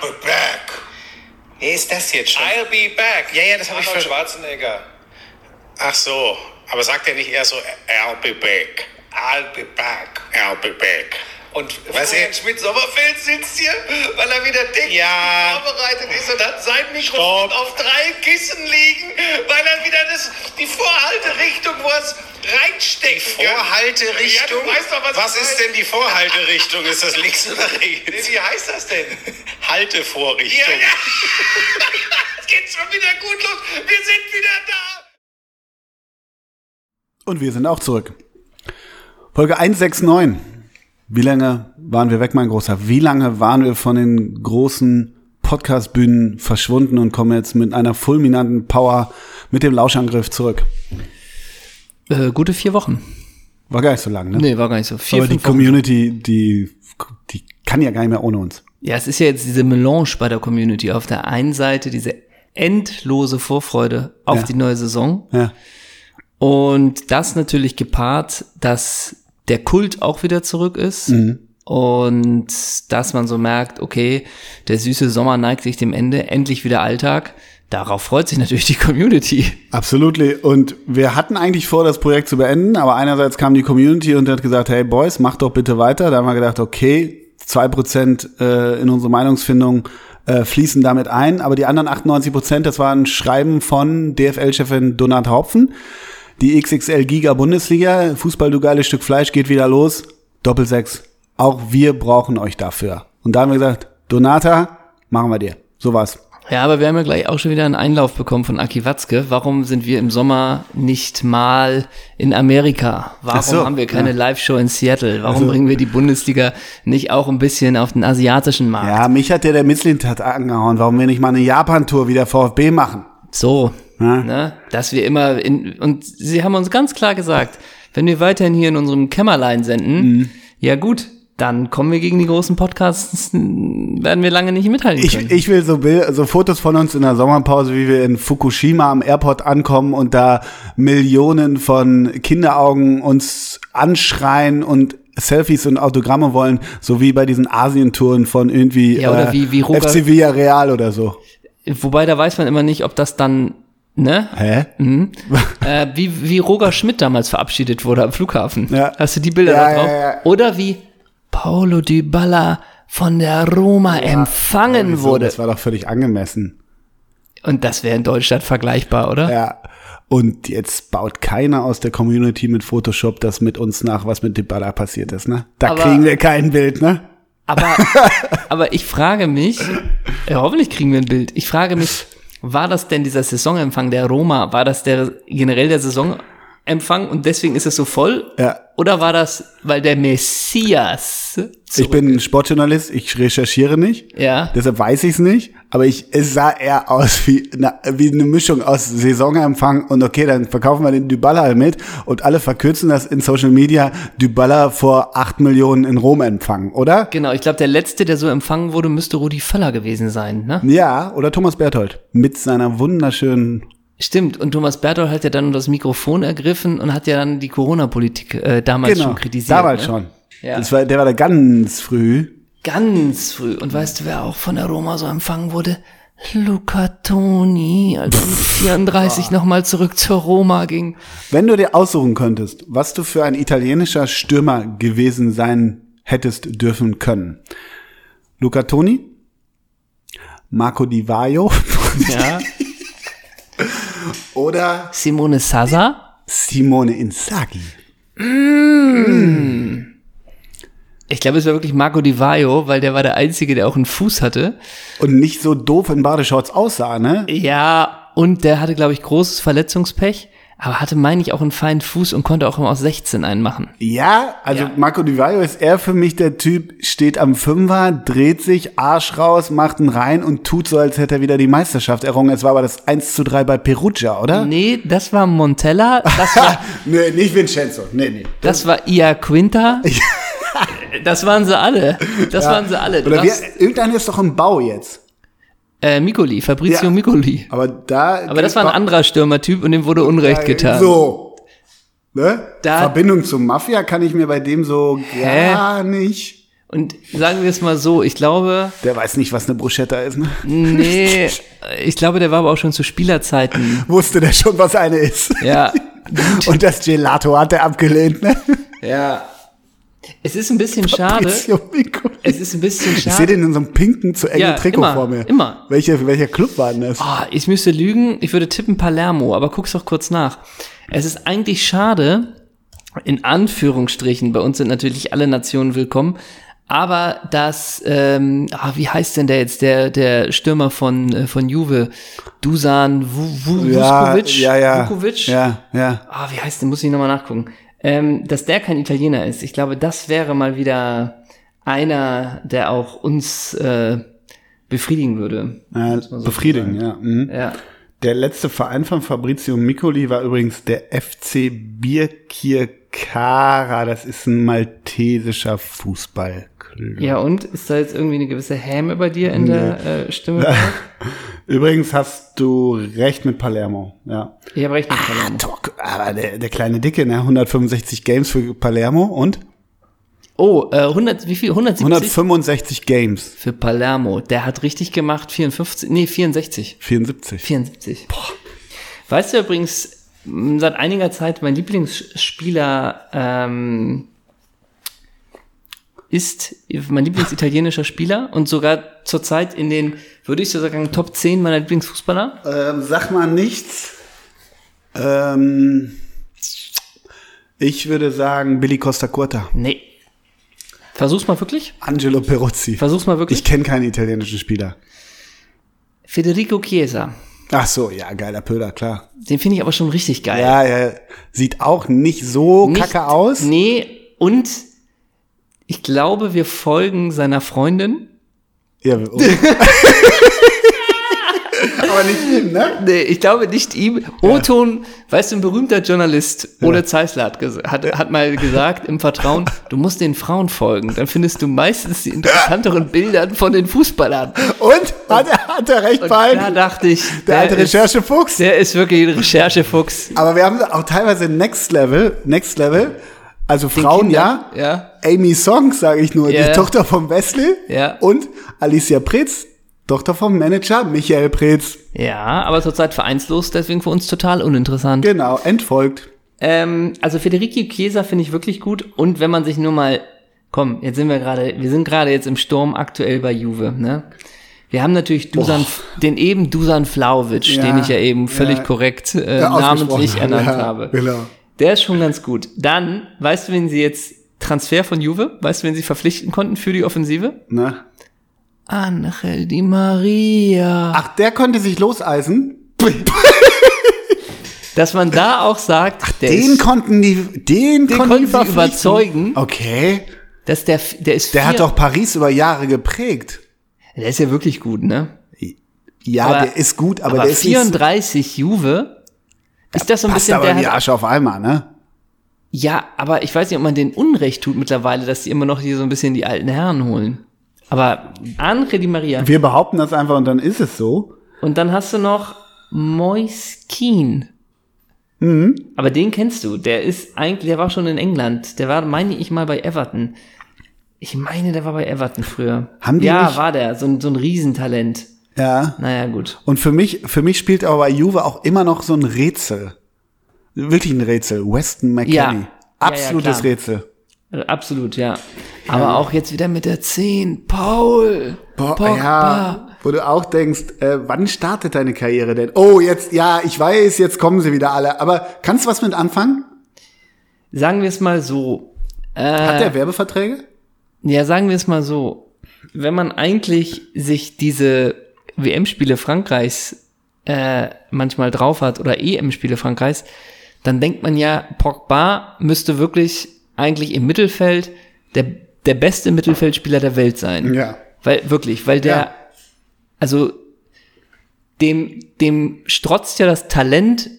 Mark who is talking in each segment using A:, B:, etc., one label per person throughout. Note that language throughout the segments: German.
A: But back.
B: Nee, ist das jetzt schon?
A: I'll be back.
B: Ja, ja, das habe ich
A: Arnold
B: schon-
A: Schwarzenegger.
B: Ach so, aber sagt er nicht eher so, I'll be back,
A: I'll be back.
B: I'll be back.
A: Und
B: Was
A: Florian
B: ich-
A: Schmidt Sommerfeld sitzt hier, weil er wieder dick
B: Ja.
A: vorbereitet ist und hat sein Mikrofon
B: Stopp.
A: auf drei Kissen liegen, weil er wieder das, die Vorhalterichtung, wo er es reinsteckt.
B: Vorhalterichtung?
A: Ja, du weißt doch, was ich
B: ist
A: meine.
B: denn die Vorhalterichtung? Ist das links oder rechts?
A: Wie heißt das denn? Ja,
B: Haltevorrichtung.
A: ja. Es geht schon wieder gut los. Wir sind wieder da.
C: Und wir sind auch zurück. Folge 169. Wie lange waren wir weg, mein Großer? Wie lange waren wir von den großen Podcast-Bühnen verschwunden und kommen jetzt mit einer fulminanten Power mit dem Lauschangriff zurück?
D: Äh, gute vier Wochen.
C: War gar nicht so lang, ne?
D: Nee, war gar nicht so. Vier,
C: Aber die
D: fünf Wochen.
C: Community, die, die kann ja gar nicht mehr ohne uns.
D: Ja, es ist ja jetzt diese Melange bei der Community. Auf der einen Seite diese endlose Vorfreude auf
C: Ja.
D: die neue Saison.
C: Ja.
D: Und das natürlich gepaart, dass der Kult auch wieder zurück ist.
C: Mhm.
D: Und dass man so merkt, okay, der süße Sommer neigt sich dem Ende, endlich wieder Alltag. Darauf freut sich natürlich die Community.
C: Absolutely. Und wir hatten eigentlich vor, das Projekt zu beenden, aber einerseits kam die Community und hat gesagt, hey Boys, macht doch bitte weiter. Da haben wir gedacht, okay, 2% äh, in unsere Meinungsfindung äh, fließen damit ein, aber die anderen 98%, das war ein Schreiben von DFL-Chefin Donat Hopfen. Die XXL Giga Bundesliga, Fußball, du geiles Stück Fleisch, geht wieder los. Doppelsechs. Auch wir brauchen euch dafür. Und da haben wir gesagt, Donata, machen wir dir. So war's.
D: Ja, aber wir haben ja gleich auch schon wieder einen Einlauf bekommen von Aki Watzke. Warum sind wir im Sommer nicht mal in Amerika? Warum
C: Ach so,
D: haben wir keine
C: ja. Also,
D: Live-Show in Seattle? Warum bringen wir die Bundesliga nicht auch ein bisschen auf den asiatischen Markt?
C: Ja, mich hat ja der Mitzlintat angehauen, warum wir nicht mal eine Japan-Tour wie der VfB machen.
D: So,
C: Ja.
D: ne? dass wir immer in, und sie haben uns ganz klar gesagt, wenn wir weiterhin hier in unserem Kämmerlein senden,
C: Mhm.
D: ja gut, dann kommen wir gegen die großen Podcasts, werden wir lange nicht mithalten
C: Ich,
D: können.
C: ich will so, Bil- so Fotos von uns in der Sommerpause, wie wir in Fukushima am Airport ankommen und da Millionen von Kinderaugen uns anschreien und Selfies und Autogramme wollen, so wie bei diesen Asientouren von irgendwie
D: Ja, oder wie- wie Ruka-
C: FC Villarreal oder so.
D: Wobei, da weiß man immer nicht, ob das dann, ne?
C: Hä?
D: Äh, wie, wie Roger Schmidt damals verabschiedet wurde am Flughafen.
C: Ja.
D: Hast du die Bilder
C: Ja,
D: da drauf?
C: ja, ja.
D: Oder wie Paolo Dybala von der Roma empfangen
C: So,
D: wurde.
C: Das war doch völlig angemessen.
D: Und das wäre in Deutschland vergleichbar, oder?
C: Ja. Und jetzt baut keiner aus der Community mit Photoshop das mit uns nach, was mit Dybala passiert ist, ne? Da
D: Aber-
C: kriegen wir kein Bild, ne?
D: Aber, aber ich frage mich, ja, hoffentlich kriegen wir ein Bild. Ich frage mich, war das denn dieser Saisonempfang der Roma? War das der generell der Saisonempfang und deswegen ist es so voll?
C: Ja.
D: Oder war das, weil der Messias?
C: Ich bin Sportjournalist, ich recherchiere nicht.
D: Ja.
C: Deshalb weiß ich es nicht. Aber ich, es sah eher aus wie, na, wie eine Mischung aus Saisonempfang und okay, dann verkaufen wir den Dybala halt mit und alle verkürzen das in Social Media Dybala vor 8 Millionen in Rom empfangen, oder?
D: Genau, ich glaube, der letzte, der so empfangen wurde, müsste Rudi Völler gewesen sein, ne?
C: Ja, oder Thomas Berthold mit seiner wunderschönen
D: Stimmt, und Thomas Berthold hat ja dann das Mikrofon ergriffen und hat ja dann die Corona-Politik äh, damals schon kritisiert.
C: Genau, Damals
D: ne?
C: schon.
D: Ja.
C: Das war, der war da ganz früh.
D: Ganz früh. Und weißt du, wer auch von der Roma so empfangen wurde? Luca Toni, als er mit 34 nochmal zurück zur Roma ging.
C: Wenn du dir aussuchen könntest, was du für ein italienischer Stürmer gewesen sein hättest dürfen können. Luca Toni, Marco Di Vaio
D: Ja.
C: oder
D: Simone Sasa?
C: Simone Inzaghi.
D: Ich glaube, es war wirklich Marco Di Vaio, weil der war der Einzige, der auch einen Fuß hatte.
C: Und nicht so doof in Badeshorts aussah, ne?
D: Ja, und der hatte, glaube ich, großes Verletzungspech, aber hatte, meine ich, auch einen feinen Fuß und konnte auch immer aus 16 einen machen.
C: Ja, also
D: Ja.
C: Marco Di Vaio ist eher für mich der Typ, steht am Fünfer, dreht sich, Arsch raus, macht einen rein und tut so, als hätte er wieder die Meisterschaft errungen. Es war aber das 1 zu 3 bei Perugia, oder?
D: Nee, das war Montella, das war,
C: Nee, nicht Vincenzo. Nee, nee.
D: das war Ia Quinta. Das waren sie alle. Das waren sie alle. Du
C: Oder
D: darfst,
C: wir, irgendeiner ist doch im Bau jetzt.
D: äh, Mikoli, Fabrizio
C: Ja.
D: Mikoli.
C: Aber da.
D: Aber das war ein anderer Stürmertyp und dem wurde Unrecht getan.
C: So. Ne?
D: Da-
C: Verbindung zur Mafia kann ich mir bei dem so gar nicht.
D: Und sagen wir es mal so, ich glaube,
C: Der weiß nicht, was eine Bruschetta ist, ne?
D: Hm. nee, ich glaube, der war aber auch schon zu Spielerzeiten.
C: Wusste der schon, was eine ist.
D: Ja,
C: Und das Gelato hat er abgelehnt, ne?
D: ja. Es ist ein bisschen schade.
C: Ezio Pico.
D: Es ist ein bisschen
C: Ich sehe
D: schade.
C: den in so einem pinken, zu engen
D: Ja,
C: Trikot
D: immer,
C: vor mir.
D: immer.
C: Welcher, welcher Club war denn das?
D: Ah, ich müsste lügen, ich würde tippen Palermo, aber guck's doch kurz nach. Es ist eigentlich schade, in Anführungsstrichen, bei uns sind natürlich alle Nationen willkommen, aber das, ähm, ah, wie heißt denn der jetzt, der, der Stürmer von, äh, von Juve, Dusan Vu- Vu-
C: ja,
D: Vuskovic?
C: ja, ja.
D: Vukovic?
C: Ja, ja.
D: Ah, wie heißt der, muss ich nochmal nachgucken. Ähm, dass der kein Italiener ist, ich glaube, das wäre mal wieder einer, der auch uns äh, befriedigen würde.
C: Äh, befriedigen, ja. Mhm.
D: Ja.
C: Der letzte Verein von Fabrizio Miccoli war übrigens der FC Birkirkara. Das ist ein maltesischer Fußballclub.
D: Ja, und ist da jetzt irgendwie eine gewisse Häme bei dir in der äh, Stimme?
C: Übrigens hast du recht mit Palermo. Ja.
D: Ich habe recht mit Palermo.
C: Tok, aber der, der kleine Dicke, ne? 165 Games für Palermo und
D: Oh, äh, 100, wie viel? 170
C: 165 Games.
D: für Palermo. Der hat richtig gemacht, 54, nee, 64.
C: 74.
D: 74. Boah. Weißt du übrigens, m, seit einiger Zeit mein Lieblingsspieler ähm, ist mein Lieblingsitalienischer Spieler und sogar zurzeit in den, würde ich so sagen, Top 10 meiner Lieblingsfußballer.
C: Ähm, sag mal nichts. Ähm, ich würde sagen Billy Costa Curta.
D: Nee. Versuch's mal wirklich.
C: Angelo Peruzzi.
D: Versuch's mal wirklich.
C: Ich kenne keinen italienischen Spieler.
D: Federico Chiesa.
C: Ach so, ja, geiler Pöder, klar.
D: Den finde ich aber schon richtig geil.
C: Ja, er sieht auch nicht so
D: Nicht-
C: kacke aus.
D: Nee, und ich glaube, wir folgen seiner Freundin.
C: Ja, oh. Aber nicht ihm, ne?
D: Nee, ich glaube nicht ihm. Oton, weißt du, ein berühmter Journalist, Ole Zeisler hat, ges- hat, hat mal gesagt im Vertrauen, du musst den Frauen folgen, dann findest du meistens die interessanteren Bildern von den Fußballern.
C: Und hat er, hat er recht
D: Und da
C: behalten?
D: dachte ich,
C: Der alte
D: ist,
C: Recherchefuchs.
D: der ist wirklich ein Recherchefuchs.
C: Aber wir haben auch teilweise Next Level, Next Level. Also Frauen, ja.
D: Ja,
C: Amy Song, sage ich nur,
D: Ja.
C: die Tochter von Wesley.
D: Ja.
C: Und Alicia Preetz, Tochter vom Manager Michael Preetz.
D: ja, aber zurzeit vereinslos, deswegen für uns total uninteressant.
C: Genau, entfolgt.
D: Ähm, also Federico Chiesa finde ich wirklich gut. Und wenn man sich nur mal, komm, jetzt sind wir gerade, wir sind gerade jetzt im Sturm aktuell bei Juve, ne? Wir haben natürlich Dusan, den eben Dusan Vlaovic,
C: Oh. Ja,
D: den ich ja eben völlig
C: ja.
D: korrekt äh,
C: Ja, ausgesprochen
D: namentlich
C: habe,
D: ernannt
C: ja,
D: habe.
C: genau.
D: Der ist schon ganz gut. Dann, weißt du, wen sie jetzt Transfer von Juve, weißt du, wen sie verpflichten konnten für die Offensive?
C: Ne?
D: Angel Di Maria.
C: Ach, der konnte sich loseisen.
D: Dass man da auch sagt, der
C: Den
D: ist,
C: konnten die, den, konnten
D: den
C: die
D: konnten sie
C: verpflichten.
D: überzeugen,
C: Okay.
D: dass der, der ist
C: Der hat
D: vier-
C: doch Paris über Jahre geprägt.
D: der ist ja wirklich gut, ne?
C: Ja,
D: Aber-
C: der ist gut, aber,
D: Aber,
C: der ist nicht,
D: 34 Juve, ist das so ein
C: passt
D: bisschen
C: aber in die
D: der hat,
C: Asche auf einmal, ne?
D: Ja, aber ich weiß nicht, ob man den Unrecht tut mittlerweile, dass die immer noch hier so ein bisschen die alten Herren holen. Aber Andre Di Maria.
C: Wir behaupten das einfach und dann ist es so.
D: Und dann hast du noch Moiskin. Mhm. Aber den kennst du. Der ist eigentlich, der war schon in England. Der war, meine ich mal, bei Everton. Ich meine, der war bei Everton früher.
C: Haben die
D: ja,
C: nicht-
D: war der. So ein, so ein Riesentalent.
C: Ja.
D: Naja, gut.
C: Und für mich, für mich spielt aber bei Juve auch immer noch so ein Rätsel. Wirklich ein Rätsel. Weston McKinney.
D: Ja. Ja, ja,
C: Absolutes
D: klar.
C: Rätsel.
D: Äh, Absolut, ja. Aber auch jetzt wieder mit der 10. Paul.
C: Boah,
D: Pogba.
C: ja, wo du auch denkst, äh, wann startet deine Karriere denn? Oh, jetzt, ja, ich weiß, jetzt kommen sie wieder alle. Aber kannst du was mit anfangen?
D: Sagen wir es mal so.
C: Hat
D: Äh.
C: der Werbeverträge?
D: Ja, sagen wir es mal so. Wenn man eigentlich sich diese WM-Spiele Frankreichs äh, manchmal drauf hat oder EM-Spiele Frankreichs, dann denkt man ja, Pogba müsste wirklich eigentlich im Mittelfeld der, der beste Mittelfeldspieler der Welt sein.
C: Ja.
D: Weil, wirklich, weil der,
C: Ja.
D: also, dem, dem strotzt ja das Talent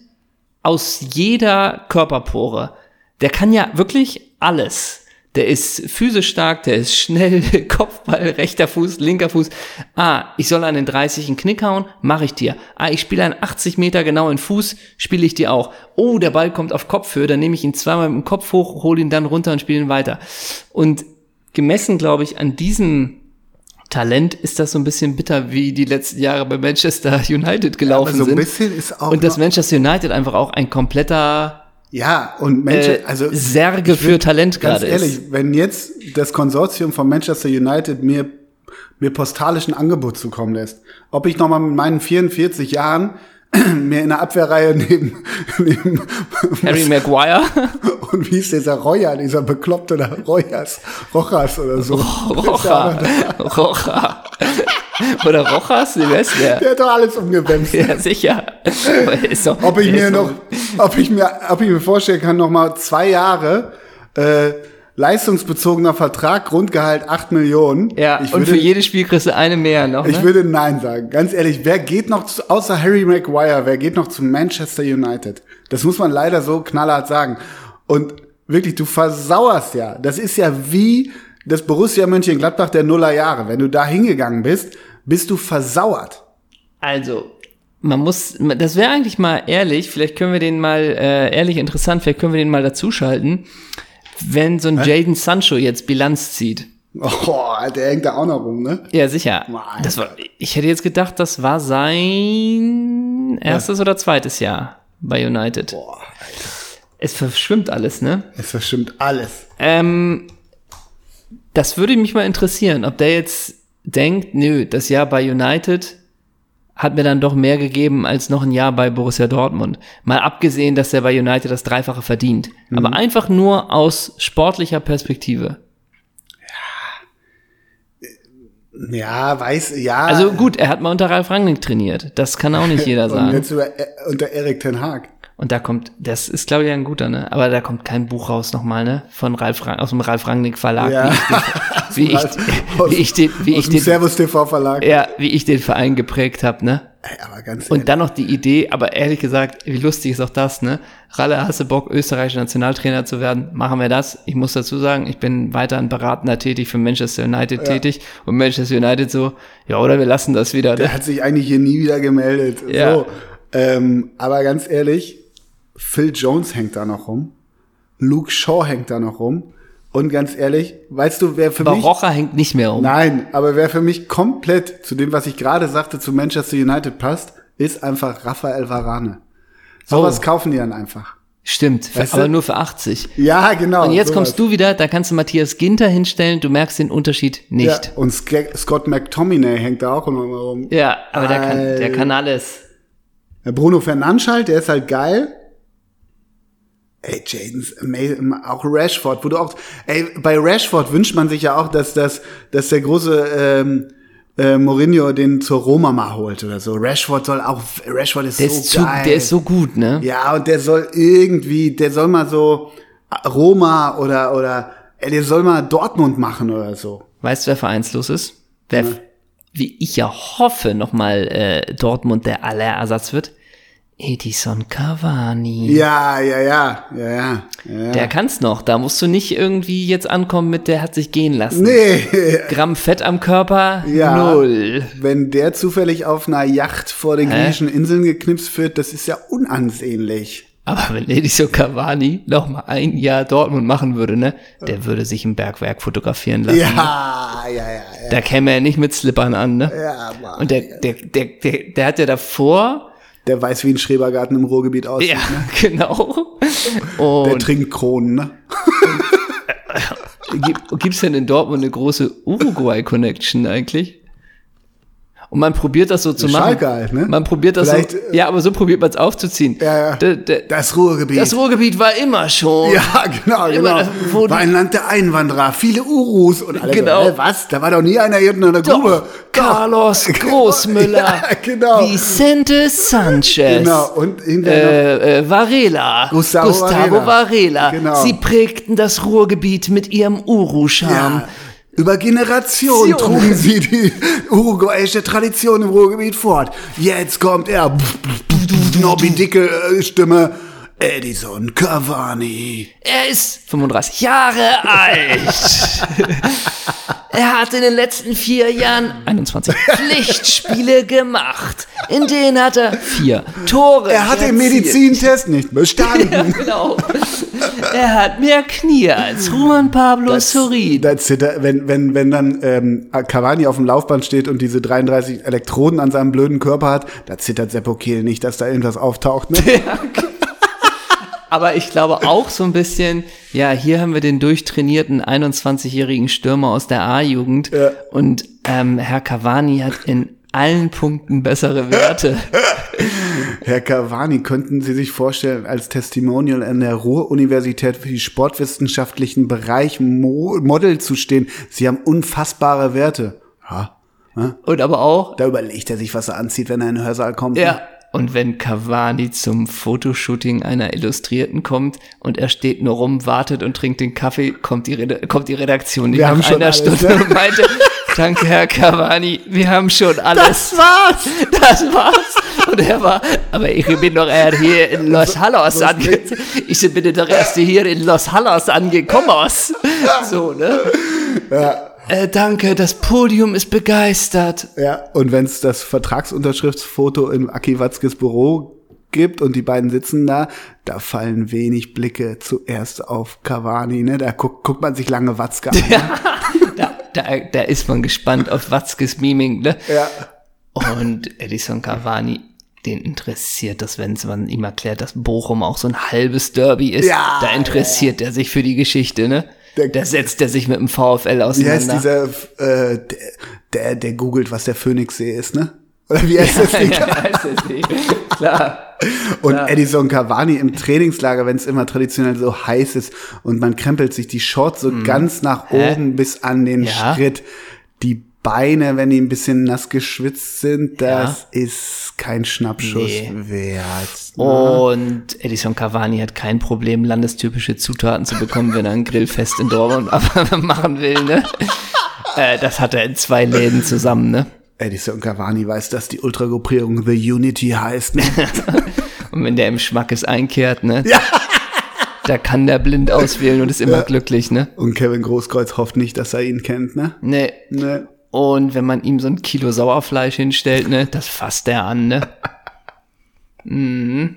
D: aus jeder Körperpore. Der kann ja wirklich alles. Der ist physisch stark, der ist schnell, Kopfball, rechter Fuß, linker Fuß. Ah, ich soll an den 30 einen Knick hauen, mache ich dir. Ah, ich spiele einen 80 Meter genauen Fuß, spiele ich dir auch. Oh, der Ball kommt auf Kopfhöhe, dann nehme ich ihn zweimal mit dem Kopf hoch, hole ihn dann runter und spiele ihn weiter. Und gemessen, glaube ich, an diesem Talent ist das so ein bisschen bitter, wie die letzten Jahre bei Manchester United gelaufen
C: Also so ein
D: sind.
C: bisschen ist auch
D: Und dass
C: noch-
D: Manchester United einfach auch ein kompletter
C: Ja, und Manchester,
D: äh,
C: also
D: Särge
C: ich
D: für Talent
C: ganz
D: gerade ist.
C: ehrlich, wenn jetzt das Konsortium von Manchester United mir mir postalisch ein Angebot zukommen lässt, ob ich nochmal mit meinen 44 Jahren mir in der Abwehrreihe neben, neben
D: Harry Maguire.
C: und wie ist dieser Royer, dieser bekloppte da Royers, Rochas oder so.
D: Rocha. Rocha. Oder Rochas? Nee, wer ist der?
C: Der hat doch alles umgewemst.
D: Ja, sicher. Ist doch-
C: Ob ich
D: der
C: mir
D: ist
C: noch,
D: doch-
C: ob ich mir, ob ich mir vorstellen kann, nochmal zwei Jahre äh, leistungsbezogener Vertrag, Grundgehalt 8 Millionen.
D: Ja,
C: ich
D: und
C: würde,
D: für jedes Spiel kriegst du eine mehr noch. Ne?
C: ich würde Nein sagen. Ganz ehrlich, wer geht noch zu, außer Harry Maguire, wer geht noch zu Manchester United? Das muss man leider so knallhart sagen. Und wirklich, du versauerst ja. Das ist ja wie das Borussia Mönchengladbach der Nullerjahre. Wenn du da hingegangen bist, bist du versauert.
D: Also, man muss, das wäre eigentlich mal ehrlich, vielleicht können wir den mal, äh, ehrlich interessant, vielleicht können wir den mal dazuschalten, wenn so ein Jaden Sancho jetzt Bilanz zieht.
C: Oh, der hängt da auch noch rum, ne?
D: Ja, sicher.
C: Mein
D: Das war, ich hätte jetzt gedacht, das war sein erstes oder zweites Jahr bei United.
C: Boah,
D: Es verschwimmt alles, ne?
C: es verschwimmt alles.
D: Ähm, das würde mich mal interessieren, ob der jetzt denkt, nö, das Jahr bei United hat mir dann doch mehr gegeben als noch ein Jahr bei Borussia Dortmund. Mal abgesehen, dass er bei United das Dreifache verdient.
C: Mhm.
D: Aber einfach nur aus sportlicher Perspektive.
C: Ja, weiß, ja.
D: Also gut, er hat mal unter Ralf Rangnick trainiert. Das kann auch nicht jeder
C: Ah. Und
D: sagen.
C: jetzt über, äh, unter Erik Ten Haag.
D: Und da kommt, das ist glaube ich ein guter, ne? Aber da kommt kein Buch raus nochmal, ne? Von Ralf Rang, aus dem Ralf Rangnick Verlag.
C: Ja.
D: Wie ich,
C: Aus-
D: wie ich den, wie
C: aus dem
D: ich den, wie ich den,
C: Servus TV Verlag.
D: ja, wie ich den Verein geprägt habe, ne?
C: Ey, aber ganz
D: Und
C: ehrlich.
D: dann noch die Idee, aber ehrlich gesagt, wie lustig ist auch das, ne? Ralle, hast du Bock, österreichischer Nationaltrainer zu werden? Machen wir das. Ich muss dazu sagen, ich bin weiterhin beratender tätig für Manchester United tätig und Manchester United so, ja, oder wir lassen das wieder.
C: Der
D: Ne?
C: hat sich eigentlich hier nie wieder gemeldet.
D: Ja.
C: So. Ähm, aber ganz ehrlich, Phil Jones hängt da noch rum. Luke Shaw hängt da noch rum. Und ganz ehrlich, weißt du, wer für
D: Aber
C: mich.
D: Rocha hängt nicht mehr um.
C: Nein, aber wer für mich komplett zu dem, was ich gerade sagte, zu Manchester United passt, ist einfach Rafael Varane. Sowas
D: Oh.
C: kaufen die dann einfach.
D: Stimmt, für,
C: Weißt du?
D: aber nur für 80.
C: Ja, genau.
D: Und jetzt
C: sowas.
D: kommst du wieder, da kannst du Matthias Ginter hinstellen, du merkst den Unterschied nicht.
C: Ja, und Sc- Scott McTominay hängt da auch immer mal rum.
D: Ja, aber der kann, der kann alles.
C: Der Bruno Fernanschalt, der ist halt geil. Ey, Jadens, May- auch Rashford, wo du auch, ey, bei Rashford wünscht man sich ja auch, dass, dass, dass der große ähm, äh, Mourinho den zur Roma mal holt oder so. Rashford soll auch, Rashford ist
D: Der,
C: so
D: ist, zu,
C: geil.
D: der ist so gut, ne?
C: Ja, und der soll irgendwie, der soll mal so Roma oder, oder, ey, der soll mal Dortmund machen oder so.
D: Weißt du, wer vereinslos ist? Wer, wie ich ja hoffe, nochmal äh, Dortmund der Allerersatz wird? Edison Cavani.
C: Ja, ja, ja, ja, ja. ja.
D: Der kann's noch. Da musst du nicht irgendwie jetzt ankommen mit, der hat sich gehen lassen.
C: Nee,
D: Gramm Fett am Körper?
C: Ja.
D: Null.
C: Wenn der zufällig auf einer Yacht vor den griechischen Inseln geknipst wird, das ist ja unansehnlich.
D: Aber wenn Edison Cavani noch mal ein Jahr Dortmund machen würde, ne, der würde sich im Bergwerk fotografieren lassen.
C: Ja, ja, ja, ja.
D: Da käme er nicht mit Slippern an, ne?
C: ja Mann.
D: Und der, der, der, der, der hat ja davor,
C: der weiß, wie ein Schrebergarten im Ruhrgebiet aussieht.
D: ja,
C: Ne?
D: genau.
C: Der
D: Und
C: trinkt Kronen, ne?
D: gibt, gibt's denn in Dortmund eine große Uruguay-Connection eigentlich? Und man probiert das so zu machen.
C: Schalke halt, ne?
D: Man probiert das
C: Vielleicht,
D: so,
C: äh,
D: ja, aber so probiert man es aufzuziehen.
C: Ja, ja.
D: Der- der-
C: Das Ruhrgebiet.
D: das Ruhrgebiet war immer schon.
C: ja, genau, genau.
D: das- wo du-
C: War ein Land der Einwanderer, viele Urus und alle
D: Genau.
C: so, hä, was? Da war doch nie einer hier unten in der
D: Doch,
C: Grube.
D: Carlos Großmüller.
C: Ja, genau.
D: Vicente Sanchez.
C: Genau, und hinterher
D: Äh, äh, Varela.
C: Gustavo
D: Varela.
C: Varela. Genau.
D: Sie prägten das Ruhrgebiet mit ihrem
C: noch,
D: Uru-Charme.
C: ja, Ähm, über Generationen
D: Sion.
C: trugen sie die uruguayische Tradition im Ruhrgebiet fort. Jetzt kommt er, pff, pff, pff, pff, Nobby Dicke äh, Stimme, Edison Cavani.
D: Er ist 35 Jahre alt. er hat in den letzten vier Jahren 21 Pflichtspiele gemacht. In denen hat er vier Tore.
C: Er hat den
D: erzielt.
C: Medizintest nicht
D: Ja,
C: bestanden.
D: genau. Er hat mehr Knie als Ruan Pablo Sorin.
C: Da zitter, wenn, wenn, wenn dann ähm, Cavani auf dem Laufband steht und diese 33 Elektroden an seinem blöden Körper hat, da zittert Seppo Kehl nicht, dass da irgendwas auftaucht. Ne?
D: Aber ich glaube auch so ein bisschen, ja, hier haben wir den durchtrainierten 21-jährigen Stürmer aus der A-Jugend und ähm, Herr Cavani hat in allen Punkten bessere Werte.
C: Herr Cavani, könnten Sie sich vorstellen, als Testimonial an der Ruhr-Universität für den sportwissenschaftlichen Bereich Mo Model zu stehen? Sie haben unfassbare Werte. Ja.
D: Und aber auch,
C: Da überlegt er sich, was er anzieht, wenn er in den Hörsaal kommt. ne?
D: ja, und wenn Cavani zum Fotoshooting einer Illustrierten kommt und er steht nur rum, wartet und trinkt den Kaffee, kommt die, Reda- kommt die Redaktion nicht
C: Wir
D: nach
C: haben schon
D: einer
C: alles,
D: Stunde
C: ne?
D: und meinte, danke Herr Cavani, wir haben schon alles.
C: war's!
D: Das war's. Und er war, aber ich bin doch erst hier in Los Halos angekommen. Ich bin doch erst hier in Los Halos angekommen. So, ne? Äh, danke, das Podium ist begeistert.
C: Ja, und wenn es das Vertragsunterschriftsfoto in Aki Watzkes Büro gibt und die beiden sitzen da, da fallen wenig Blicke zuerst auf Cavani, ne? Da guckt, guckt man sich lange Watzke an. ne?
D: Da, da, da ist man gespannt auf Watzkes Miming, ne?
C: Ja.
D: Und Edison Cavani, den interessiert das, wenn man ihm erklärt, dass Bochum auch so ein halbes Derby ist.
C: Ja,
D: da interessiert er sich für die Geschichte, ne?
C: Der-
D: da setzt er sich mit dem VfL auseinander.
C: Wie heißt dieser, äh, der, der, der googelt, was der Phoenixsee ist, ne? Oder wie heißt das Ding?
D: Ja, weiß es nicht. Klar.
C: Und Edison Cavani im Trainingslager, wenn es immer traditionell so heiß ist und man krempelt sich die Shorts so ganz nach
D: Hm. Hä?
C: oben bis an den
D: Ja.
C: Schritt. Die Beine, wenn die ein bisschen nass geschwitzt sind, das ist kein Schnappschuss
D: Nee. Oh.
C: wert. ne?
D: Und Edison Cavani hat kein Problem, landestypische Zutaten zu bekommen, wenn er ein Grillfest in Dortmund ab- machen will, ne? Äh, das hat er in zwei Läden zusammen, ne?
C: Edison Cavani weiß, dass die Ultragruppierung The Unity heißt. ne?
D: Und wenn der im Schmackes einkehrt, ne? Ja. Da kann der blind auswählen und ist immer glücklich, ne?
C: und Kevin Großkreuz hofft nicht, dass er ihn kennt, ne?
D: Nee.
C: ne?
D: Und wenn man ihm so ein Kilo Sauerfleisch hinstellt, ne, das fasst er an, ne? Mhm.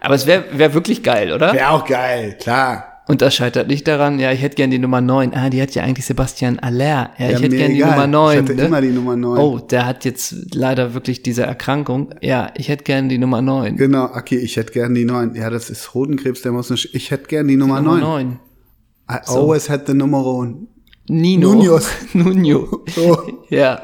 D: Aber es wäre wär wirklich geil, oder?
C: Wäre auch geil, klar.
D: Und das scheitert nicht daran, ja, ich hätte gern die Nummer 9. Ah, die hat ja eigentlich Sebastian Aller. Ja,
C: Ja,
D: ich hätte
C: mir
D: gern die
C: egal.
D: Nummer 9.
C: Ich hatte
D: ne?
C: immer die Nummer 9.
D: Oh, der hat jetzt leider wirklich diese Erkrankung. Ja, ich hätte gern die Nummer 9.
C: Genau, Aki, ich hätte gern die 9. Ja, das ist Hodenkrebs, der muss nicht. Ich hätte gern die Nummer 9.
D: Nummer 9.
C: I always had the number one.
D: Nino.
C: Nunez.
D: Nuno.
C: So.
D: Ja.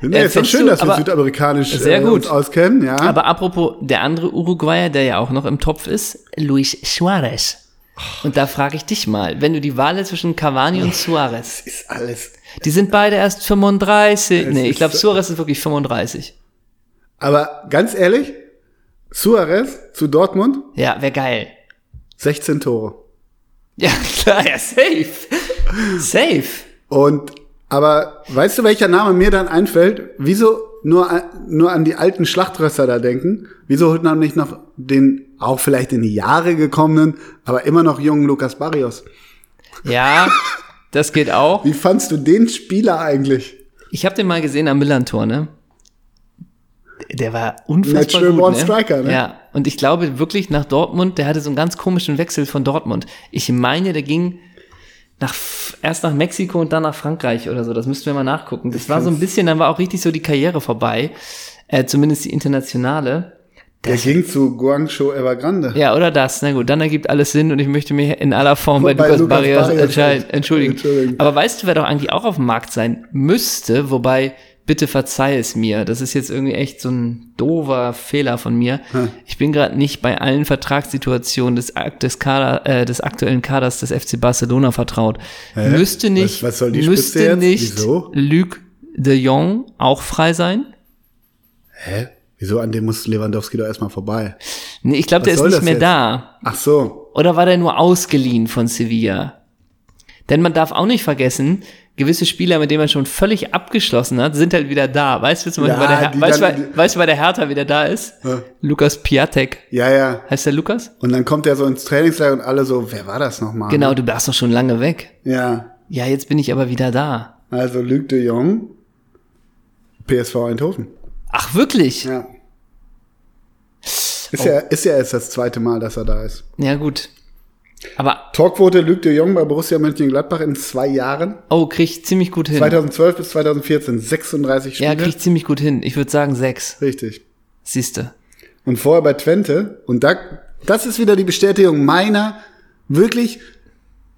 C: Nee, ist doch
D: findest
C: schön,
D: du,
C: dass wir
D: aber-
C: südamerikanisch
D: Sehr
C: äh,
D: gut.
C: uns auskennen, ja.
D: Aber apropos der andere Uruguayer, der ja auch noch im Topf ist, Luis Suarez. Und da frage ich dich mal, wenn du die Wahl hättest zwischen Cavani und Suarez,
C: ist alles.
D: die sind beide erst 35. Nee, ich
C: ist
D: glaube,
C: so-
D: Suarez ist wirklich 35.
C: Aber ganz ehrlich, Suarez zu Dortmund,
D: Ja, wäre geil.
C: 16 Tore.
D: Ja, klar, ja, safe. Safe.
C: Und, aber weißt du, welcher Name mir dann einfällt? Wieso nur, an- nur an die alten Schlachtrösser da denken? Wieso holt man nicht noch den, auch vielleicht in die Jahre gekommenen, aber immer noch jungen Lukas Barrios?
D: Ja, das geht auch.
C: Wie fandst du den Spieler eigentlich?
D: Ich habe den mal gesehen am Millantor, ne? Der war unfassbar
C: Natural
D: gut,
C: born
D: ne?
C: striker, ne?
D: Ja, und ich glaube wirklich nach Dortmund, der hatte so einen ganz komischen Wechsel von Dortmund. Ich meine, der ging nach, F- erst nach Mexiko und dann nach Frankreich oder so. Das müssten wir mal nachgucken. Das war so ein bisschen, dann war auch richtig so die Karriere vorbei. Äh, zumindest die internationale.
C: Der ging zu Guangzhou Evergrande.
D: Ja, oder das. Na gut, dann ergibt alles Sinn und ich möchte mich in aller Form bei,
C: Bei
D: Lukas,
C: Lukas
D: Barrios
C: Barrios
D: entscheiden. Entschuldigen.
C: Entschuldigen.
D: Aber weißt du, wer doch eigentlich auch auf dem Markt sein müsste? Wobei, bitte verzeih es mir. Das ist jetzt irgendwie echt so ein dover Fehler von mir. Ich bin gerade nicht bei allen Vertragssituationen des, Ak- des, Kader, äh, des aktuellen Kaders des FC Barcelona vertraut. Müsste nicht,
C: Was- was soll die Spitze
D: müsste
C: jetzt?
D: nicht
C: Wieso?
D: Luc de Jong auch frei sein?
C: Hä? Wieso an dem muss Lewandowski doch erstmal vorbei?
D: Nee, ich glaube,
C: Was
D: der ist
C: soll
D: nicht
C: das
D: mehr
C: jetzt?
D: da.
C: Ach so.
D: Oder war der nur ausgeliehen von Sevilla? Denn man darf auch nicht vergessen, gewisse Spieler, mit denen man schon völlig abgeschlossen hat, sind halt wieder da. Weißt du, zum Beispiel,
C: Ja,
D: bei der, Her-
C: die
D: weißt, du,
C: dann-
D: bei, weißt du, bei der Hertha wieder da ist?
C: Ja.
D: Lukas Piatek.
C: Ja, ja.
D: Heißt der Lukas?
C: Und dann kommt er so ins Trainingslager und alle so, wer war das nochmal?
D: Genau, du warst doch schon lange weg.
C: Ja.
D: Ja, jetzt bin ich aber wieder da.
C: Also Luc de Jong, PSV Eindhoven.
D: Ach, wirklich? Ja, Oh.
C: Ja. Ist, ja, ist ja erst das zweite Mal, dass er da ist.
D: gut. Aber,
C: Torquote Luc de Jong bei Borussia Mönchengladbach in zwei Jahren.
D: oh, krieg ich ziemlich gut hin.
C: 2012 bis 2014, 36 Spiele.
D: ja, krieg ich ziemlich gut hin. Ich würde sagen sechs.
C: Richtig.
D: Siehste.
C: Und vorher bei Twente. Und da, das ist wieder die Bestätigung meiner wirklich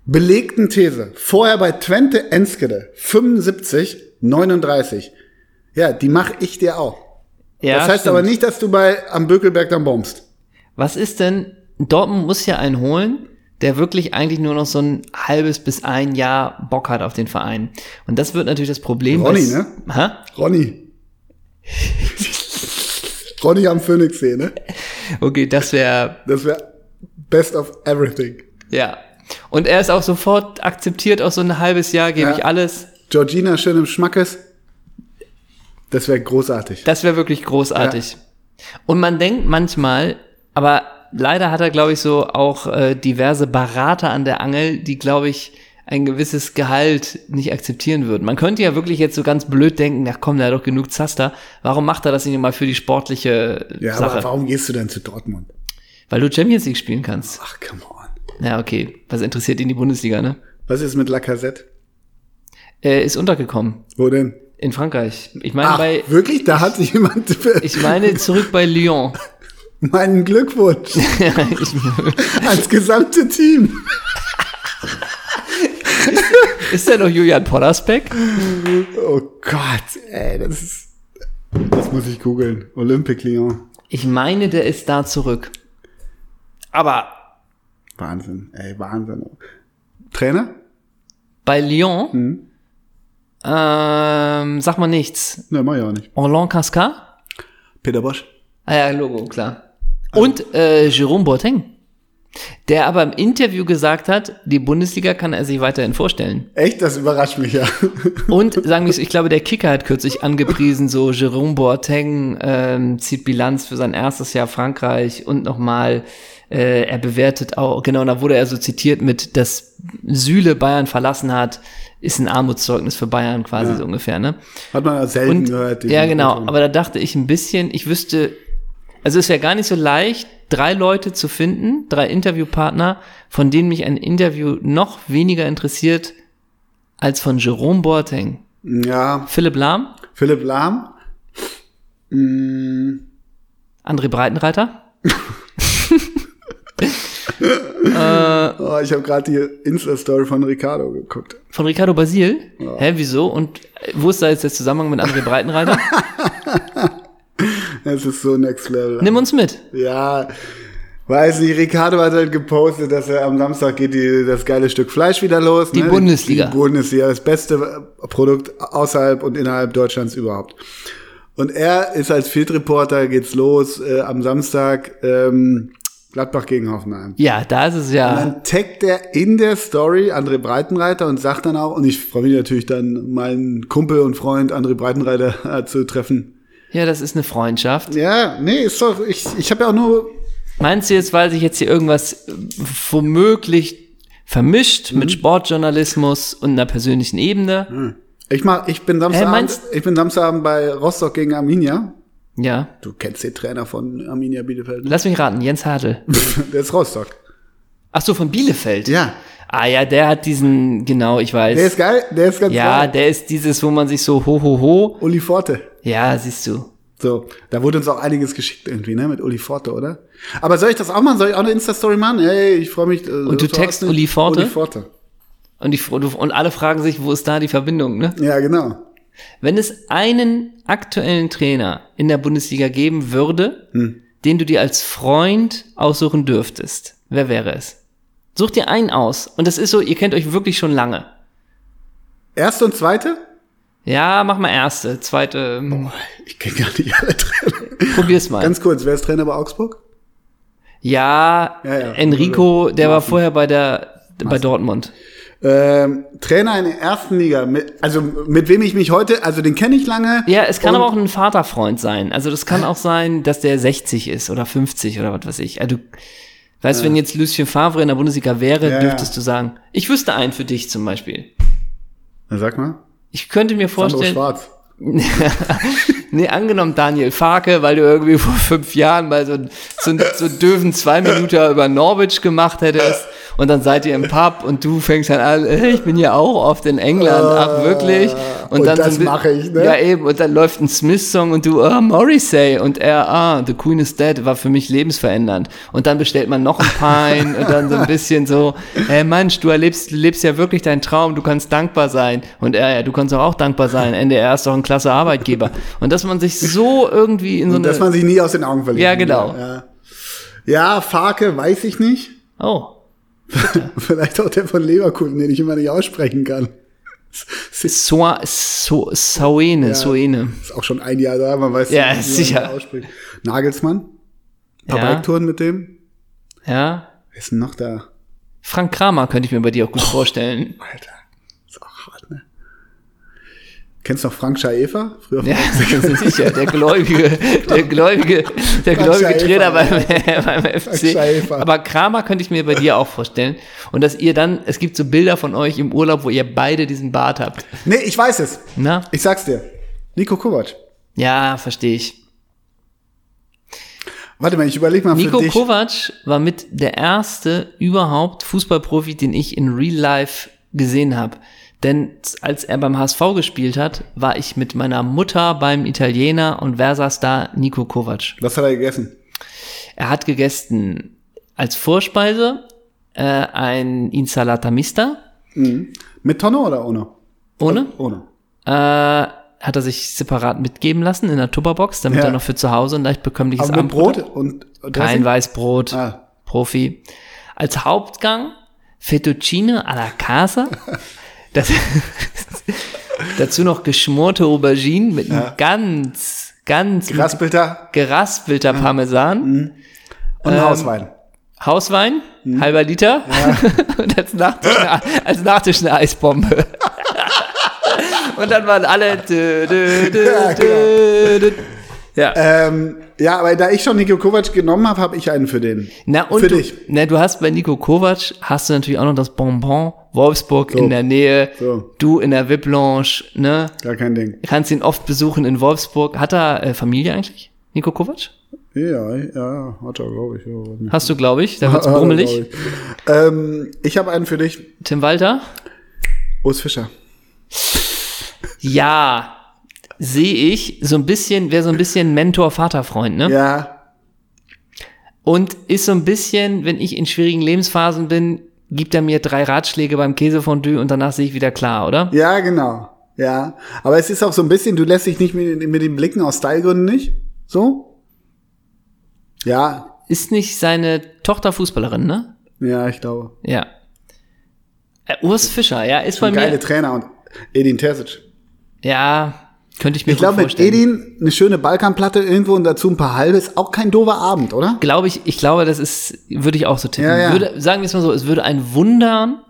C: belegten These. Vorher bei Twente Enskede, 75, 39. Ja, die mache ich dir auch.
D: Ja,
C: das heißt
D: stimmt.
C: aber nicht, dass du bei am Bökelberg dann bombst.
D: Was ist denn, Dortmund muss ja einen holen, der wirklich eigentlich nur noch so ein halbes bis ein Jahr Bock hat auf den Verein. Und das wird natürlich das Problem.
C: Ronny,
D: was-
C: ne?
D: Hä?
C: Ronny. Ronny am Phoenixsee, ne?
D: Okay, das wäre,
C: Das wäre best of everything.
D: ja. Und er ist auch sofort akzeptiert, auch so ein halbes Jahr gebe
C: Ja.
D: ich alles.
C: Georgina schön im Schmackes. Das wäre großartig.
D: Das wäre wirklich großartig. Und man denkt manchmal, aber leider hat er, glaube ich, so auch äh, diverse Berater an der Angel, die, glaube ich, ein gewisses Gehalt nicht akzeptieren würden. Man könnte ja wirklich jetzt so ganz blöd denken, ach komm, der hat doch genug Zaster. Warum macht er das nicht mal für die sportliche äh,
C: ja, aber
D: Sache?
C: warum gehst du denn zu Dortmund?
D: Weil du Champions League spielen kannst.
C: Ach, come on.
D: Ja, okay. Was interessiert ihn die Bundesliga, ne?
C: Was ist mit Lacazette?
D: Äh, ist untergekommen.
C: Wo denn?
D: In Frankreich. Ich meine
C: Ach,
D: bei,
C: wirklich? Da hat sich jemand.
D: ich meine zurück bei Lyon.
C: meinen Glückwunsch
D: ich,
C: als gesamte Team.
D: ist der noch Julian Poddersbeck?
C: Oh Gott, ey, das ist. Das muss ich googeln. Olympique Lyon.
D: Ich meine, der ist da zurück. Aber
C: Wahnsinn, ey, Wahnsinn. Trainer?
D: bei Lyon, ähm, sag mal nichts.
C: Ne, mach ich auch nicht.
D: Orlan Casca?
C: Peter Bosch.
D: Ah ja, Logo, klar. Und äh, Jerome Boateng, der aber im Interview gesagt hat, die Bundesliga kann er sich weiterhin vorstellen.
C: Echt, das überrascht mich ja.
D: Und sagen wir es, ich glaube, der Kicker hat kürzlich angepriesen, so Jerome Boateng ähm, zieht Bilanz für sein erstes Jahr Frankreich und nochmal, äh, er bewertet auch, genau, da wurde er so zitiert mit, dass Süle Bayern verlassen hat, ist ein Armutszeugnis für Bayern quasi so ungefähr, ne?
C: Hat man ja selten
D: Und,
C: gehört. halt diesen
D: ja, genau,
C: Beton.
D: aber da dachte ich ein bisschen, ich wüsste, also es wäre gar nicht so leicht, drei Leute zu finden, drei Interviewpartner, von denen mich ein Interview noch weniger interessiert als von Jerome Boateng.
C: ja,
D: Philipp Lahm,
C: Philipp Lahm. Mm,
D: André Breitenreiter.
C: oh, ich habe gerade die Insta-Story von Ricardo geguckt.
D: Von Ricardo Basil? Hä, wieso? Und äh, wo ist da jetzt der Zusammenhang mit André Breitenreiter?
C: Es ist so next level.
D: Nimm uns mit.
C: Ja, weiß nicht, Ricardo hat halt gepostet, dass er am Samstag geht die, das geile Stück Fleisch wieder los. ne?
D: Die Bundesliga.
C: Die Bundesliga, das beste äh, Produkt außerhalb und innerhalb Deutschlands überhaupt. Und er ist als Field Reporter, geht's los, äh, am Samstag ähm, Gladbach gegen Hoffenheim.
D: Ja, da ist es ja.
C: Dann taggt er in der Story André Breitenreiter und sagt dann auch, und ich freue mich natürlich dann, meinen Kumpel und Freund André Breitenreiter äh, zu treffen.
D: Ja, das ist eine Freundschaft.
C: Ja, nee, ist doch, ich, ich habe ja auch nur
D: Meinst du jetzt, weil sich jetzt hier irgendwas äh, womöglich vermischt mit
C: Mhm.
D: Sportjournalismus und einer persönlichen Ebene?
C: Ich mach, ich bin
D: Äh,
C: Samstagabend,
D: meinst-
C: ich bin Samstagabend bei Rostock gegen Arminia.
D: Ja.
C: Du kennst den Trainer von Arminia Bielefeld. ne?
D: Lass mich raten, Jens Hartl.
C: Der ist Rostock.
D: Ach so, von Bielefeld.
C: Ja.
D: Ah ja, der hat diesen, genau, ich weiß.
C: Der ist geil, der ist ganz
D: ja,
C: geil.
D: der ist dieses, wo man sich so ho ho ho.
C: Uli Forte.
D: Ja, siehst du.
C: So, da wurde uns auch einiges geschickt irgendwie, ne, mit Uli Forte, oder? Aber soll ich das auch machen? Soll ich auch eine Insta-Story machen? Hey, ich freue mich. äh, Und
D: du text Uli Forte?
C: Uli Forte.
D: Und, die, und alle fragen sich, wo ist da die Verbindung, ne?
C: Ja, genau.
D: Wenn es einen aktuellen Trainer in der Bundesliga geben würde,
C: Hm.
D: den du dir als Freund aussuchen dürftest, wer wäre es? Such dir einen aus. Und das ist so, ihr kennt euch wirklich schon lange.
C: Erste und zweite?
D: Ja, mach mal erste, zweite. ähm,
C: Ich kenne gar nicht alle Trainer.
D: Probier's mal.
C: Oh Ganz kurz, wer ist Trainer bei Augsburg?
D: ja,
C: Ja, Also, ja.
D: Enrico, der war vorher bei der bei Dortmund.
C: Ähm, Trainer in der ersten Liga, mit, also mit wem ich mich heute, also den kenne ich lange.
D: Ja, es kann
C: Und-
D: aber auch ein Vaterfreund sein. Also das kann auch sein, dass der 60 ist oder 50 oder was weiß ich. Also, du weißt, wenn jetzt Lucien Favre in der Bundesliga wäre,
C: Ja,
D: dürftest
C: ja.
D: du sagen, ich wüsste einen für dich zum Beispiel.
C: Na, Sag mal.
D: Ich könnte mir
C: Sandro
D: vorstellen,
C: Schwarz.
D: Nee, angenommen Daniel Farke, weil du irgendwie vor fünf Jahren mal so, ein- so, ein- so einen döven zwei Minuten über Norwich gemacht hättest und dann seid ihr im Pub und du fängst dann an, äh, ich bin ja auch oft in England, ach wirklich. Und,
C: und
D: dann
C: Oh, das
D: so ein bi-
C: mache ich, ne?
D: Ja eben, und dann läuft ein Smith-Song und du, ah, Morrissey und er, ah, The Queen is Dead, war für mich lebensverändernd. Und dann bestellt man noch ein Pint und dann so ein bisschen so, hey Mensch, du erlebst lebst ja wirklich deinen Traum, du kannst dankbar sein. Und er, ja, du kannst doch auch dankbar sein, NDR ist doch ein klasse Arbeitgeber. Und dass man sich so irgendwie in so
C: Und dass
D: eine...
C: man sich nie aus den Augen verliert.
D: Ja, genau.
C: Ja, ja Farke weiß ich nicht.
D: Oh,
C: Vielleicht auch der von Leverkusen, den ich immer nicht aussprechen kann.
D: so, so, Soene, Soene.
C: Ist auch schon ein Jahr da, man weiß
D: Ja,
C: nicht, wie man
D: sicher.
C: den ausspricht. Nagelsmann, paar
D: Ja,
C: Biketouren mit dem.
D: ja.
C: Wer ist denn noch da?
D: Frank Kramer könnte ich mir bei dir auch gut vorstellen.
C: Alter, ist auch hart, ne? Kennst du noch Frank Schaefer? Früher
D: Ja, sicher, der gläubige, der gläubige, der gläubige
C: Schaefer,
D: Trainer beim, äh, beim FC.
C: Schaefer.
D: Aber Kramer könnte ich mir bei dir auch vorstellen. Und dass ihr dann, es gibt so Bilder von euch im Urlaub, wo ihr beide diesen Bart habt.
C: Nee, ich weiß es.
D: Na?
C: Ich sag's dir. Nico Kovac.
D: Ja, verstehe ich.
C: Warte mal, ich überlege mal
D: Nico
C: für dich.
D: Kovac war mit der erste überhaupt Fußballprofi, den ich in Real Life gesehen habe. Denn als er beim HSV gespielt hat, war ich mit meiner Mutter beim Italiener und wer saß da? Nico Kovac.
C: Was hat er gegessen?
D: Er hat gegessen als Vorspeise äh, ein Insalata Mista,
C: Mit Tonne oder ohne?
D: ohne.
C: Ohne.
D: Äh, hat er sich separat mitgeben lassen in der Tupperbox, damit
C: Ja.
D: er noch für zu Hause ein leicht bekömmliches
C: Aber mit
D: Abendbrot
C: Brot und und
D: Kein
C: Dressing?
D: Weißbrot.
C: Ah.
D: Profi. Als Hauptgang Fettuccine alla Casa. Das, dazu noch geschmorte Auberginen mit einem ganz, ganz
C: Geraspelter Mhm.
D: geraspelter Parmesan.
C: und
D: Ähm.
C: Hauswein.
D: Hauswein,
C: Hm.
D: halber Liter und als Nachtisch, eine, als Nachtisch eine Eisbombe. und dann waren alle. Dö, dö, dö,
C: Ja, genau.
D: dö, dö. Ja.
C: Ähm, ja, aber da ich schon Nico Kovac genommen habe, habe ich einen für den.
D: Na und
C: für
D: du,
C: dich.
D: Na, du hast bei Nico Kovac hast du natürlich auch noch das Bonbon Wolfsburg in der Nähe,
C: So.
D: du in der VIP Lounge, ne?
C: Gar kein Ding.
D: Kannst ihn oft besuchen in Wolfsburg. Hat er äh, Familie eigentlich? Nico Kovac?
C: Ja, ja, hat er, glaube ich. Ja.
D: Hast du, glaube ich, da wird's
C: Hat er,
D: brummelig.
C: glaub ich. Ähm, ich habe einen für dich.
D: Tim Walter?
C: Urs Fischer.
D: Ja, sehe ich. So ein bisschen, wäre so ein bisschen Mentor-Vaterfreund, ne?
C: Ja,
D: Und ist so ein bisschen, wenn ich in schwierigen Lebensphasen bin, gibt er mir drei Ratschläge beim Käsefondue und danach sehe ich wieder klar, oder?
C: ja, genau. Ja, aber es ist auch so ein bisschen, du lässt dich nicht mit, den- mit den Blicken aus Stylegründen nicht. So? Ja,
D: Ist nicht seine Tochter Fußballerin, ne?
C: ja, ich glaube.
D: Ja. Äh, Urs Fischer, ja, ist bei
C: Geile
D: mir.
C: Trainer und Edin Terzic.
D: Ja, könnte ich mir
C: Ich glaube,
D: gut
C: mit
D: vorstellen.
C: Edin eine schöne Balkanplatte irgendwo und dazu ein paar halbes, auch kein dober Abend, oder?
D: glaube ich, ich glaube, das ist, würde ich auch so tippen.
C: Ja, ja.
D: Würde, sagen wir es mal so, es würde ein wundern,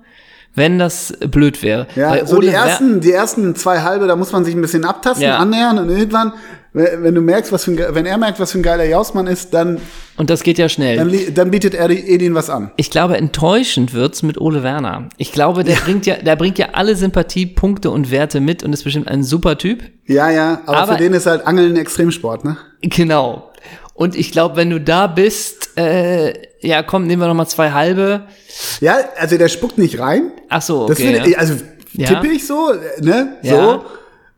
D: wenn das blöd wäre.
C: Ja,
D: Weil
C: so die
D: Ole Wer-
C: ersten, die ersten zwei halbe, da muss man sich ein bisschen abtasten,
D: Ja.
C: annähern und irgendwann, we- wenn du merkst, was für ein, ge- wenn er merkt, was für ein geiler Jausmann ist, dann,
D: Und das geht ja schnell.
C: dann, li- dann bietet er die- Edin was an.
D: Ich glaube, enttäuschend wird's mit Ole Werner. Ich glaube, der bringt ja, der bringt ja alle Sympathiepunkte und Werte mit und ist bestimmt ein super Typ.
C: Ja, ja, aber,
D: Aber-
C: für den ist halt Angeln ein Extremsport, ne?
D: Genau. Und ich glaube, wenn du da bist, äh, ja, komm, nehmen wir noch mal zwei halbe.
C: Ja, also der spuckt nicht rein.
D: Ach so,
C: Das
D: okay.
C: würde,
D: ja.
C: also
D: Ja.
C: tippe ich so, ne? So.
D: Ja.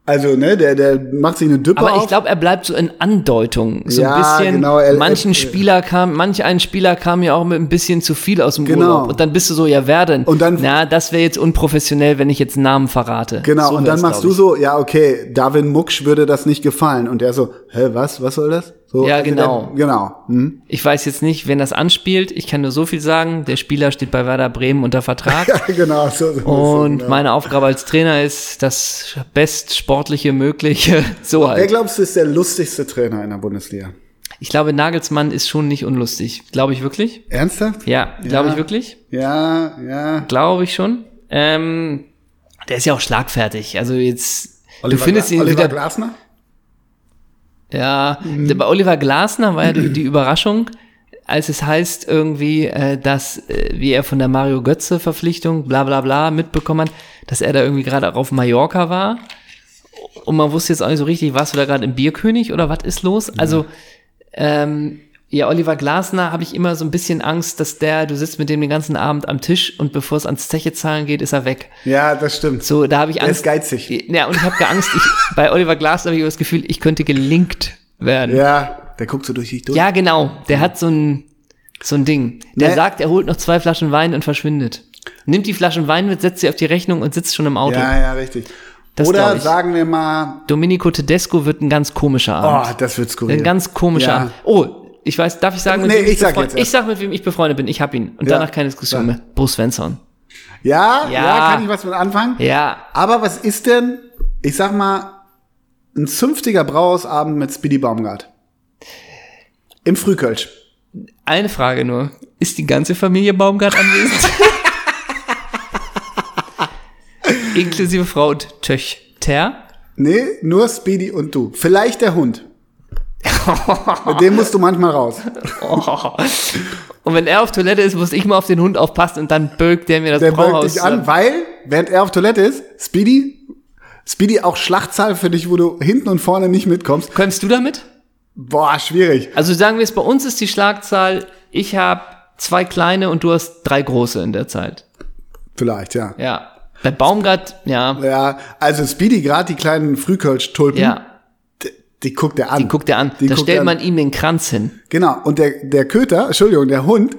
C: Also, ne, der, der macht sich eine Düppe
D: Aber
C: auf.
D: ich glaube, er bleibt so in Andeutung. So
C: Ja,
D: ein bisschen.
C: genau, er-
D: manchen
C: er-
D: Spieler kam, manch ein Spieler kam ja auch mit ein bisschen zu viel aus dem
C: Genau.
D: Urlaub. Und dann bist du so, ja, wer denn?
C: Und dann-
D: Na, das wäre jetzt unprofessionell, wenn ich jetzt einen Namen verrate.
C: Genau,
D: So
C: und
D: wär's,
C: dann machst
D: glaub
C: du
D: ich.
C: so, ja, okay, Darwin Mucksch würde das nicht gefallen. Und er so, hä, was, was soll das? So,
D: Ja,
C: also
D: genau.
C: Der, genau. Hm.
D: Ich weiß jetzt nicht, wen das anspielt. Ich kann nur so viel sagen. Der Spieler steht bei Werder Bremen unter Vertrag.
C: genau, so, so, so
D: und
C: genau.
D: meine Aufgabe als Trainer ist, das bestsportliche Mögliche. So
C: Wer
D: halt.
C: glaubst du, ist der lustigste Trainer in der Bundesliga?
D: Ich glaube, Nagelsmann ist schon nicht unlustig. Glaube ich wirklich?
C: Ernsthaft?
D: Ja, glaube ich wirklich?
C: Ja, ja.
D: Glaube ich schon. Ähm, der ist ja auch schlagfertig. Also jetzt, du
C: Oliver
D: findest
C: Gla-
D: ihn
C: Oliver
D: wieder.
C: Glasner? Mhm.
D: Ja, bei Oliver Glasner war ja die die Überraschung. als es heißt irgendwie, äh, dass, äh, wie er von der Mario Götze-Verpflichtung, bla bla bla, mitbekommen hat, dass er da irgendwie gerade auch auf Mallorca war. Und man wusste jetzt auch nicht so richtig, warst du da gerade im Bierkönig oder was ist los? Also, ähm, ja, Oliver Glasner habe ich immer so ein bisschen Angst, dass der, du sitzt mit dem den ganzen Abend am Tisch und bevor es ans Zeche zahlen geht, ist er weg.
C: Ja, das stimmt.
D: So, da habe ich
C: ist
D: Angst.
C: geizig.
D: Ja, und ich habe Angst, ich, bei Oliver Glasner habe ich das Gefühl, ich könnte gelinkt werden.
C: Ja, der guckt so durch dich durch.
D: Ja, genau. Der hat so ein, so ein Ding. Der
C: Nee.
D: sagt, er holt noch zwei Flaschen Wein und verschwindet. Nimmt die Flaschen Wein mit, setzt sie auf die Rechnung und sitzt schon im Auto.
C: ja, ja, richtig.
D: genau. Das glaub
C: Oder
D: ich.
C: sagen wir mal,
D: Domenico Tedesco wird ein ganz komischer
C: oh,
D: Abend.
C: das wird skurril.
D: ein ganz komischer
C: Ja.
D: Abend. Oh, ich weiß, darf ich sagen, mit
C: Nee,
D: wem
C: ich sag
D: befreundet-
C: jetzt erst.
D: ich sag, mit wem ich befreundet bin. Ich hab ihn. Und
C: Ja.
D: danach keine
C: Sag.
D: Diskussion mehr. Bo Svensson.
C: Ja, ja,
D: Ja.
C: kann ich was mit anfangen?
D: Ja.
C: Aber was ist denn, ich sag mal, ein zünftiger Brauhausabend mit Speedy Baumgart? Im Frühkölsch.
D: Eine Frage nur. Ist die ganze Familie Baumgart anwesend? Inklusive Frau und Töchter?
C: Nee, nur Speedy und du. Vielleicht der Hund. mit dem musst du manchmal raus.
D: Oh. Und wenn er auf Toilette ist, muss ich mal auf den Hund aufpassen und dann bögt der mir das
C: Der beugt
D: Brauhaus.
C: dich an, weil, während er auf Toilette ist, Speedy, Speedy auch Schlachtzahl für dich, wo du hinten und vorne nicht mitkommst.
D: Kommst du damit?
C: Boah, schwierig.
D: Also sagen wir es, bei uns ist die Schlagzahl, ich habe zwei kleine und du hast drei große in der Zeit.
C: Vielleicht, ja.
D: Ja. Bei Baumgart, ja,
C: Ja, also Speedy, gerade die kleinen Frühkölsch-Tulpen,
D: ja,
C: die guckt er an.
D: guckt er an.
C: Die
D: da
C: guckt er
D: stellt
C: an.
D: man ihm den Kranz hin.
C: Genau, und der, der Köter, Entschuldigung, der Hund,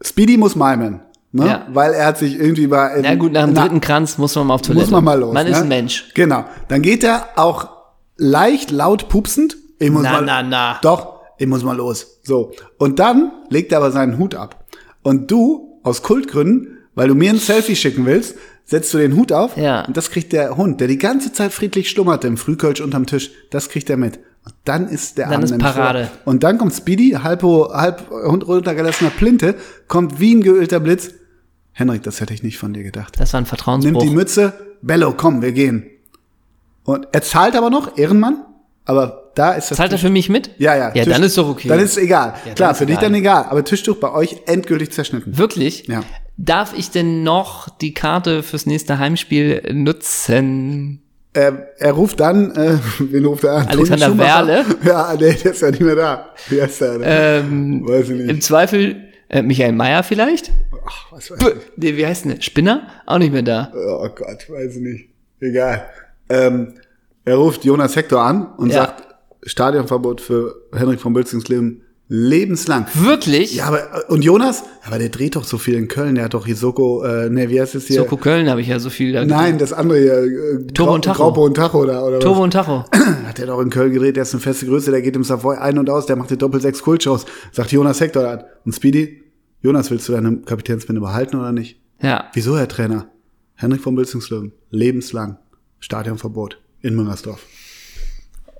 C: Speedy muss mimen. Ne?
D: Ja.
C: Weil er hat sich irgendwie bei.
D: Na gut, nach dem dritten Kranz muss man mal auf Toilette.
C: muss man mal los.
D: Man
C: ne?
D: ist ein Mensch.
C: Genau. Dann geht er auch leicht laut pupsend. Ich muss
D: Na,
C: mal,
D: na, na.
C: Doch, ich muss mal los. So. Und dann legt er aber seinen Hut ab. Und du, aus Kultgründen, weil du mir ein Selfie schicken willst, setzt du den Hut auf.
D: Ja.
C: Und das kriegt der Hund, der die ganze Zeit friedlich schlummerte im Frühkölsch unterm Tisch. Das kriegt er mit. Und dann ist der
D: Dann
C: Abend
D: ist
C: nämlich
D: Parade.
C: vorbei. Und dann kommt Speedy, halb, ho- halb Hund runtergelassener Plinte, kommt wie ein geölter Blitz. Henrik, das hätte ich nicht von dir gedacht.
D: Das war ein Vertrauensbruch.
C: Nimmt die Mütze, Bello, komm, wir gehen. Und er zahlt aber noch, Ehrenmann, aber da ist das.
D: Zahlt er für mich mit?
C: ja, ja.
D: Ja,
C: Tisch-
D: dann ist doch okay.
C: Dann ist egal.
D: dann
C: Klar,
D: ist
C: für dich
D: egal.
C: dann egal. Aber Tischtuch bei euch endgültig zerschnitten.
D: Wirklich?
C: Ja.
D: Darf ich denn noch die Karte fürs nächste Heimspiel nutzen?
C: Ähm, Er, er ruft dann, äh, wen ruft er an? Toni
D: Alexander
C: Schumacher?
D: Werle?
C: Ja, nee, der ist ja nicht mehr da. Wie heißt der?
D: Ähm,
C: Weiß ich
D: Im
C: nicht.
D: Zweifel äh, Michael Mayer vielleicht?
C: Ach, was weiß
D: Bö,
C: ich.
D: nee, wie heißt denn? der? Spinner? Auch nicht mehr da.
C: Oh Gott, weiß ich nicht. Egal. Ähm, er ruft Jonas Hector an und
D: Ja.
C: sagt, Stadionverbot für Henrik von Bülzingsleben lebenslang.
D: Wirklich?
C: Ja, aber äh, und Jonas? Aber der dreht doch so viel in Köln. Der hat doch Hisoko, äh, ne, wie heißt es hier?
D: Soko Köln habe ich ja so viel. Da
C: Nein, das andere hier. Äh,
D: Turbo
C: Grau-
D: und Tacho.
C: Graupo und Tacho oder, oder
D: Turbo und Tacho.
C: was? Hat der doch in Köln gedreht. Der ist eine feste Größe. Der geht im Savoy ein und aus. Der macht die Doppel-Sechs Kultshows. Sagt Jonas Hector an. Und Speedy? Jonas, willst du deine Kapitänsbinde behalten oder nicht?
D: Ja.
C: Wieso, Herr Trainer? Henrik von Bülzingslöwen. Lebenslang. Stadionverbot. In Müngersdorf.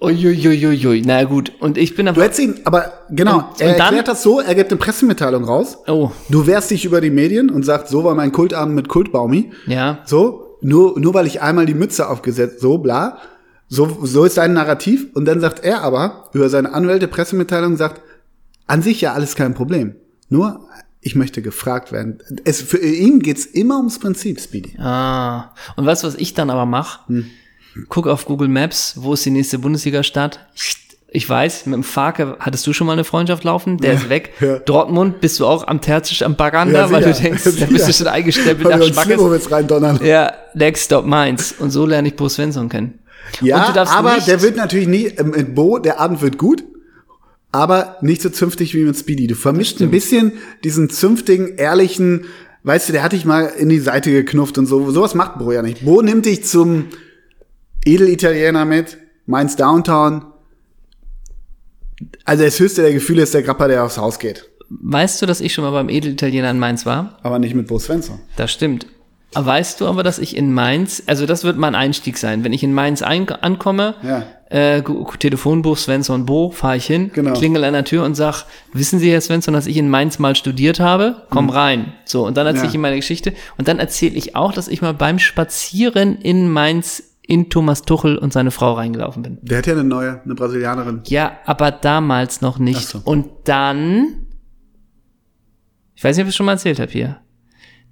D: Uiuiuiui. Na gut. Und ich bin
C: Du
D: aber.
C: hättest ihn, aber genau,
D: Und-
C: er
D: und dann-
C: erklärt das so, er gibt eine Pressemitteilung raus.
D: Oh,
C: Du wehrst dich über die Medien und sagst, so war mein Kultabend mit Kultbaumi.
D: ja.
C: So, nur, nur weil ich einmal die Mütze aufgesetzt, so, bla. So, so ist dein Narrativ. Und dann sagt er aber über seine Anwälte Pressemitteilung, sagt, an sich ja alles kein Problem. Nur, ich möchte gefragt werden. Es, für ihn geht's immer ums Prinzip, Speedy.
D: Ah. Und weißt du, was ich dann aber mache?
C: Hm.
D: Guck auf Google Maps, wo ist die nächste Bundesliga-Stadt? Ich weiß, mit dem Farke hattest du schon mal eine Freundschaft laufen, der ist weg.
C: ja.
D: Dortmund bist du auch am Terzisch am Baggern da,
C: Ja,
D: weil du
C: sicher.
D: denkst, da bist
C: Sicher.
D: du schon eingestellt mit
C: Weil
D: nach
C: wir uns
D: Schmackes.
C: Slivovitz reindonnern.
D: Ja, Next Stop Mainz. Und so lerne ich Bo Svensson kennen. Und du
C: Ja,
D: darfst
C: aber
D: nicht-
C: der wird natürlich nie, ähm, mit Bo, der Abend wird gut, aber nicht so zünftig wie mit Speedy. Du vermischt ein bisschen diesen zünftigen, ehrlichen, weißt du, der hat dich mal in die Seite geknufft und so. Sowas macht Bo ja nicht. Bo nimmt dich zum Edelitaliener mit, Mainz Downtown. Also das höchste der Gefühle ist der Grapper, der aufs Haus geht.
D: Weißt du, dass ich schon mal beim Edelitaliener in Mainz war?
C: Aber nicht mit Bo Svensson.
D: Das stimmt. Weißt du aber, dass ich in Mainz, also das wird mein Einstieg sein. Wenn ich in Mainz ein, ankomme,
C: Ja.
D: äh, gu- Telefonbuch Svensson Bo, fahre ich hin,
C: Genau.
D: klingel an der Tür und sag, wissen Sie, Herr Svensson, dass ich in Mainz mal studiert habe? Komm rein. So, und dann erzähle
C: Mhm. Ja.
D: ich ihm meine Geschichte. Und dann erzähle ich auch, dass ich mal beim Spazieren in Mainz in Thomas Tuchel und seine Frau reingelaufen bin.
C: Der hat ja eine neue, eine Brasilianerin.
D: Ja, aber damals noch nicht.
C: Ach so.
D: Und dann Ich weiß nicht, ob ich es schon mal erzählt habe hier.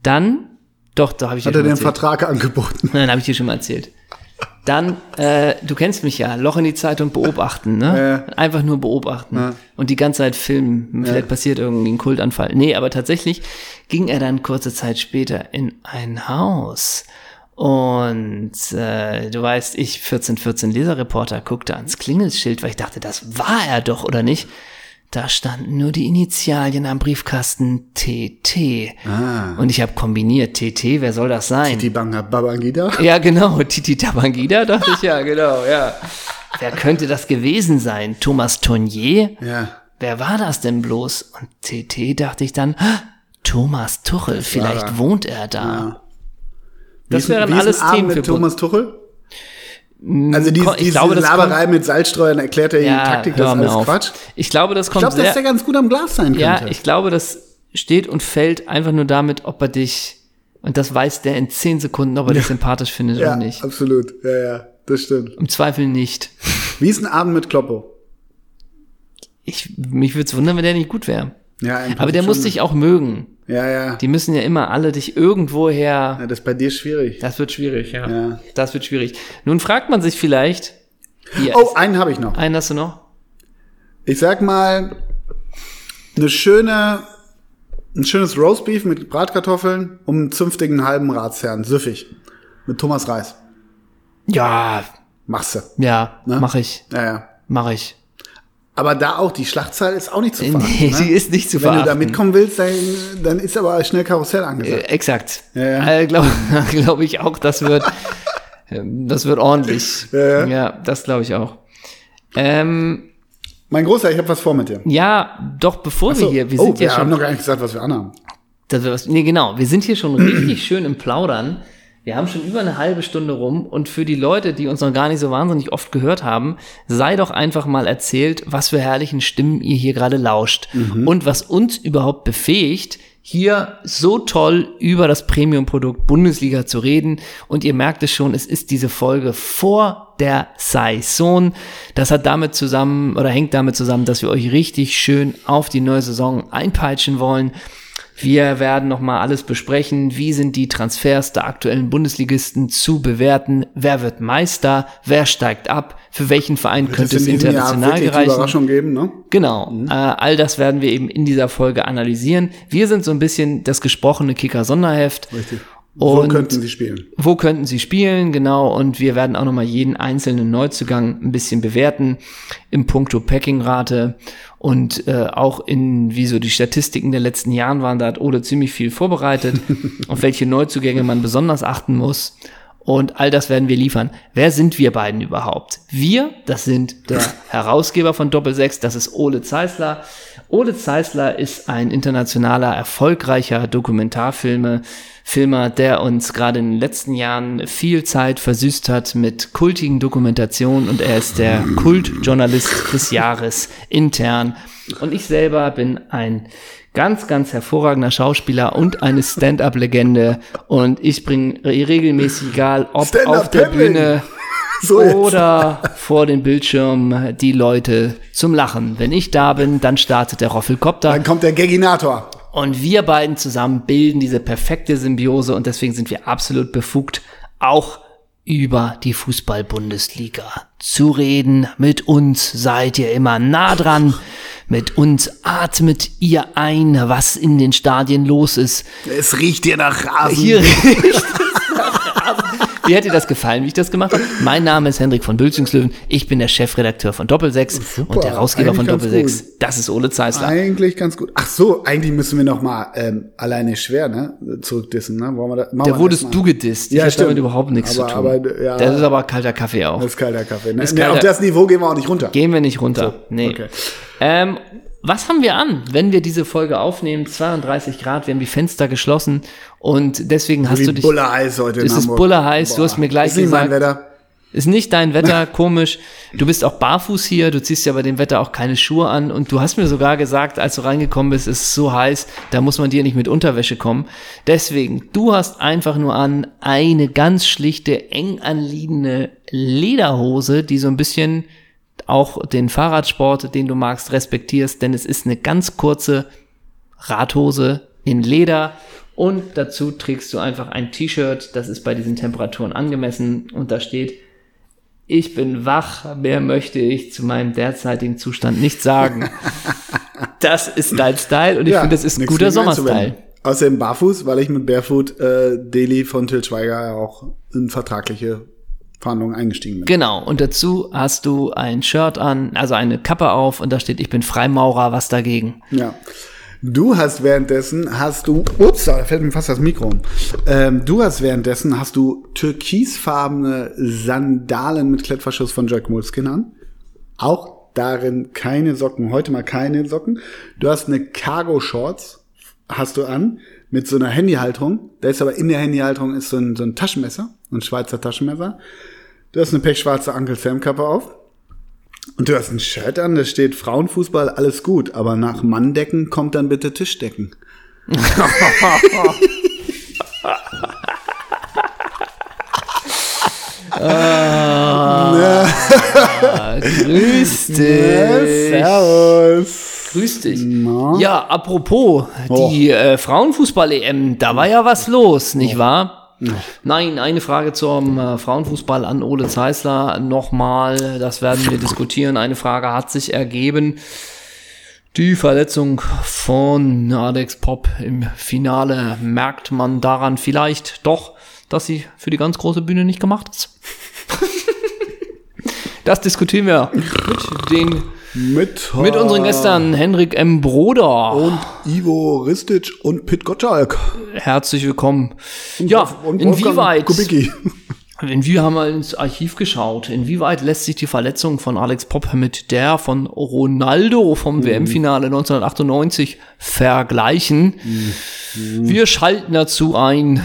D: Dann, doch, da habe ich
C: Hat
D: dir
C: er
D: schon mal
C: den
D: erzählt.
C: Vertrag angeboten?
D: Nein, habe ich dir schon mal erzählt. Dann, äh, du kennst mich ja, Loch in die Zeit und beobachten, ne? Einfach nur beobachten. Und die ganze Zeit filmen. Vielleicht passiert irgendwie ein Kultanfall. Nee, aber tatsächlich ging er dann kurze Zeit später in ein Haus. Und äh, du weißt, ich 1414 Leserreporter guckte ans Klingelschild, weil ich dachte, das war er doch, oder nicht? Da standen nur die Initialien am Briefkasten TT. Und ich habe kombiniert, TT, wer soll das sein?
C: Die Banger Babangida?
D: Ja, genau. Titi Tabangida, dachte ich, ja, genau, ja. Wer könnte das gewesen sein? Thomas Tournier?
C: Ja.
D: Wer war das denn bloß? Und TT dachte ich dann, "Ah, Thomas Tuchel, vielleicht wohnt er da. Das
C: Wie ist-
D: wären
C: wie ist ein
D: alles
C: Abend
D: Themen für
C: mit Thomas Tuchel? Also
D: Kon-
C: diese,
D: ich
C: diese
D: glaube, das
C: Laberei mit Salzstreuern erklärt er
D: ja,
C: die Taktik,
D: hör
C: das ist
D: mir
C: alles
D: auf.
C: Quatsch.
D: Ich glaube, das
C: Ich
D: kommt
C: glaube, dass der
D: sehr,
C: ganz gut am Glas sein könnte.
D: ja, ich glaube, das steht und fällt einfach nur damit, ob er dich, und das weiß der in zehn Sekunden, ob er dich sympathisch findet
C: ja
D: oder nicht.
C: absolut. Ja, ja, das stimmt.
D: Im Zweifel nicht.
C: Wie ist ein Abend mit Kloppo?
D: Ich, mich würde es wundern, wenn der nicht gut wäre.
C: Ja, im
D: Aber der
C: Prinzip
D: muss
C: schon.
D: dich auch mögen.
C: Ja, ja.
D: Die müssen ja immer alle dich irgendwo her.
C: ja. Das ist bei dir schwierig.
D: Das wird schwierig, ja.
C: Ja.
D: Das wird schwierig. Nun fragt man sich vielleicht. Hier,
C: Oh,
D: ist-
C: einen habe ich noch.
D: einen hast du noch?
C: Ich sag mal, eine schöne, ein schönes Roastbeef mit Bratkartoffeln um einen zünftigen halben Ratsherrn, süffig. Mit Thomas Reis.
D: Ja,
C: Machst du.
D: ja, mach ich,
C: Ja, ja.
D: mach ich.
C: Aber da auch, die Schlachtzahl ist auch nicht zu verachten.
D: Nee,
C: ne?
D: die ist nicht zu
C: Wenn du da
D: verachten.
C: mitkommen willst, dann, dann ist aber schnell Karussell
D: Äh,
C: angesagt.
D: Exakt.
C: Ja, ja.
D: Äh, Glaube glaub ich auch, das wird, ähm, das wird ordentlich.
C: Ja, ja.
D: das glaube ich auch. Ähm,
C: Mein Großer, ich habe was vor mit dir.
D: ja, doch bevor wir hier, wir
C: oh,
D: sind
C: wir
D: ja
C: haben
D: schon
C: noch gar nicht gesagt, was wir anhaben.
D: Das wir was, nee, genau. Wir sind hier schon richtig schön im Plaudern. Wir haben schon über eine halbe Stunde rum und für die Leute, die uns noch gar nicht so wahnsinnig oft gehört haben, sei doch einfach mal erzählt, was für herrlichen Stimmen ihr hier gerade lauscht und was uns überhaupt befähigt, hier so toll über das Premium-Produkt Bundesliga zu reden. Und ihr merkt es schon, es ist diese Folge vor der Saison. Das hat damit zusammen oder hängt damit zusammen, dass wir euch richtig schön auf die neue Saison einpeitschen wollen. Wir werden nochmal alles besprechen. Wie sind die Transfers der aktuellen Bundesligisten zu bewerten? Wer wird Meister? Wer steigt ab? Für welchen Verein könnte es international
C: wirklich die
D: gereichen?
C: Überraschung geben, ne?
D: Genau. Äh, all das werden wir eben in dieser Folge analysieren. Wir sind so ein bisschen das gesprochene Kicker-Sonderheft. Richtig.
C: Wo
D: Und
C: könnten sie spielen?
D: wo könnten sie spielen, genau, und wir werden auch nochmal jeden einzelnen Neuzugang ein bisschen bewerten im Punkto Packing-Rate und äh, auch in, wie so die Statistiken der letzten Jahren waren, da hat Ole ziemlich viel vorbereitet, auf welche Neuzugänge man besonders achten muss und all das werden wir liefern. Wer sind wir beiden überhaupt? Wir, das sind der Herausgeber von Doppelsechs, das ist Ole Zeisler. Ole Zeisler ist ein internationaler, erfolgreicher Dokumentarfilme, Filmer, der uns gerade in den letzten Jahren viel Zeit versüßt hat mit kultigen Dokumentationen und er ist der Kultjournalist des Jahres intern. Und ich selber bin ein ganz, ganz hervorragender Schauspieler und eine Stand-up-Legende und ich bringe regelmäßig, egal ob
C: Stand-up
D: auf der
C: Paddling.
D: Bühne
C: So jetzt.
D: oder vor dem Bildschirm die Leute zum Lachen. Wenn ich da bin, dann startet der Roffelkopter.
C: Dann kommt der Geginator.
D: Und wir beiden zusammen bilden diese perfekte Symbiose und deswegen sind wir absolut befugt, auch über die Fußball-Bundesliga zu reden. Mit uns seid ihr immer nah dran. Mit uns atmet ihr ein, was in den Stadien los ist.
C: Es riecht dir nach Rasen.
D: Hier riecht es nach Rasen. Wie hätte dir das gefallen, wie ich das gemacht habe? Mein Name ist Hendrik von Bülzingslöwen. Ich bin der Chefredakteur von Doppelsechs und der Herausgeber von
C: eigentlich ganz
D: Doppelsechs. Das ist Ole Zeisler.
C: Eigentlich ganz gut. Ach so, eigentlich müssen wir noch mal ähm, alleine schwer, ne? Zurückdissen, ne? Wollen wir da, machen wir
D: Da
C: das
D: wurdest
C: mal.
D: du gedisst.
C: Ja,
D: ich habe damit
C: stimmt.
D: überhaupt nichts
C: Aber-
D: zu tun.
C: aber, ja.
D: das ist aber kalter Kaffee auch.
C: Das ist kalter Kaffee. Ne?
D: Ist
C: Ne,
D: kalter-
C: auf das Niveau gehen wir auch nicht runter.
D: Gehen wir nicht runter. nee.
C: okay.
D: Ähm, was haben wir an, wenn wir diese Folge aufnehmen? 32 Grad, wir haben die Fenster geschlossen und deswegen hast du
C: Wie
D: dich.
C: Bulle heiß heute in
D: Es ist
C: Hamburg.
D: bullerheiß, du hast mir gleich
C: ist nicht mein
D: gesagt-
C: Wetter.
D: Ist nicht dein Wetter, komisch. Du bist auch barfuß hier, du ziehst ja bei dem Wetter auch keine Schuhe an und du hast mir sogar gesagt, als du reingekommen bist, es ist so heiß, da muss man dir nicht mit Unterwäsche kommen. Deswegen, du hast einfach nur an eine ganz schlichte, eng anliegende Lederhose, die so ein bisschen auch den Fahrradsport, den du magst, respektierst, denn es ist eine ganz kurze Radhose, in Leder. Und dazu trägst du einfach ein T-Shirt, das ist bei diesen Temperaturen angemessen. Und da steht, ich bin wach, mehr möchte ich zu meinem derzeitigen Zustand nicht sagen. das ist dein Style und ich finde, das ist ein
C: nix
D: guter
C: gegen
D: Sommerstyle.
C: einzuwenden. Außerdem barfuß, weil ich mit Barefoot äh, Deli von Till Schweiger ja auch in vertragliche Verhandlungen eingestiegen bin.
D: Genau, und dazu hast du ein Shirt an, also eine Kappe auf und da steht, ich bin Freimaurer, was dagegen.
C: Ja. Du hast währenddessen hast du, ups, da fällt mir fast das Mikro um. Ähm, du hast währenddessen hast du türkisfarbene Sandalen mit Klettverschluss von Jack Moleskin an. Auch darin keine Socken. Heute mal keine Socken. Du hast eine Cargo Shorts hast du an mit so einer Handyhalterung. Da ist aber in der Handyhalterung ist so ein, so ein Taschenmesser, ein Schweizer Taschenmesser. Du hast eine pechschwarze Uncle Sam Kappe auf. Und du hast ein Shirt an, da steht Frauenfußball, alles gut, aber nach Manndecken kommt dann bitte Tischdecken.
D: Grüß dich.
C: Ne, Servus.
D: Grüß dich. Ja, apropos, die äh, Frauenfußball-EM, da war ja was los, nicht wahr? Nein, eine Frage zum äh, Frauenfußball an Ole Zeisler nochmal. Das werden wir diskutieren. Eine Frage hat sich ergeben. Die Verletzung von Alex Pop im Finale merkt man daran vielleicht doch, dass sie für die ganz große Bühne nicht gemacht ist. das diskutieren wir mit den
C: Mit, äh,
D: mit unseren Gästen Henrik M. Broder.
C: Und Ivo Ristic und Pit Gottschalk.
D: Herzlich willkommen. ja,
C: Und Wolfgang
D: inwieweit,
C: Kubicki.
D: inwieweit haben wir ins Archiv geschaut? Inwieweit lässt sich die Verletzung von Alex Popp mit der von Ronaldo vom
C: Mhm.
D: WM-Finale 1998 vergleichen?
C: Mhm.
D: Wir schalten dazu ein.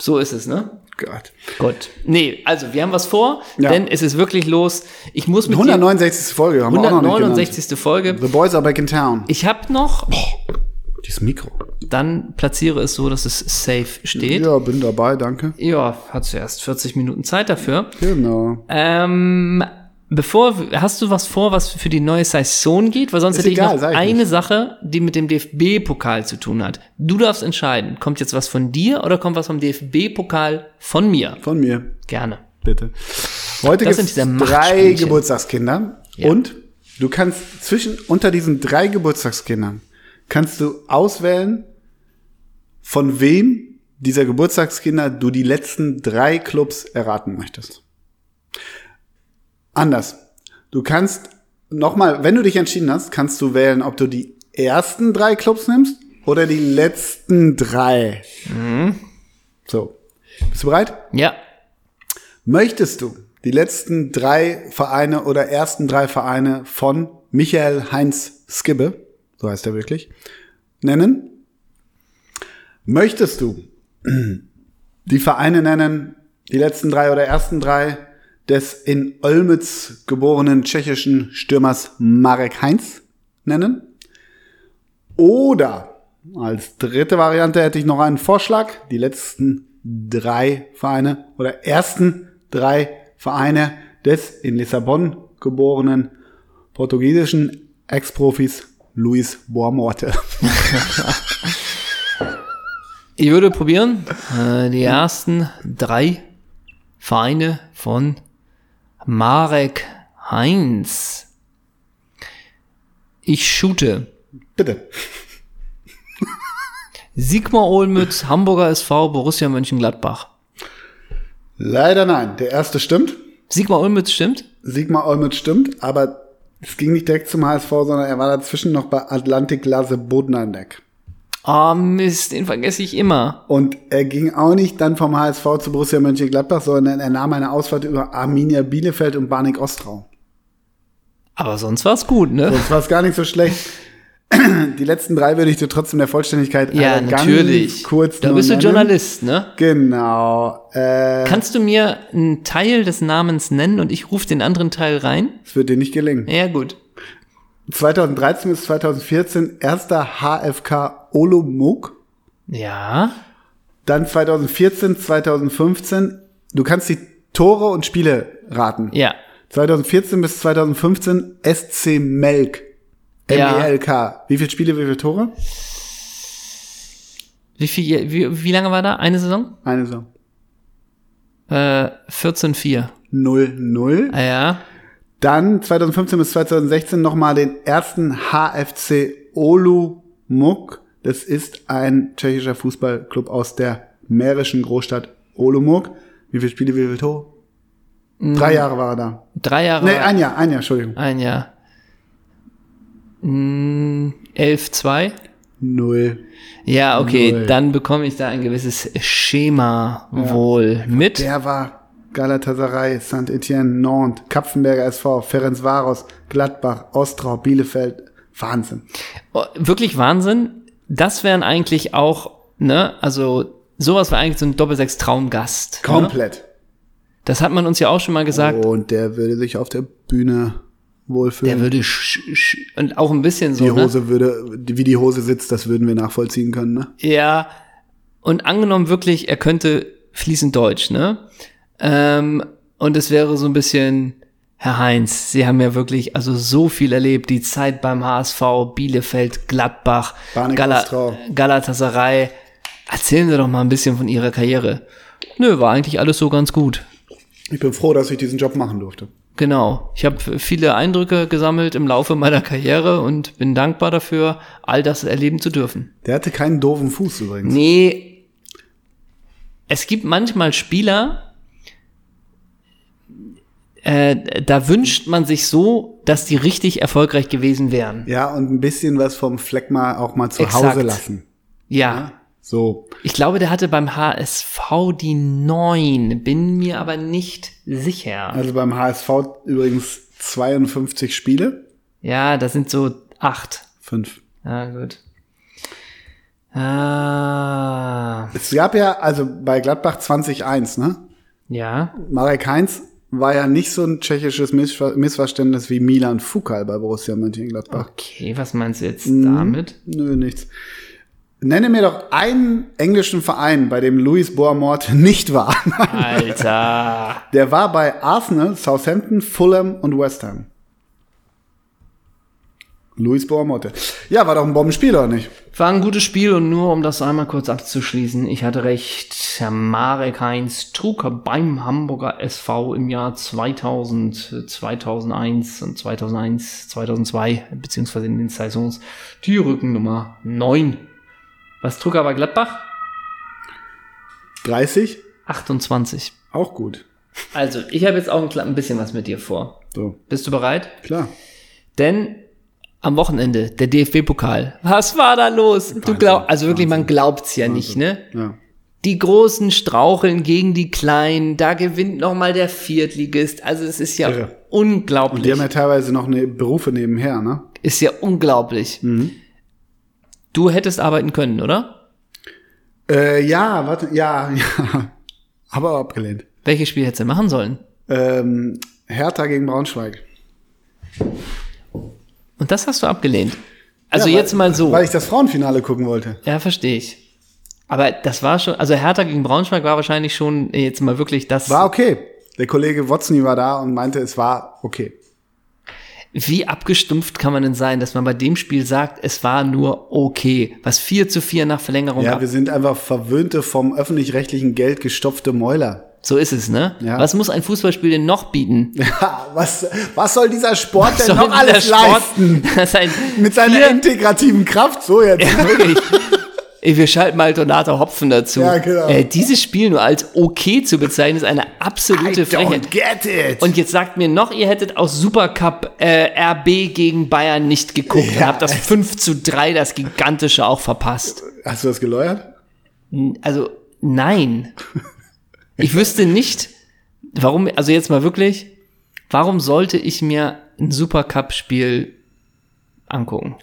D: So ist es, ne?
C: Gott.
D: Gut. Nee, also wir haben was vor, denn es ist wirklich los. Ich muss mit dir-
C: 169. Folge haben wir auch noch nicht genannt.
D: 169. Folge.
C: The Boys are back in town.
D: Ich habe noch,
C: Dieses Mikro.
D: dann platziere es so, dass es safe steht.
C: Ja, bin dabei, danke.
D: Ja, hat zuerst 40 Minuten Zeit dafür.
C: Genau.
D: Ähm, bevor, hast du was vor, was für die neue Saison geht? Weil sonst hätte
C: egal,
D: ich noch
C: sag ich
D: eine Sache, die mit dem DFB-Pokal zu tun hat. Du darfst entscheiden, kommt jetzt was von dir oder kommt was vom DFB-Pokal von mir?
C: Von mir,
D: Gerne.
C: bitte. Heute
D: Das
C: gibt
D: sind
C: es
D: diese
C: drei
D: Machtspielchen.
C: Geburtstagskinder.
D: Ja.
C: Und du kannst zwischen, unter diesen drei Geburtstagskindern, kannst du auswählen, von wem dieser Geburtstagskinder du die letzten drei Clubs erraten möchtest. Anders. Du kannst nochmal, wenn du dich entschieden hast, kannst du wählen, ob du die ersten drei Clubs nimmst oder die letzten drei.
D: Mhm.
C: So. Bist du bereit?
D: Ja.
C: Möchtest du die letzten drei Vereine oder ersten drei Vereine von Michael Heinz Skibbe, so heißt er wirklich, nennen? Möchtest du die Vereine nennen, die letzten drei oder ersten drei des in Olmütz geborenen tschechischen Stürmers Marek Heinz nennen? Oder als dritte Variante hätte ich noch einen Vorschlag. Die letzten drei Vereine oder ersten drei Vereine des in Lissabon geborenen portugiesischen Ex-Profis Luis Boamorte.
D: Ich würde probieren, äh, die ersten drei Vereine von Marek Heinz. Ich shoote.
C: Bitte.
D: Sigmar Olmütz, Hamburger SV, Borussia Mönchengladbach.
C: Leider nein. Der erste stimmt.
D: Sigmar Olmütz stimmt?
C: Sigmar Olmütz stimmt, aber es ging nicht direkt zum HSV, sondern er war dazwischen noch bei Atlantik Lase Bodnandeck.
D: Ah, Mist, den vergesse ich immer.
C: Und er ging auch nicht dann vom HSV zu Borussia Mönchengladbach, sondern er nahm eine Ausfahrt über Arminia Bielefeld und Barnik Ostrau.
D: Aber sonst war's gut, ne?
C: Das war gar nicht so schlecht. Die letzten drei würde ich dir trotzdem der Vollständigkeit
D: Ja,
C: einmal ganz
D: natürlich.
C: kurz
D: da
C: nur
D: bist du
C: nennen.
D: Journalist, ne?
C: Genau. Äh,
D: Kannst du mir einen Teil des Namens nennen und ich rufe den anderen Teil rein?
C: es wird dir nicht gelingen.
D: Ja, gut.
C: 2013 bis 2014 erster HFK Olomouc.
D: Ja.
C: Dann 2014, 2015. Du kannst die Tore und Spiele raten.
D: Ja.
C: 2014 bis 2015 SC Melk. E
D: Ja.
C: M-E-L-K. Wie viele Spiele, wie viele Tore?
D: Wie, viel, wie, wie lange war da? Eine Saison?
C: Eine Saison.
D: Äh, 14-4.
C: 0-0.
D: Ah, ja.
C: Dann 2015 bis 2016 nochmal den ersten HFC Olomouc. Das ist ein tschechischer Fußballclub aus der mährischen Großstadt Olomouc. Wie viele Spiele, wie viel Tore? Drei Jahre war er da.
D: Mhm. Drei Jahre. Ah.
C: Nee, ein Jahr, ein Jahr, Entschuldigung.
D: ein Jahr. Mm, 11-2.
C: Null.
D: Ja, okay,
C: Null.
D: dann bekomme ich da ein gewisses Schema wohl mit.
C: Der war Galatasaray, St. Etienne, Nantes, Kapfenberger SV, Ferenc Varos, Gladbach, Ostrau, Bielefeld. Wahnsinn.
D: Oh, Wirklich Wahnsinn. Das wären eigentlich auch, ne, also sowas wäre eigentlich so ein Doppelsechs-Traumgast. Ne?
C: Komplett. Oh.
D: Das hat man uns ja auch schon mal gesagt.
C: Und der würde sich auf der Bühne wohlfühlen.
D: Der würde sch, sch, und auch ein bisschen so,
C: die
D: ne?
C: Hose würde, die- wie die Hose sitzt, das würden wir nachvollziehen können, ne?
D: Ja, und angenommen wirklich, er könnte fließend Deutsch, ne? Ähm, und es wäre so ein bisschen, Herr Heinz, Sie haben ja wirklich also so viel erlebt, die Zeit beim HSV, Bielefeld, Gladbach,
C: Barnik
D: Gala
C: Ostrau.
D: Galatasaray. Erzählen Sie doch mal ein bisschen von Ihrer Karriere. Nö, war eigentlich alles so ganz gut.
C: Ich bin froh, dass ich diesen Job machen durfte.
D: Genau. Ich habe viele Eindrücke gesammelt im Laufe meiner Karriere und bin dankbar dafür, all das erleben zu dürfen.
C: Der hatte keinen doofen Fuß übrigens.
D: Nee. Es gibt manchmal Spieler, äh, da wünscht man sich so, dass die richtig erfolgreich gewesen wären.
C: Ja, und ein bisschen was vom Fleck mal auch mal zu
D: Exakt.
C: Hause lassen.
D: Ja.
C: So.
D: Ich glaube, der hatte beim HSV die 9, bin mir aber nicht sicher.
C: Also beim HSV übrigens 52 Spiele.
D: Ja, das sind so 8.
C: Fünf.
D: Ja, gut. Ah,
C: Es gab ja, also bei Gladbach 20-1, ne?
D: ja.
C: Marek Heinz war ja nicht so ein tschechisches Missver Missverständnis wie Milan Fukal bei Borussia Mönchengladbach. Hm,
D: Okay, was meinst du jetzt Oh, damit?
C: Nö, nichts. Nenne mir doch einen englischen Verein, bei dem Louis Boamort nicht war.
D: Alter.
C: Der war bei Arsenal, Southampton, Fulham und West Ham. Louis Boamorte. Ja, war doch ein Bombenspiel, oder nicht?
D: War ein gutes Spiel und nur um das einmal kurz abzuschließen, ich hatte recht, Herr Marek Heinz trug beim Hamburger SV im Jahr 2000, 2001 und 2001, 2002, beziehungsweise in den Saisons, die Rückennummer 9. Was trug er bei Gladbach?
C: 30,
D: 28.
C: auch gut.
D: Also, ich habe jetzt auch ein, kle- ein bisschen was mit dir vor.
C: So,
D: Bist du bereit?
C: klar.
D: Denn am Wochenende, der DFB-Pokal. Was war da los? Du glaub, also wirklich, man glaubt's ja nicht, ne?
C: Ja.
D: die Großen straucheln gegen die Kleinen, da gewinnt nochmal der Viertligist. Also es ist ja
C: Irre.
D: unglaublich.
C: Die haben halt ja teilweise noch eine Berufe nebenher, ne?
D: ist ja unglaublich.
C: Mhm.
D: Du hättest arbeiten können, oder?
C: Äh, ja, warte, ja, ja. Aber abgelehnt.
D: Welches Spiel hättest du machen sollen?
C: Ähm, Hertha gegen Braunschweig.
D: Und das hast du abgelehnt. Also
C: Ja, weil-
D: jetzt mal so.
C: Weil ich das Frauenfinale gucken wollte.
D: Ja, verstehe ich. Aber das war schon, also Hertha gegen Braunschweig war wahrscheinlich schon äh, jetzt mal wirklich das.
C: War okay. Der Kollege Wotzny war da und meinte, es war okay.
D: Wie abgestumpft kann man denn sein, dass man bei dem Spiel sagt, es war nur okay, was 4 zu 4 nach Verlängerung
C: Ja,
D: ab-
C: wir sind einfach verwöhnte vom öffentlich-rechtlichen Geld gestopfte Mäuler.
D: So ist es, ne?
C: Ja.
D: Was muss ein Fußballspiel denn noch bieten?
C: Ha, was, was soll dieser Sport
D: Was
C: denn
D: soll
C: noch alles
D: dieser Sport-
C: leisten?
D: Das heißt,
C: Mit seiner
D: hier-
C: integrativen Kraft, so jetzt.
D: Ja, wirklich. Ey, wir schalten mal Donato Hopfen dazu.
C: Ja, genau.
D: äh, dieses Spiel nur als okay zu bezeichnen, ist eine absolute Frechheit.
C: get it.
D: Und jetzt sagt mir noch, ihr hättet aus Supercup äh, RB gegen Bayern nicht geguckt und
C: Ja.
D: habt das 5 zu 3, das Gigantische, auch verpasst.
C: Hast du das geläuert?
D: Also, nein. Ich wüsste nicht, warum, also jetzt mal wirklich, warum sollte ich mir ein Supercup-Spiel angucken?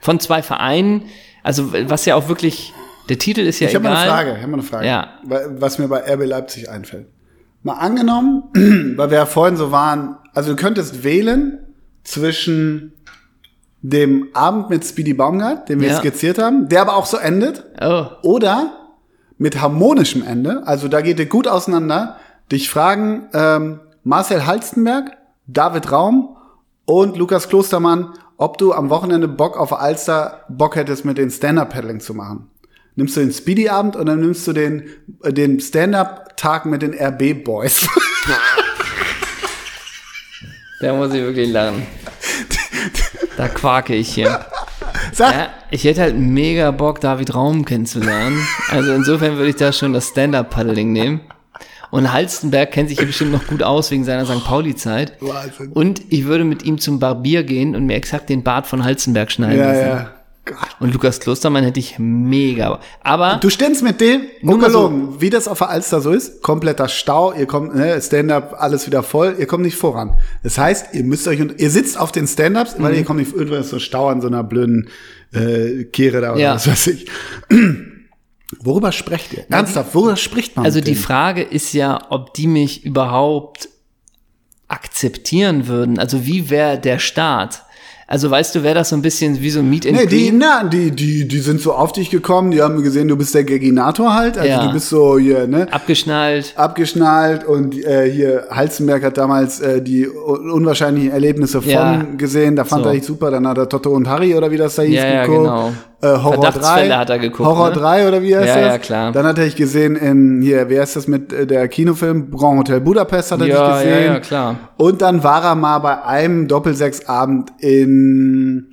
D: Von zwei Vereinen, also was ja auch wirklich, der Titel ist ja
C: Ich habe
D: egal.
C: mal eine Frage. Ich hab mal eine Frage.
D: Ja.
C: Wa- Was mir bei RB Leipzig einfällt. Mal angenommen, weil wir ja vorhin so waren, also du könntest wählen zwischen dem Abend mit Speedy Baumgart, den wir
D: Ja.
C: skizziert haben, der aber auch so endet.
D: Oh,
C: oder mit harmonischem Ende, also da geht ihr gut auseinander, dich fragen ähm, Marcel Halstenberg, David Raum und Lukas Klostermann, ob du am Wochenende Bock auf Alster Bock hättest, mit den Stand-Up-Paddling zu machen. Nimmst du den Speedy-Abend und dann nimmst du den, äh, den Stand-Up-Tag mit den RB-Boys.
D: Da muss ich wirklich lachen. Da quake ich hier.
C: Sag-
D: Ja, ich hätte halt mega Bock, David Raum kennenzulernen. Also insofern würde ich da schon das Stand-Up-Paddling nehmen. Und Halstenberg kennt sich hier bestimmt noch gut aus wegen seiner St. Pauli-Zeit.
C: Wahnsinn.
D: Und ich würde mit ihm zum Barbier gehen und mir exakt den Bart von Halstenberg schneiden
C: ja,
D: lassen.
C: ja. Gott.
D: Und Lukas Klostermann hätte ich mega. Aber
C: Du stimmst mit dem,
D: Nur mal so.
C: ungelogen, wie das auf der Alster so ist, kompletter Stau, ihr kommt, ne, Stand-Up, alles wieder voll, ihr kommt nicht voran. Das heißt, ihr müsst euch, und ihr sitzt auf den Stand-Ups,
D: Mhm.
C: weil ihr kommt nicht, irgendwann ist so Stau an so einer blöden äh, Kehre da oder
D: Ja.
C: was weiß ich. Worüber sprecht ihr? Ernsthaft, worüber spricht man
D: Also
C: mit
D: die
C: denen?
D: Frage ist ja, ob die mich überhaupt akzeptieren würden. Also wie wäre der Staat? Also weißt du, wäre das so ein bisschen wie so ein Meet and
C: Nee, die,
D: Greet?
C: na, die, die, die sind so auf dich gekommen, die haben gesehen, du bist der Geginator halt, also
D: Ja.
C: du bist so hier, ne?
D: Abgeschnallt.
C: abgeschnallt und äh, hier Halzenberg hat damals äh, die un- unwahrscheinlichen Erlebnisse von
D: Ja.
C: gesehen, da fand
D: So.
C: er dich super, dann hat er Totto und Harry oder wie das da hieß
D: Ja, ja,
C: geguckt.
D: genau.
C: Äh, Horror 3.
D: Verdachtsfälle hat er geguckt,
C: Horror
D: ne?
C: 3 oder wie heißt
D: Ja,
C: das?
D: ja, klar.
C: Dann hat er dich gesehen in hier, wer ist das mit äh, der Kinofilm Grand Hotel Budapest hat er
D: Ja,
C: dich
D: ja,
C: gesehen.
D: ja, klar.
C: Und dann war er mal bei einem Doppelsechsabend in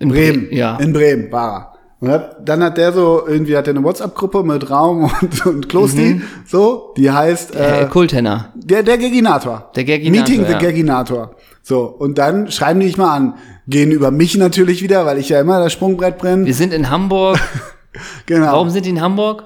D: In
C: Bremen.
D: Bre- ja.
C: In Bremen war er. Und hab- dann hat der so, irgendwie hat er eine WhatsApp-Gruppe mit Raum und, und Klosti, so, die heißt
D: Mhm. Äh,
C: äh,
D: Kultenner.
C: der, der Geginator.
D: Der Geginator,
C: Meeting the
D: ja.
C: Geginator. So, und dann schreiben die mich mal an. Gehen über mich natürlich wieder, weil ich ja immer das Sprungbrett brenne.
D: Wir sind in Hamburg.
C: Genau.
D: Warum sind die in Hamburg?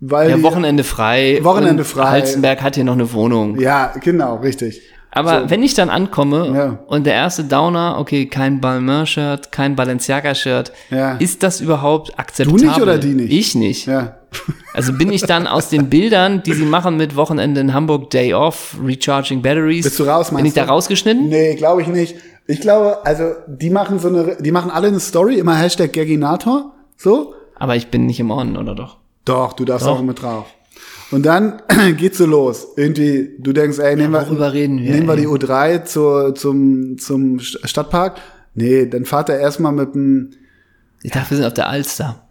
C: weil
D: Ja,
C: die-
D: Wochenende frei.
C: Wochenende
D: Und
C: frei.
D: Halstenberg hat hier noch eine Wohnung.
C: ja, genau, richtig.
D: Aber wenn ich dann ankomme
C: Ja.
D: und der erste Downer, okay, kein Balmain-Shirt, kein Balenciaga-Shirt,
C: Ja.
D: ist das überhaupt akzeptabel?
C: oder die nicht?
D: Ich nicht.
C: Ja.
D: Also bin ich dann aus den Bildern, die sie machen mit Wochenende in Hamburg, Day Off, Recharging Batteries.
C: Bist du raus,
D: Bin ich
C: meinst
D: da
C: du?
D: rausgeschnitten?
C: Nee, glaube ich nicht. Ich glaube, also die machen so eine, die machen alle eine Story, immer Hashtag Geginator, so.
D: Aber ich bin nicht im Orden, oder doch?
C: Doch, du darfst auch mit drauf. Und dann geht's so los. Irgendwie, du denkst, ey, nehmen, wir,
D: worüber reden wir,
C: nehmen wir
D: ey?
C: die U3 zur, zum, zum St- Stadtpark. Nee, dann fahrt er erstmal mit dem,
D: Ich dachte, wir sind auf der Alster.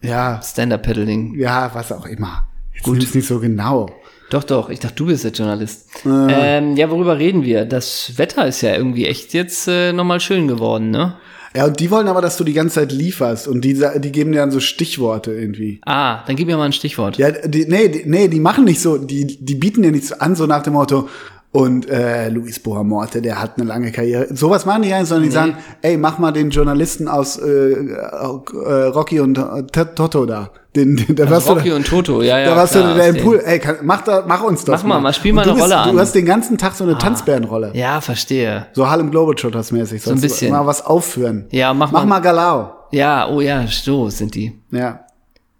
C: ja,
D: Stand-Up-Paddling.
C: ja, was auch immer. Jetzt nimm's nicht so genau.
D: Doch, doch. Ich dachte, du bist jetzt Journalist. Ähm, ja, worüber reden wir? Das Wetter ist ja irgendwie echt jetzt äh, nochmal schön geworden, ne?
C: Ja, und die wollen aber, dass du die ganze Zeit lieferst und die, sa- die geben dir dann so Stichworte irgendwie.
D: Ah, dann gib mir mal ein Stichwort.
C: Ja, die, nee, die, nee, die machen nicht so, die, die bieten dir nichts an, so nach dem Motto, und äh, Luis Boamorte, der hat eine lange Karriere. Sowas machen die gar nicht, sondern die sagen, ey, mach mal den Journalisten aus äh, äh, Rocky und äh, T- Toto da. Den, den, da warst
D: Also Rocky
C: du, da,
D: und Toto, ja, ja.
C: da warst
D: klar,
C: du da im
D: den-
C: Pool. Ey, kann, mach, da, mach uns das
D: Mach mal, mal, spiel mal
C: Und du
D: eine
C: bist,
D: Rolle an. Ah.
C: Du hast den ganzen Tag so eine Tanzbärenrolle.
D: Ja, verstehe.
C: So Harlem Globetrotters mäßig. So
D: ein bisschen.
C: Mal was aufführen.
D: Ja, mach
C: Mach
D: mal-
C: mal Galau.
D: Ja, oh ja, so sind die.
C: Ja.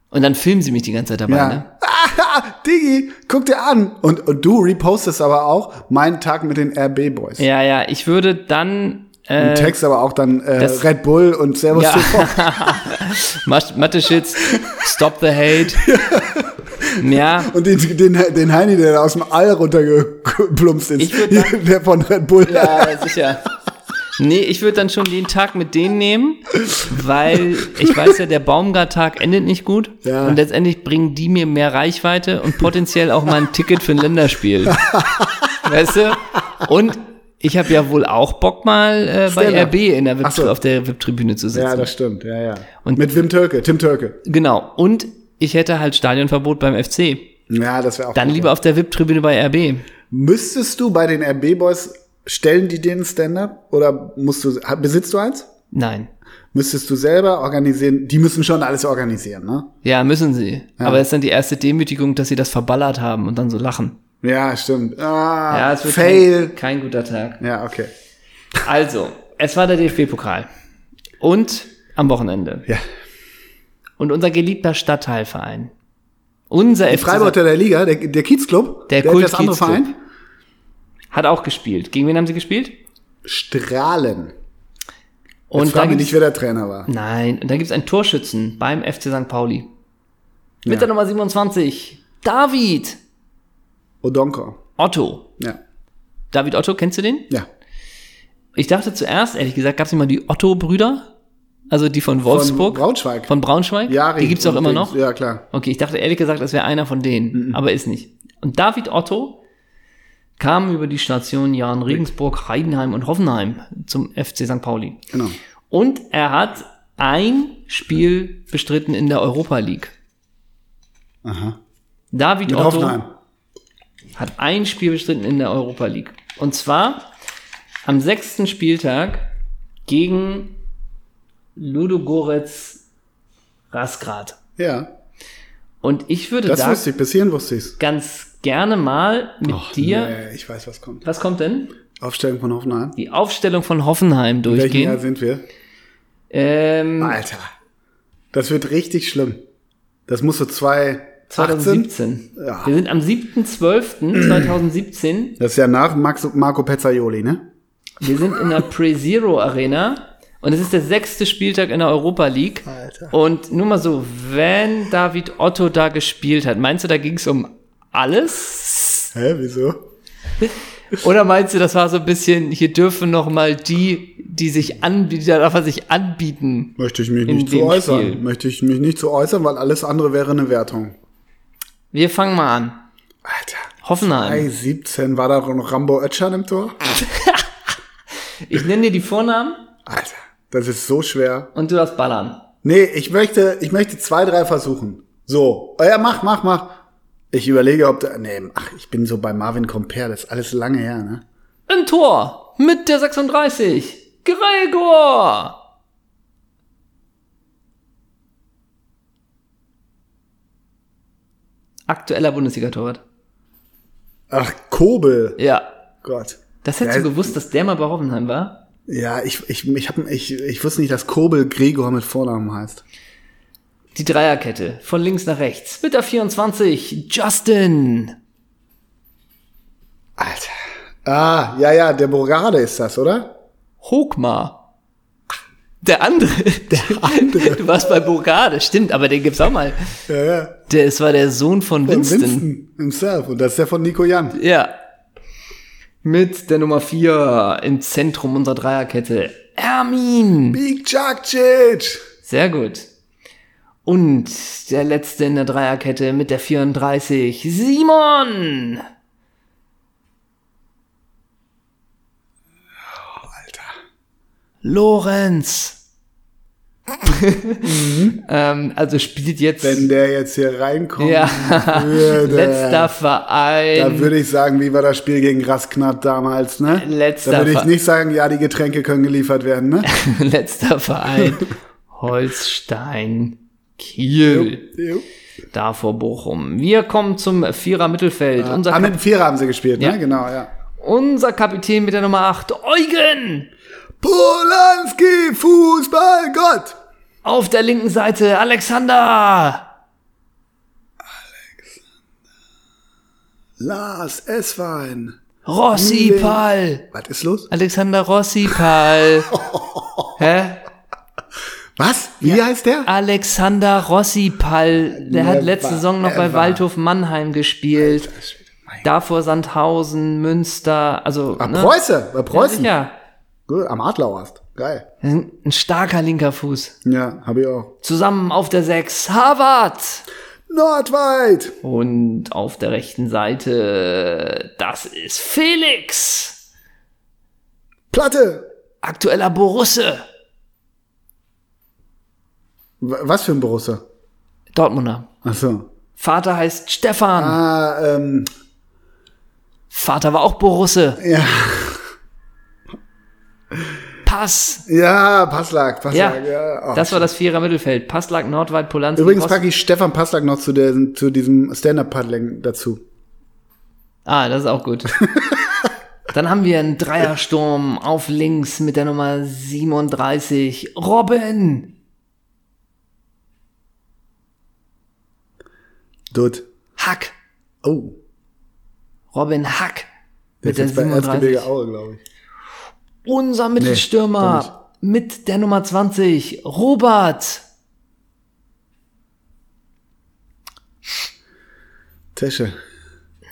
D: Und dann filmen sie mich die ganze Zeit dabei,
C: Ja.
D: ne?
C: Digi, guck dir an. Und, und du repostest aber auch meinen Tag mit den RB-Boys.
D: Ja, ja, ich würde dann
C: Und
D: äh,
C: Text aber auch dann äh,
D: das-
C: Red Bull und Servus
D: Ja.
C: TV.
D: Mas- Mathe-Shits, Stop the Hate. Ja,
C: Und den, den, den Heini, der da aus dem All runtergeplumpst ist.
D: Ich würd sagen-
C: Hier, der von Red Bull.
D: ja, sicher. Nee, ich würde dann schon den Tag mit denen nehmen, weil ich weiß ja, der Baumgart-Tag endet nicht gut.
C: Ja.
D: Und letztendlich bringen die mir mehr Reichweite und potenziell auch mal ein Ticket für ein Länderspiel. weißt du? Und ich habe ja wohl auch Bock mal äh, bei
C: Stand-up.
D: RB in der Web
C: Ach so.
D: auf der Webtribüne zu sitzen.
C: Ja, das stimmt. Ja, ja.
D: Und-
C: mit Wim Türke, Tim Türke.
D: genau. Und ich hätte halt Stadionverbot beim FC.
C: Ja, das wäre auch
D: Dann
C: gut.
D: lieber auf der VIP-Tribüne bei RB.
C: Müsstest du bei den RB-Boys, stellen die den Stand-Up? Oder musst du, besitzt du eins?
D: Nein.
C: Müsstest du selber organisieren? Die müssen schon alles organisieren, ne?
D: Ja, müssen sie. Aber es ist dann die erste Demütigung, dass sie das verballert haben und dann so lachen.
C: Ja, stimmt. Ah,
D: Ja, es wird halt-
C: Fail.
D: Kein, kein guter Tag.
C: Ja, okay.
D: Also, es war der DFB-Pokal. Und am Wochenende.
C: Ja.
D: Und unser geliebter Stadtteilverein. Unser FC
C: Freiburg der Liga, der, der Kiezclub,
D: Der
C: hat das andere
D: Kult-Kiezclub.
C: Verein.
D: hat auch gespielt. Gegen wen haben sie gespielt?
C: Strahlen. Und
D: Und
C: frag mich
D: dann
C: nicht, wer der Trainer war.
D: Nein, und dann gibt's einen Torschützen beim FC St. Pauli. Mit der Nummer 27. David
C: Odonko.
D: Otto.
C: Ja.
D: David Otto, kennst du den?
C: Ja.
D: Ich dachte zuerst, ehrlich gesagt, gab es nicht mal die Otto-Brüder? also die von Wolfsburg.
C: Braunschweig.
D: Von Braunschweig?
C: Jari
D: Die gibt's auch
C: und
D: immer
C: Dings.
D: noch?
C: Ja, Mhm. klar.
D: Okay, ich dachte ehrlich gesagt, das wäre einer von denen, aber ist nicht. Und David Otto kam über die Stationen Jahren Regensburg, Heidenheim und Hoffenheim zum FC St. Pauli.
C: Genau.
D: Und er hat ein Spiel bestritten in der Europa League.
C: Aha.
D: David
C: Mit
D: Otto
C: Hoffenheim.
D: hat ein Spiel bestritten in der Europa League. Und zwar am sechsten Spieltag gegen Ludogorets Rasgrad.
C: Ja.
D: Und ich würde
C: Das
D: da
C: wusste ich. Bis hierhin wusste ich's.
D: ganz gerne mal mit dir,
C: Nee, ich weiß, was kommt.
D: was kommt denn?
C: Aufstellung von Hoffenheim.
D: Die Aufstellung von Hoffenheim
C: In welchem Jahr
D: durchgehen.
C: sind wir?
D: Ähm,
C: Alter. Das wird richtig schlimm. Das muss so zwei.
D: 2017.
C: Ja.
D: Wir sind am 7.12.2017.
C: Das ist ja nach Max, Marco Pezzaioli, ne?
D: Wir sind in der Pre-Zero Arena und es ist der sechste Spieltag in der Europa League.
C: Alter.
D: Und nur mal so, wenn David Otto da gespielt hat, meinst du, da ging es um alles?
C: Hä, wieso?
D: Oder meinst du, das war so ein bisschen, hier dürfen noch mal die, die sich anbieten, da darf er sich anbieten?
C: Möchte ich mich
D: In
C: nicht zu
D: dem
C: äußern.
D: Spiel.
C: Möchte ich mich nicht zu äußern, weil alles andere wäre eine Wertung.
D: Wir fangen mal an.
C: Alter.
D: Hoffenheim.
C: 17 war da noch Rambo Ötschan im Tor?
D: Ich nenne dir die Vornamen
C: Alter. Das ist so schwer.
D: und du darfst ballern.
C: Nee, ich möchte, ich möchte zwei, drei versuchen. So. Oh ja, mach, mach, mach. Ich überlege, ob da, nee, ach, ich bin so bei Marvin Comper, das ist alles lange her, ne?
D: Ein Tor mit der 36. Gregor! Aktueller Bundesliga-Torwart.
C: Ach, Kobel.
D: Ja.
C: Gott.
D: Das hättest
C: Ja,
D: du gewusst, dass der mal bei Hoffenheim war?
C: Ja, ich, ich, ich hab, ich, ich wusste nicht, dass Kobel Gregor mit Vornamen heißt.
D: Die Dreierkette. Von links nach rechts. Mit der 24. Justin.
C: Alter. Ah, ja, ja, der Burgade ist das, oder?
D: Hogmar. Der andere. Der andere. Du warst bei Burgade. Stimmt, aber den gibt's auch mal.
C: Ja, ja.
D: Der, es war der Sohn von
C: Von
D: Winston.
C: Winston himself. Und das ist der von Nico Jan.
D: Ja. Mit der Nummer 4 im Zentrum unserer Dreierkette. Ermin.
C: Big Jakic.
D: Sehr gut. Und der letzte in der Dreierkette mit der 34. Simon.
C: Alter.
D: Lorenz. ähm, also spielt jetzt
C: Mhm. Wenn der jetzt hier reinkommt,
D: ja,
C: würde,
D: letzter
C: da
D: Verein.
C: würde ich sagen, wie war das Spiel gegen Rasknapp damals, ne?
D: Letzter
C: Da würde ich
D: Ver-
C: nicht sagen, ja, die Getränke können geliefert werden, ne?
D: letzter Verein. Holstein. Kiel.
C: Jo.
D: Da vor Bochum. Wir kommen zum Vierer Mittelfeld. Unser,
C: Ah, mit dem Vierer haben sie gespielt,
D: Ja.
C: ne? Genau, ja.
D: unser Kapitän mit der Nummer 8, Eugen.
C: Polanski, Fußballgott!
D: Auf der linken Seite, Alexander.
C: Lars Esswein.
D: Rossi
C: Mühle.
D: Pal.
C: Was ist los?
D: Alexander Rossi Pal. Hä?
C: Was? Wie heißt der?
D: Ah. Alexander Rossi Pal. Der hat
C: Never
D: letzte Saison noch bei
C: ever.
D: Waldhof Mannheim gespielt. Davor Sandhausen, Münster. Also,
C: Ah, Preuße, bei Preußen.
D: Ja,
C: Gut, am Adlerhorst. Geil.
D: sicher. Ein starker linker Fuß.
C: Ja, habe ich auch.
D: Zusammen auf der 6, Harvard.
C: Nordweit.
D: Und auf der rechten Seite, das ist Felix,
C: Platte.
D: aktueller Borusse,
C: W- Was für ein Borussia?
D: Dortmunder.
C: Ach so.
D: Vater heißt Stefan,
C: Ah, ähm,
D: Vater war auch Borusse.
C: ja.
D: Pass,
C: Ja, Passlag,
D: ja,
C: Passlag. Ja. Oh.
D: das war das Vierer Mittelfeld. Passlag, Nordwald, Polanski.
C: Übrigens
D: Ross-
C: packe ich Stefan Passlag noch zu, der, zu diesem Stand-Up-Paddling dazu.
D: Ah, das ist auch gut. Dann haben wir einen Dreiersturm auf links mit der Nummer 37, Robin
C: Dude.
D: Hack,
C: Oh,
D: Robin Hack
C: der
D: mit der
C: ist bei
D: 37.
C: Erzgebirge Aue, glaube ich.
D: Unser Mittelstürmer mit der Nummer 20, Robert.
C: Tesche.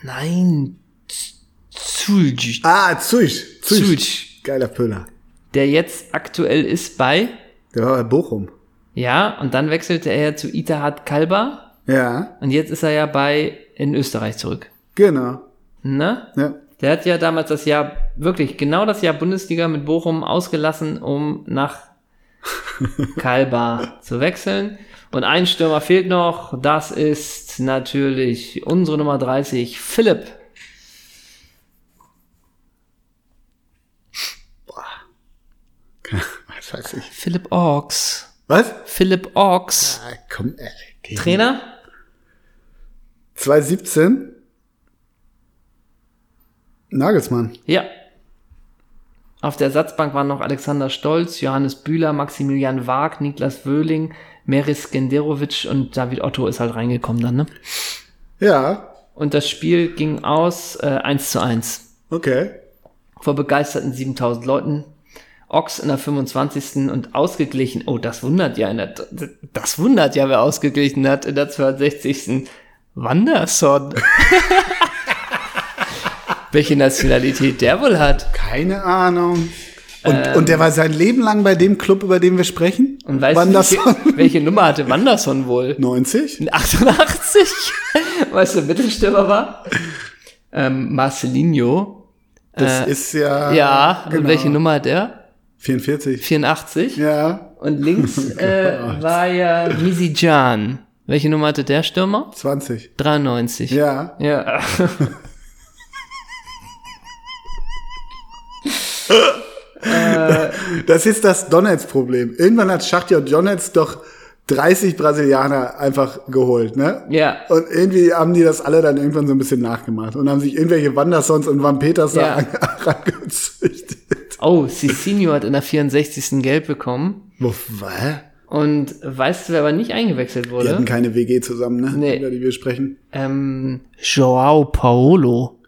D: Nein, Zulj.
C: Ah, Züch. Züch.
D: Züch.
C: Geiler Pöller.
D: Der jetzt aktuell ist bei
C: Der war bei Bochum.
D: Ja, und dann wechselte er zu Itahad Kalba
C: Ja,
D: und jetzt ist er ja bei in Österreich zurück.
C: genau.
D: Ne?
C: Ja.
D: Der hat ja damals das Jahr, wirklich genau das Jahr Bundesliga mit Bochum ausgelassen, um nach Kalba zu wechseln. Und ein Stürmer fehlt noch, das ist natürlich unsere Nummer 30, Philipp.
C: Was weiß ich.
D: Philipp Orks.
C: Was?
D: Philipp Orks.
C: Ah, komm, ey. Die-
D: Trainer?
C: 2017. Nagelsmann.
D: Ja. Auf der Ersatzbank waren noch Alexander Stolz, Johannes Bühler, Maximilian Waag, Niklas Wöhling, Meris Genderovic und David Otto ist halt reingekommen dann, ne?
C: Ja,
D: Und das Spiel ging aus äh, 1 zu 1
C: okay.
D: vor begeisterten 7000 Leuten. Ochs in der 25. und ausgeglichen. Oh, das wundert ja. In der, das wundert ja, wer ausgeglichen hat in der 62. Wanderson. Welche Nationalität der wohl hat.
C: Keine Ahnung. Und, und der war sein Leben lang bei dem Club, über den wir sprechen?
D: Ähm, Und weißt
C: Wann
D: du,
C: das
D: welche, welche Nummer hatte Wanderson wohl?
C: 90?
D: Ein 88? weißt du, Mittelstürmer war? Ähm, Marcelinho.
C: Das ist ja.
D: Äh, ja, und
C: genau.
D: welche Nummer hat der?
C: 44.
D: 84?
C: Ja,
D: Und
C: Oh
D: links äh, war ja Misijan. Welche Nummer hatte der Stürmer?
C: 20.
D: 93.
C: Ja.
D: Ja.
C: Das ist das Donetsk-Problem. Irgendwann hat Schachtja Donetsk doch 30 Brasilianer einfach geholt, ne?
D: Ja.
C: Und irgendwie haben die das alle dann irgendwann so ein bisschen nachgemacht und haben sich irgendwelche Wandersons und Vampeters
D: Ja.
C: da angezüchtet.
D: Oh, Cicinho hat in der 64. Gelb bekommen.
C: Wo, was?
D: Und weißt du, wer aber nicht eingewechselt
C: Die hatten
D: wurde?
C: keine WG zusammen, ne?
D: Nee.
C: Über die wir sprechen.
D: Ähm, Joao Paolo.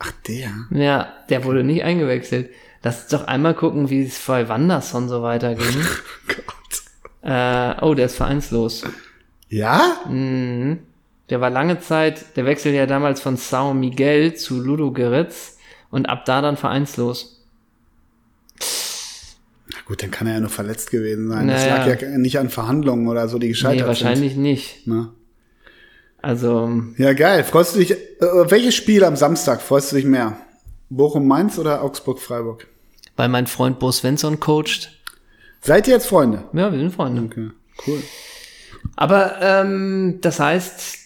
C: Ach, der.
D: Ja, der wurde nicht eingewechselt. Lass uns doch einmal gucken, wie es bei Wanderson so weiterging.
C: Oh Gott.
D: äh, oh, der ist vereinslos.
C: Ja?
D: Der war lange Zeit, der wechselte ja damals von Sao Miguel zu Ludo Geritz und ab da dann vereinslos.
C: Na gut, dann kann er ja nur verletzt gewesen sein.
D: Naja.
C: Das lag ja nicht an Verhandlungen oder so, die gescheitert
D: Nee, wahrscheinlich nicht.
C: sind. Ne?
D: Also,
C: Ja, geil. Freust du dich, äh, auf welches Spiel am Samstag freust du dich mehr? Bochum-Mainz oder Augsburg-Freiburg?
D: weil mein Freund Bo Svensson coacht.
C: Seid ihr jetzt Freunde?
D: Ja, wir sind Freunde.
C: Okay, cool.
D: Aber ähm, das heißt,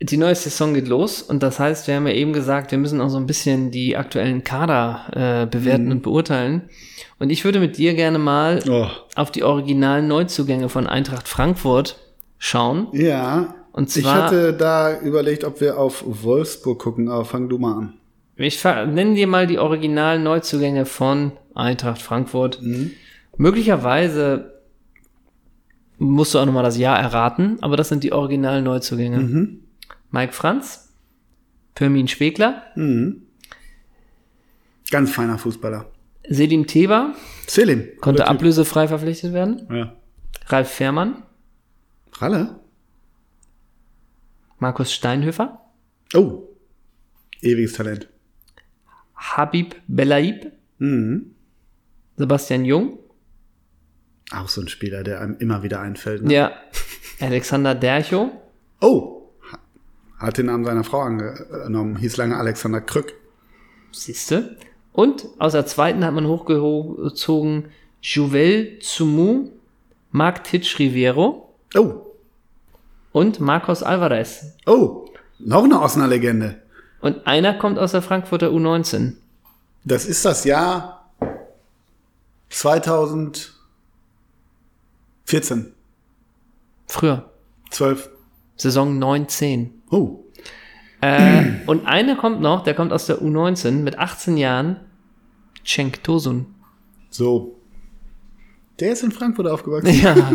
D: die neue Saison geht los und das heißt, wir haben ja eben gesagt, wir müssen auch so ein bisschen die aktuellen Kader äh, bewerten und beurteilen. Und ich würde mit dir gerne mal
C: Oh.
D: auf die originalen Neuzugänge von Eintracht Frankfurt schauen.
C: Ja.
D: Und
C: ich
D: zwar-
C: hatte da überlegt, ob wir auf Wolfsburg gucken, aber fang du mal an.
D: Ich fa- nenne dir mal die originalen Neuzugänge von Eintracht Frankfurt.
C: Mhm.
D: Möglicherweise musst du auch nochmal das Jahr erraten, aber das sind die originalen Neuzugänge.
C: Mhm.
D: Mike Franz, Firmin Schwegler,
C: Ganz feiner Fußballer.
D: Selim Teba,
C: Selim.
D: konnte
C: guter Typ.
D: ablösefrei verpflichtet werden,
C: Ja.
D: Ralf Fährmann,
C: Ralle?
D: Markus Steinhöfer,
C: Oh. Ewiges Talent.
D: Habib Belaib,
C: Mhm.
D: Sebastian Jung,
C: Auch so ein Spieler, der einem immer wieder einfällt. Ne?
D: ja. Alexander Dercho,
C: Oh. Ha- Hat den Namen seiner Frau angenommen. Hieß lange Alexander Krück.
D: Siehste. Und aus der zweiten hat man hochgezogen Jouvel Zumu, Marc Titsch Riviero
C: Oh.
D: und Marcos Alvarez.
C: Oh. Noch eine Osnabrück-Legende.
D: Und einer kommt aus der Frankfurter U19.
C: Das ist das Jahr 2014,
D: Früher.
C: 12.
D: Saison 19.
C: Oh,
D: Und einer kommt noch, der kommt aus der U19 mit 18 Jahren. Cenk Tosun.
C: so. Der ist in Frankfurt aufgewachsen.
D: Ja.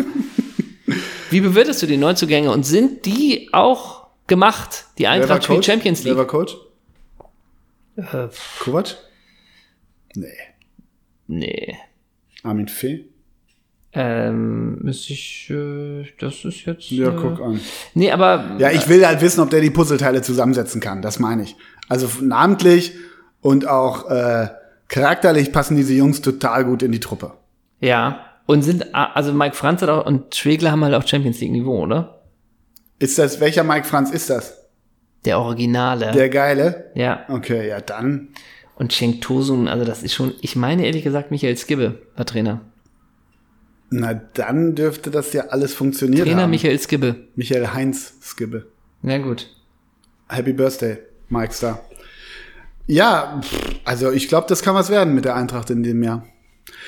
D: Wie bewertest du die Neuzugänge und sind die auch gemacht? Die
C: Wer war
D: Eintracht spielt
C: Coach?
D: Champions
C: Wer
D: League.
C: war Coach?
D: Äh,
C: Kovac? Nee.
D: nee.
C: Armin Fee?
D: Ähm, müsste ich, äh, das ist jetzt.
C: Ja,
D: äh,
C: guck an.
D: Nee, aber
C: Ja, ich will halt wissen, ob der die Puzzleteile zusammensetzen kann. Das meine ich. Also f- namentlich und auch äh, charakterlich passen diese Jungs total gut in die Truppe.
D: ja. Und sind, also Mike Franz hat auch, und Schwegler haben halt auch Champions League Niveau, oder?
C: Ist das, welcher Mike Franz ist das?
D: Der Originale.
C: Der geile?
D: ja.
C: Okay, ja, dann.
D: Und Cenk Tosun, also das ist schon, ich meine ehrlich gesagt, Michael Skibbe war Trainer.
C: Na, dann dürfte das ja alles funktionieren.
D: Trainer
C: haben.
D: Michael Skibbe.
C: Michael Heinz Skibbe.
D: Na gut.
C: Happy Birthday, Mike Star. Ja, pff, also ich glaube, das kann was werden mit der Eintracht in dem Jahr.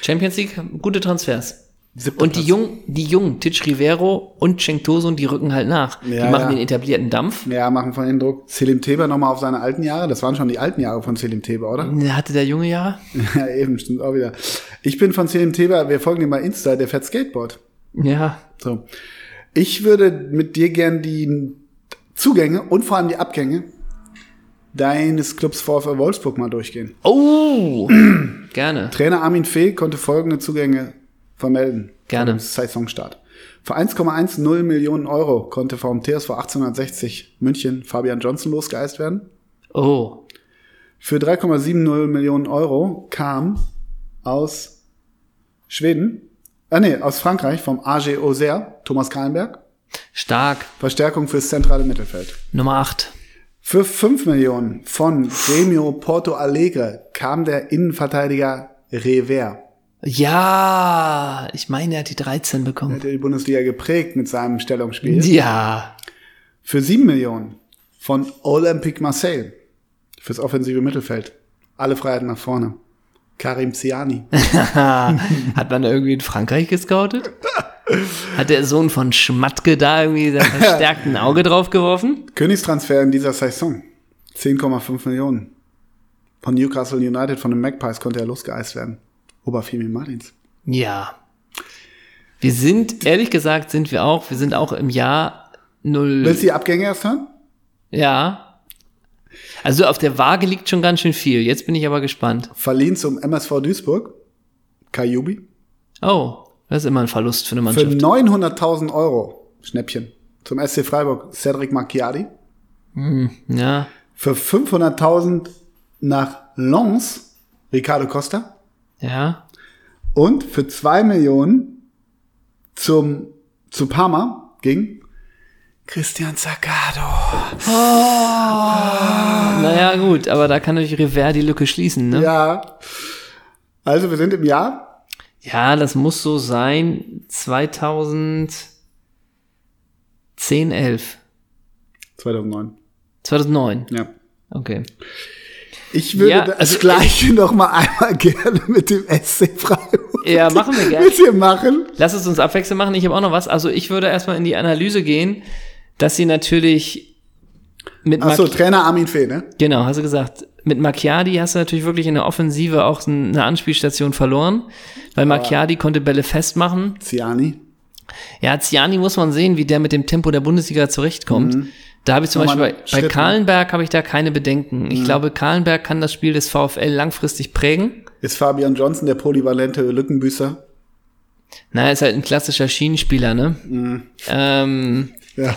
D: Champions League, gute Transfers.
C: Siebter
D: Und die
C: Platz.
D: Jungen, die Jungen, Titsch Rivero und Cenk Tosun, die rücken halt nach.
C: Ja,
D: die machen
C: ja.
D: den etablierten Dampf.
C: Ja, machen von Druck. Selim Teber nochmal auf seine alten Jahre. Das waren schon die alten Jahre von Selim Teber, oder?
D: Hatte der junge Jahre?
C: ja, eben, stimmt auch wieder. Ich bin von Selim Teber, wir folgen ihm bei Insta, der fährt Skateboard.
D: Ja,
C: So. Ich würde mit dir gern die Zugänge und vor allem die Abgänge deines Clubs VfL Wolfsburg mal durchgehen.
D: Oh, gerne.
C: Trainer Armin Fee konnte folgende Zugänge vermelden.
D: Gerne.
C: Zum Saisonstart. Für 1,10 Millionen Euro konnte vom TSV 1860 München Fabian Johnson losgeeist werden.
D: Oh,
C: Für 3,70 Millionen Euro kam aus Schweden, äh nee, aus Frankreich vom AG Auxerre Thomas Kahlenberg
D: stark.
C: Verstärkung fürs zentrale Mittelfeld.
D: Nummer 8.
C: Für 5 Millionen von Gremio Porto Alegre kam der Innenverteidiger Rever.
D: Ja, ich meine, er hat die 13
C: Der hat
D: bekommen.
C: ja die Bundesliga geprägt mit seinem Stellungsspiel.
D: Ja.
C: Für 7 Millionen von Olympique Marseille fürs offensive Mittelfeld. Alle Freiheiten nach vorne. Karim Ziani.
D: Hat man irgendwie in Frankreich gescoutet? Hat der Sohn von Schmatke da irgendwie sein verstärkten Auge drauf geworfen?
C: Königstransfer in dieser Saison. 10,5 Millionen. Von Newcastle United, von den Magpies konnte er losgeeist werden. Oberfemi Martins.
D: Ja. Wir sind, ehrlich gesagt, sind wir auch, wir sind auch im Jahr null.
C: Willst du die Abgänge erst hören?
D: Ja. Also auf der Waage liegt schon ganz schön viel. Jetzt bin ich aber gespannt.
C: Verliehen zum MSV Duisburg. Kajubi.
D: Oh, das ist immer ein Verlust für eine
C: Für
D: Mannschaft.
C: 900.000 Euro, Schnäppchen, zum SC Freiburg, Cedric Macchiari.
D: ja.
C: Für 500.000 nach Lens, Ricardo Costa.
D: Ja.
C: Und für 2 Millionen zum, zu Parma ging Christian Zaccaro.
D: Naja, gut, aber da kann natürlich Revers die Lücke schließen, ne? Ja.
C: Ja. Also wir sind im Jahr.
D: das muss so sein. 2010, 11,
C: 2009.
D: 2009.
C: Ja.
D: Okay.
C: Ich würde
D: Ja,
C: das
D: also-
C: Gleiche noch mal einmal gerne mit dem SC Freiburg
D: Ja, machen wir gerne.
C: mit dir machen.
D: Lass es uns abwechseln machen. Ich habe auch noch was. Also ich würde erstmal in die Analyse gehen, dass sie natürlich mit
C: Ach so,
D: Marqu-
C: Trainer Armin Fee, ne?
D: Genau, hast du gesagt. Mit Macchiadi hast du natürlich wirklich in der Offensive auch n- eine Anspielstation verloren, weil Macchiadi konnte Bälle festmachen.
C: Ziani.
D: Ja, Ziani muss man sehen, wie der mit dem Tempo der Bundesliga zurechtkommt. Da habe ich zum
C: Mhm. Nochmal Mhm. einen
D: Beispiel bei, bei
C: Schritt, ne?
D: Kahlenberg habe ich da keine Bedenken. Ich glaube, Kahlenberg kann das Spiel des VfL langfristig prägen.
C: Ist Fabian Johnson der polyvalente Lückenbüßer?
D: Na, er ist halt ein klassischer Schienenspieler, ne?
C: Mhm.
D: Ähm,
C: Ja.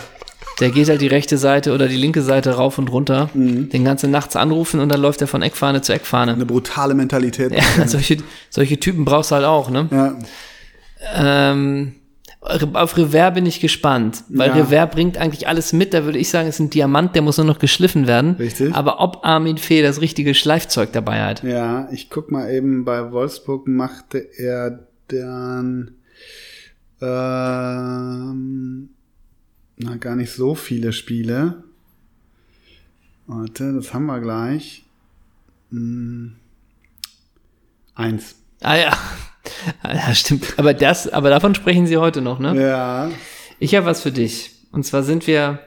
D: Der geht halt die rechte Seite oder die linke Seite rauf und runter, den ganzen nachts anrufen und dann läuft er von Eckfahne zu Eckfahne.
C: Mhm. Eine brutale Mentalität.
D: Ja, solche, solche Typen brauchst du halt auch, ne?
C: Ja.
D: Ähm, auf Revers bin ich gespannt, weil
C: Ja.
D: Revers bringt eigentlich alles mit. Da würde ich sagen, ist ein Diamant, der muss nur noch geschliffen werden.
C: Richtig.
D: Aber ob Armin Fee das richtige Schleifzeug dabei hat.
C: ja, ich guck mal eben, bei Wolfsburg machte er dann ähm, na gar nicht so viele Spiele. Warte, das haben wir gleich. Hm. Eins.
D: Ah ja. Ah, Ja, stimmt. Aber das, aber davon sprechen sie heute noch, ne?
C: Ja.
D: Ich habe was für dich. Und zwar sind wir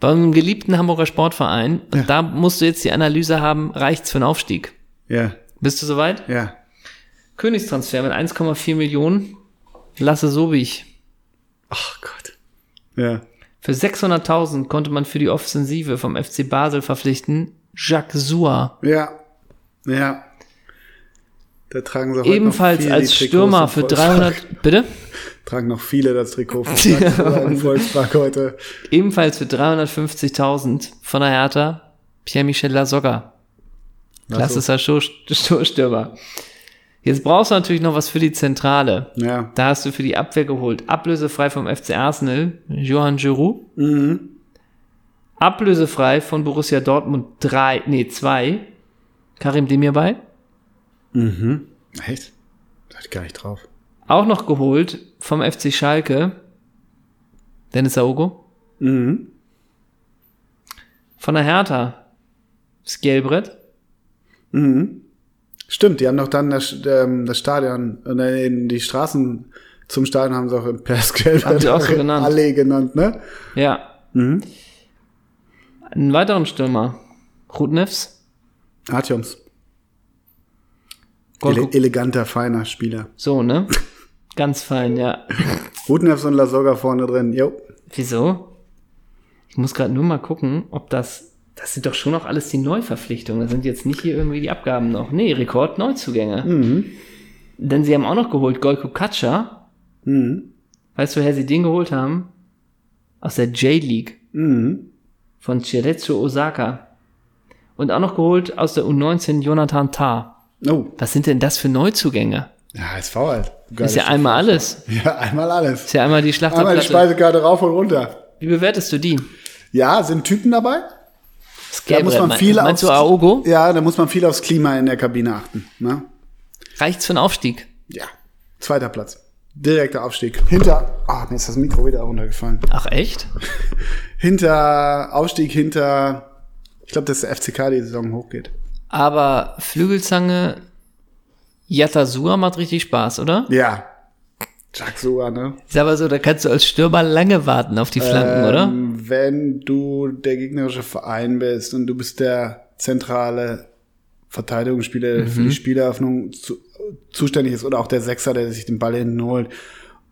D: bei einem geliebten Hamburger Sportverein. Und
C: Ja.
D: da musst du jetzt die Analyse haben, reicht's für einen Aufstieg?
C: Ja.
D: Bist du soweit?
C: Ja.
D: Königstransfer mit 1,4 Millionen. Lasse Sobich.
C: Ach Gott. Ja.
D: Für 600.000 konnte man für die Offensive vom FC Basel verpflichten. Jacques Sua.
C: Ja, ja. Da tragen sie heute noch
D: Ebenfalls
C: viele
D: als
C: die Trikots
D: Stürmer
C: im
D: für
C: Volkspark.
D: 300, bitte?
C: Tragen noch viele das Trikot vom
D: Ja.
C: Volkspark heute.
D: Ebenfalls für 350.000 von der Hertha. Pierre-Michel Lasogga. Klassischer Scho- Stoßstürmer. Jetzt brauchst du natürlich noch was für die Zentrale.
C: Ja.
D: Da hast du für die Abwehr geholt. Ablösefrei vom FC Arsenal, Johan Giroud.
C: Mhm.
D: Ablösefrei von Borussia Dortmund drei, nee, zwei. Karim Demirbay.
C: Echt? Da hatte ich gar nicht drauf.
D: Auch noch geholt vom FC Schalke. Dennis Aogo.
C: Mhm.
D: Von der Hertha. Skelbrett.
C: Mhm. Stimmt, die haben doch dann das, ähm, das Stadion, äh, nee, eben die Straßen zum Stadion haben sie auch in Perskel
D: Haben sie auch so genannt.
C: Allee genannt, ne?
D: Ja. Einen weiteren Stürmer. Rudnevs.
C: Artjoms. Ele
D: Gorko-
C: eleganter, feiner Spieler.
D: So, ne? Ganz fein, ja.
C: Rudnevs und Lasoga vorne drin. Jo.
D: Wieso? Ich muss gerade nur mal gucken, ob das. Das sind doch schon noch alles die Neuverpflichtungen. Das sind jetzt nicht hier irgendwie die Abgaben noch. Nee, Rekordneuzugänge.
C: Mhm.
D: Denn sie haben auch noch geholt Golko Katscha.
C: Mhm.
D: Weißt du, woher sie den geholt haben? Aus der J-League.
C: Mhm.
D: Von Cerezo Osaka. Und auch noch geholt aus der U19 Jonathan Tah.
C: Oh,
D: Was sind denn das für Neuzugänge?
C: ja, HSV halt.
D: Ist ja einmal alles.
C: ja, einmal alles.
D: Ist ja einmal
C: Einmal
D: die
C: die
D: Schlachterplatte.
C: Speisekarte rauf und runter.
D: Wie bewertest du die?
C: Ja, sind Typen dabei? Da muss
D: Gabriel,
C: man viel
D: mein- Meinst du
C: aufs-
D: Aogo?
C: Ja, da muss man viel aufs Klima in der Kabine achten. Ne?
D: Reicht's für einen Aufstieg?
C: Ja. Zweiter Platz. Direkter Aufstieg. Hinter. Ah, mir ist das Mikro wieder runtergefallen.
D: Ach echt?
C: Hinter. Aufstieg hinter. Ich glaube, dass der FCK die Saison hochgeht.
D: Aber Flügelzange Yatasua macht richtig Spaß, oder?
C: Ja. Jack sogar, ne?
D: Ist aber so, da kannst du als Stürmer lange warten auf die Flanken, oder?
C: Ähm, Wenn du der gegnerische Verein bist und du bist der zentrale Verteidigungsspieler, der
D: Mhm.
C: für die Spieleröffnung zu, zuständig ist oder auch der Sechser, der sich den Ball hinten holt.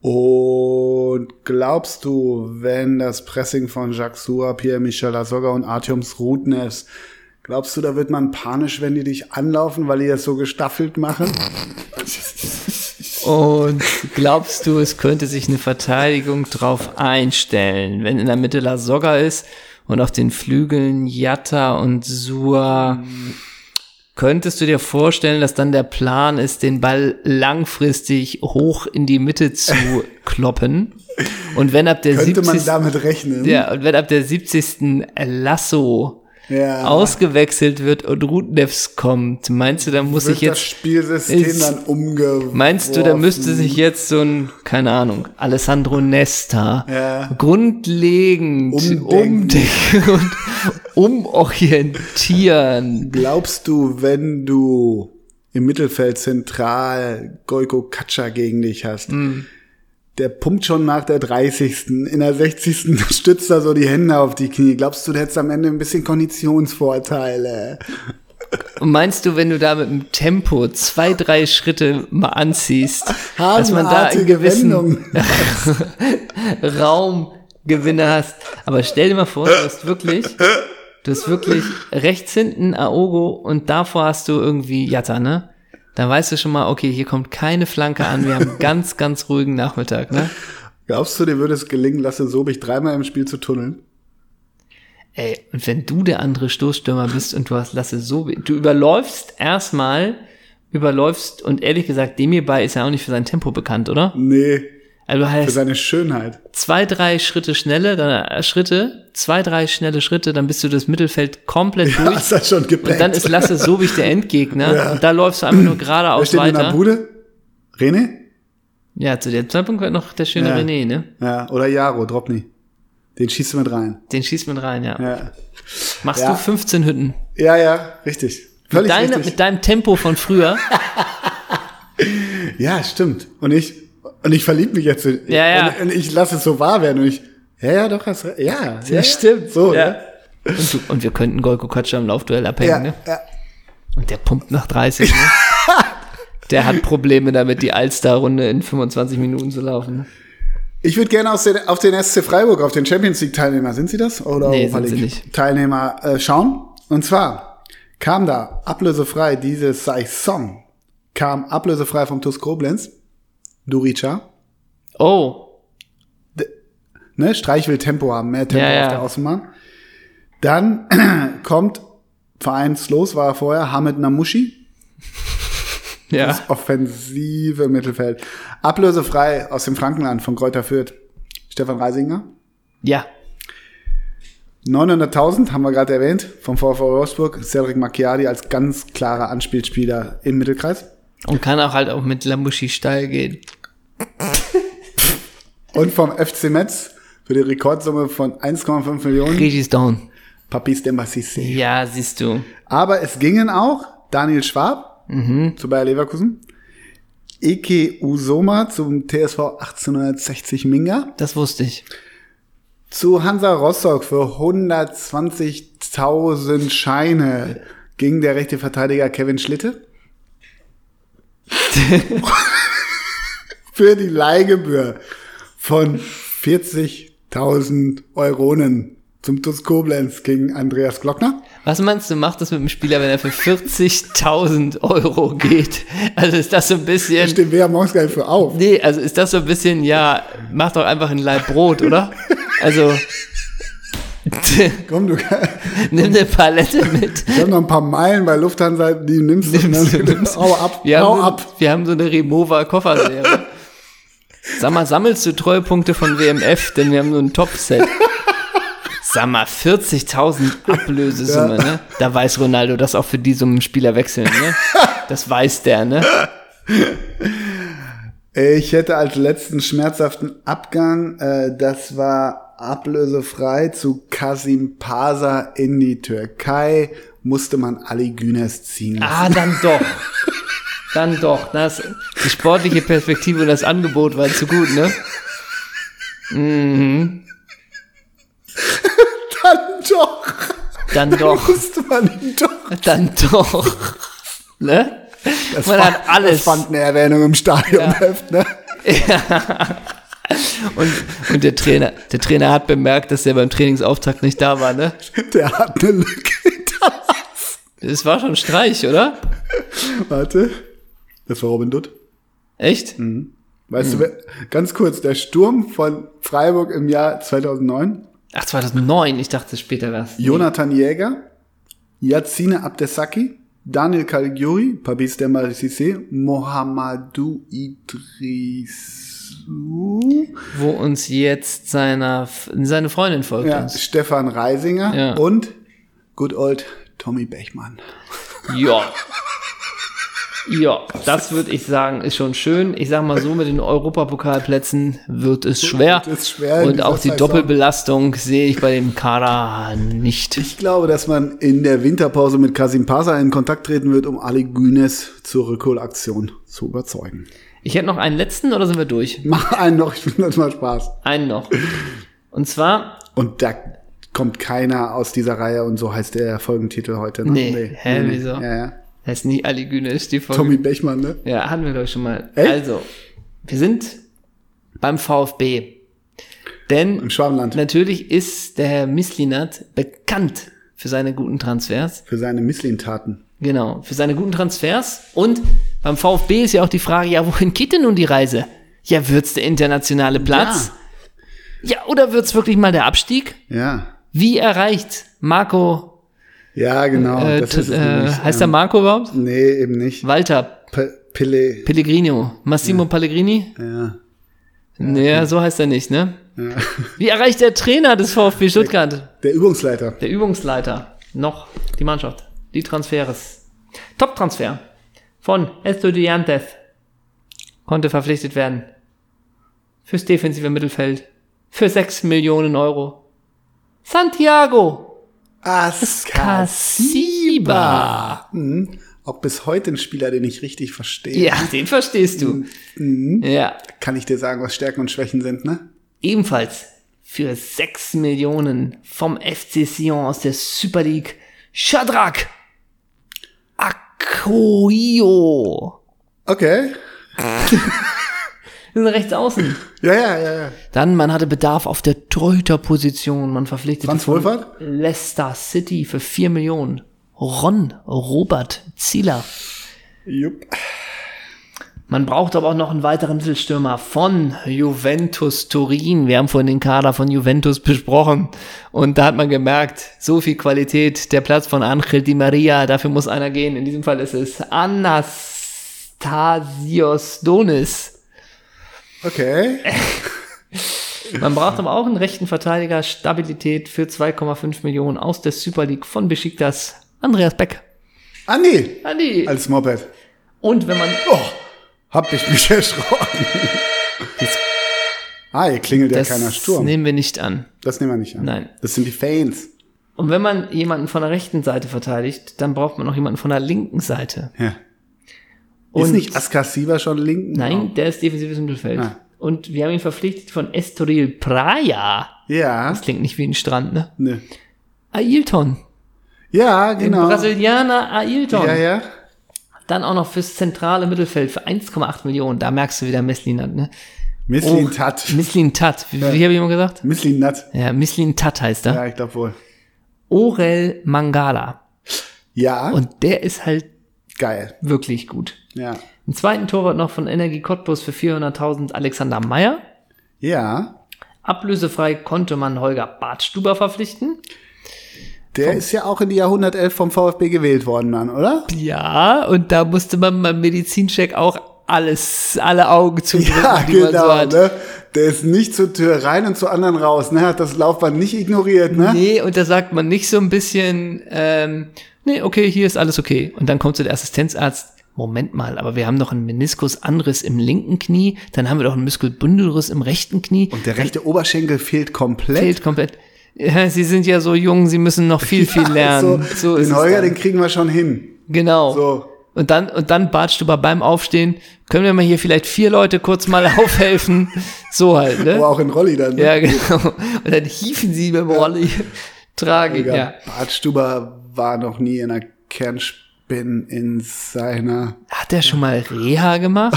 C: Und glaubst du, wenn das Pressing von Jacques Sua, Pierre-Michel Lasogga und Artyoms Rudnevs, glaubst du, da wird man panisch, wenn die dich anlaufen, weil die das so gestaffelt machen?
D: Und glaubst du, es könnte sich eine Verteidigung drauf einstellen, wenn in der Mitte La Soga ist und auf den Flügeln Yatta und Sua? Könntest du dir vorstellen, dass dann der Plan ist, den Ball langfristig hoch in die Mitte zu kloppen? Und wenn ab der
C: Könnte man
D: 70.
C: damit rechnen?
D: Ja, und wenn ab der 70. Lasso
C: Ja.
D: ausgewechselt wird und Rudnevs kommt, meinst du, da muss
C: Wird
D: ich
C: das
D: jetzt,
C: Spielsystem
D: ist-
C: dann umgeworfen?
D: meinst du, da müsste sich jetzt so ein, keine Ahnung, Alessandro Nesta
C: Ja.
D: grundlegend
C: Umdenken.
D: umdenken und umorientieren?
C: Glaubst du, wenn du im Mittelfeld zentral Goiko Katscha gegen dich hast,
D: Mhm.
C: der pumpt schon nach der 30. In der 60. stützt er so die Hände auf die Knie. Glaubst du, du hättest am Ende ein bisschen Konditionsvorteile?
D: Und meinst du, wenn du da mit dem Tempo zwei, drei Schritte mal anziehst, dass man da
C: Hasenartige
D: einen gewissen
C: Wendung.
D: Raumgewinne hast. Aber stell dir mal vor, du hast wirklich, du hast wirklich rechts hinten Aogo und davor hast du irgendwie Jatta, ne? Dann weißt du schon mal, okay, hier kommt keine Flanke an, wir haben einen ganz, ganz ruhigen Nachmittag, ne?
C: Glaubst du, dir würde es gelingen, Lasse Sobich dreimal im Spiel zu tunneln?
D: Ey, und wenn du der andere Stoßstürmer bist und du hast Lasse so, du überläufst erstmal, überläufst und ehrlich gesagt, dem hierbei ist ja auch nicht für sein Tempo bekannt, oder?
C: Nee,
D: Also
C: für
D: heißt,
C: seine Schönheit.
D: zwei, drei Schritte schnelle, dann äh, Schritte, zwei, drei schnelle Schritte, dann bist du das Mittelfeld komplett durch.
C: Hast das schon gepackt?
D: Und dann ist Lasse Sobich der Endgegner. Und da läufst du einfach nur
C: Wer
D: geradeaus
C: steht in der
D: weiter.
C: Bude? René?
D: Ja, zu dem Zeitpunkt wird noch der schöne
C: Ja.
D: René, ne?
C: Ja, oder Jaro, Dropny. Den schießt du mit rein.
D: Den schießt mit rein, ja.
C: Ja,
D: Machst
C: Ja.
D: du 15 Hütten.
C: ja, ja richtig.
D: Mit,
C: Völlig
D: deiner,
C: richtig.
D: mit deinem Tempo von früher.
C: Ja, stimmt. Und ich, und ich verlieb mich jetzt. in-
D: Ja, ja.
C: Und, und ich lasse es so wahr werden. Und ich, ja, ja, doch, hast, re- ja, ja, ja. So,
D: ja.
C: ne?
D: Und, du, und wir könnten Golko Katscha im Laufduell abhängen,
C: Ja,
D: ne?
C: ja.
D: Und der pumpt nach 30, ne? Der hat Probleme damit, die Alster-Runde in 25 Minuten zu laufen. ne?
C: Ich würde gerne aus den, auf den SC Freiburg, auf den Champions League Teilnehmer, sind Sie das? Oder
D: Nee,
C: Europa
D: sind sie
C: League
D: nicht.
C: Teilnehmer äh, schauen. Und zwar kam da ablösefrei diese Saison, kam ablösefrei vom TuS Koblenz, Durica.
D: Oh,
C: ne, Streich will Tempo haben, mehr Tempo
D: Ja, ja.
C: auf der Außenbahn. Dann kommt vereinslos, war er vorher, Hamid Namushi.
D: Ja.
C: Das offensive Mittelfeld. Ablösefrei aus dem Frankenland von Kräuter Fürth. Stefan Reisinger.
D: Ja.
C: 900.000 haben wir gerade erwähnt vom VfW Wolfsburg. Cedric Macchiari als ganz klarer Anspielspieler im Mittelkreis.
D: Und kann auch halt auch mit Lambushi steil gehen.
C: Und vom FC Metz für die Rekordsumme von 1,5 Millionen.
D: Regis down.
C: Papis Dembassisi.
D: Ja, siehst du.
C: Aber es gingen auch Daniel Schwab zu Bayer Leverkusen. Ike Usoma zum TSV 1860 Minga.
D: Das wusste ich.
C: Zu Hansa Rostock für 120.000 Scheine ging der rechte Verteidiger Kevin Schlitte. für die Leihgebühr von 40.000 Euronen zum TuS Koblenz ging Andreas Glockner.
D: Was meinst du, macht das mit dem Spieler, wenn er für 40.000 Euro geht? Also ist das so ein
C: Da
D: bisschen...
C: stehen wir ja morgens gar nicht für auf.
D: Nee, also ist das so ein bisschen, ja, mach doch einfach ein Leib Brot, oder? Also,
C: Komm, du, ich
D: nimm eine Palette mit.
C: habe noch ein paar Meilen bei Lufthansa, die nimmst,
D: Nimmst
C: du.
D: du,
C: und
D: nimmst
C: Dann,
D: du.
C: hau ab,
D: Wir haben,
C: hau
D: so,
C: ab.
D: wir haben so eine Remover-Kofferserie. Sag mal, sammelst du Treuepunkte von WMF? Denn wir haben so ein Top-Set. Sag mal, 40.000 Ablösesumme, ne? Da weiß Ronaldo, dass auch für die so einen Spieler wechseln, ne? Das weiß der, ne?
C: Ich hätte als letzten schmerzhaften Abgang, äh, das war ablösefrei zu Kasim Pasa in die Türkei, musste man Ali Günes ziehen lassen.
D: Ah, dann doch. Dann doch. Das, die sportliche Perspektive und das Angebot waren zu gut, ne?
C: Dann doch,
D: Dann doch.
C: musste man ihn doch.
D: Dann doch. Ne? Man
C: war-
D: hat alles.
C: Das fand eine Erwähnung im Stadionheft, ne?
D: Und, und der Trainer, der Trainer hat bemerkt, dass er beim Trainingsauftakt nicht da war, ne?
C: Der hat eine Lücke hinterlassen.
D: Das war schon ein Streich, oder?
C: Warte, das war Robin Dutt.
D: Echt?
C: Mhm. Weißt
D: Hm.
C: du, wer- ganz kurz, der Sturm von Freiburg im Jahr 2009,
D: Ach, 2009, ich dachte später was.
C: Jonathan Jäger, Yassine Abdesaki, Daniel Caligiuri, Pabis Dembele Sissé, Mohamedou Idrissou,
D: Wo uns jetzt seiner, seine Freundin folgt.
C: ja,
D: Ja.
C: Stefan Reisinger
D: Ja.
C: und good old Tommy Bechmann.
D: Ja. Ja, das würde ich sagen, ist schon schön. Ich sag mal so, mit den Europapokalplätzen wird es schwer.
C: Wird es schwer in
D: Und auch
C: dieser
D: die
C: Saison.
D: Doppelbelastung sehe ich bei dem Kader nicht.
C: Ich glaube, dass man in der Winterpause mit Kasim Pasa in Kontakt treten wird, um Ali Günes zur Rückholaktion zu überzeugen.
D: Ich hätte noch einen letzten oder sind wir durch?
C: Mach einen noch, ich finde das mal Spaß.
D: Einen noch. Und zwar
C: Und da kommt keiner aus dieser Reihe und so heißt der Folgentitel heute. Ne?
D: Nee. Hä, wieso?
C: Ja, ja.
D: Das ist nicht Ali Günes, die Folge.
C: Tommy Bechmann, ne?
D: Ja, hatten wir doch schon mal.
C: Echt?
D: Also, wir sind beim VfB. Denn
C: Im Schwabenland.
D: natürlich ist der Herr Mislinat bekannt für seine guten Transfers.
C: Für seine Misslintaten.
D: Genau, für seine guten Transfers. Und beim VfB ist ja auch die Frage, ja, wohin geht denn nun die Reise? Ja, wird's der internationale Platz? Ja, oder wird's wirklich mal der Abstieg?
C: Ja.
D: Wie erreicht Marco,
C: Ja, genau.
D: äh,
C: das ist es
D: äh,
C: nämlich. ähm,
D: heißt er Marco überhaupt?
C: Nee, eben nicht.
D: Walter
C: P Pille.
D: Pellegrino, Massimo Pellegrini?
C: Ja.
D: Naja, so heißt er nicht, ne? Wie erreicht der Trainer des VfB Stuttgart,
C: Der Übungsleiter.
D: der Übungsleiter, noch die Mannschaft, die Transfers? Top-Transfer von Estudiantes konnte verpflichtet werden. Fürs defensive Mittelfeld. Für 6 Millionen Euro. Santiago Casiba.
C: Auch bis heute ein Spieler, den ich richtig verstehe.
D: Ja, den verstehst du. Ja,
C: Kann ich dir sagen, was Stärken und Schwächen sind, ne?
D: ebenfalls für 6 Millionen vom FC Sion aus der Super League Shadrach Akoyo.
C: Okay.
D: Wir sind rechts außen.
C: Ja, ja, ja, ja.
D: Dann, man hatte Bedarf auf der Torhüterposition. Man verpflichtete
C: Franz
D: von
C: Wohlfahrt?
D: Leicester City für 4 Millionen. Ron Robert Zieler.
C: Jupp.
D: Man braucht aber auch noch einen weiteren Mittelstürmer von Juventus Turin. Wir haben vorhin den Kader von Juventus besprochen. Und da hat man gemerkt, so viel Qualität, der Platz von Angel Di Maria, dafür muss einer gehen. In diesem Fall ist es Anas Anastasiosdonis.
C: Okay.
D: Man braucht aber auch einen rechten Verteidiger Stabilität für 2,5 Millionen aus der Super League von Besiktas. Andreas Beck.
C: Andi,
D: Andi.
C: als Ah, Moped. Oh,
D: Und wenn man
C: Hab ich mich erschrocken. ah, hier klingelt
D: das
C: ja keiner Sturm.
D: nehmen wir nicht an.
C: das nehmen wir nicht an.
D: Nein.
C: Das sind die Fans.
D: Und wenn man jemanden von der rechten Seite verteidigt, dann braucht man noch jemanden von der linken Seite.
C: Ja.
D: Und
C: ist nicht Askasiva schon linken?
D: nein, der ist defensives Mittelfeld.
C: Ah.
D: Und wir haben ihn verpflichtet von Estoril Praia.
C: Ja.
D: Das klingt nicht wie ein Strand, ne?
C: Ne.
D: Ailton.
C: Ja,
D: Den
C: genau.
D: Brasilianer Ailton.
C: Ja, ja.
D: Dann auch noch fürs zentrale Mittelfeld für 1,8 Millionen. Da merkst du wieder Messlin hat, ne?
C: Misslin Tat.
D: Mislin Tat. Wie, wie habe ich immer gesagt?
C: Misslin Nat.
D: Ja, Mislin Tat heißt er.
C: Ja, ich glaube wohl.
D: Orel Mangala.
C: Ja,
D: Und der ist halt
C: geil.
D: wirklich gut.
C: Ja.
D: Einen zweiten Torwart noch von Energie Cottbus für 400.000 Alexander Meyer.
C: Ja.
D: Ablösefrei konnte man Holger Bartstuber verpflichten.
C: Der ist ja auch in die Jahrhundertelf vom VfB gewählt worden dann, oder?
D: Ja, und da musste man beim Medizincheck auch alles, alle Augen zudrücken,
C: Ja,
D: die man so
C: genau,
D: hat.
C: ne? Der ist nicht zur Tür rein und zur anderen raus, ne? Hat das Laufband nicht ignoriert, ne?
D: Nee, und da sagt man nicht so ein bisschen, ähm, nee, okay, hier ist alles okay. Und dann kommt so der Assistenzarzt, Moment mal, aber wir haben doch einen Meniskusanriss im linken Knie, dann haben wir doch einen Muskelbündelriss im rechten Knie.
C: Und der rechte Oberschenkel fehlt komplett.
D: Fehlt komplett. Ja, Sie sind ja so jung, Sie müssen noch viel, viel lernen.
C: Also,
D: so ist
C: den
D: es
C: Holger,
D: dann.
C: den kriegen wir schon hin.
D: Genau.
C: So.
D: Und dann, und dann batscht du mal beim Aufstehen, können wir mal hier vielleicht vier Leute kurz mal aufhelfen? So halt, ne?
C: Aber auch in Rolli dann. Ne?
D: Ja, genau. Und dann hiefen sie beim Rolli. Tragik,
C: Digga,
D: ja.
C: Bart Stuber war noch nie in einer Kernspin in seiner.
D: Hat er schon mal Reha gemacht?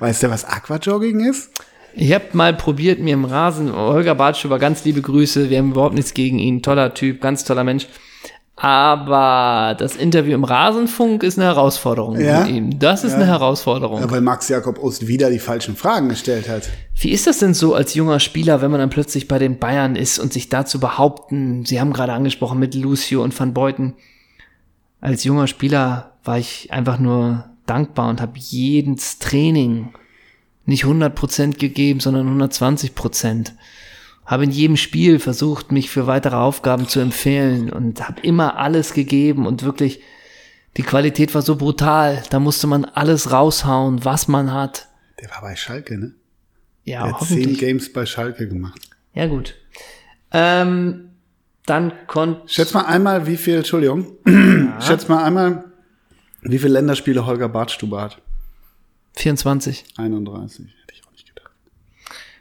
C: Weißt du, was Aquajogging ist?
D: Ich habe mal probiert, mir im Rasen, Holger Bartschuber, ganz liebe Grüße, wir haben überhaupt nichts gegen ihn, toller Typ, ganz toller Mensch. Aber das Interview im Rasenfunk ist eine Herausforderung
C: Ja?
D: mit ihm. Das ist eine Herausforderung.
C: Ja, weil Max Jakob Ost wieder die falschen Fragen gestellt hat.
D: Wie ist das denn so als junger Spieler, wenn man dann plötzlich bei den Bayern ist und sich dazu behaupten, Sie haben gerade angesprochen mit Lucio und Van Beuten. Als junger Spieler war ich einfach nur dankbar und habe jedes Training nicht 100% gegeben, sondern 120%. Habe in jedem Spiel versucht, mich für weitere Aufgaben zu empfehlen und habe immer alles gegeben und wirklich die Qualität war so brutal, da musste man alles raushauen, was man hat.
C: Der war bei Schalke, ne?
D: Ja,
C: Der hat
D: hoffentlich.
C: zehn Games bei Schalke gemacht.
D: Ja, gut. Ähm, dann konnte.
C: Schätz mal einmal, wie viel, Entschuldigung, schätz mal einmal, wie viele Länderspiele Holger Bartstuber hat.
D: 24.
C: 31. Hätte ich auch nicht gedacht.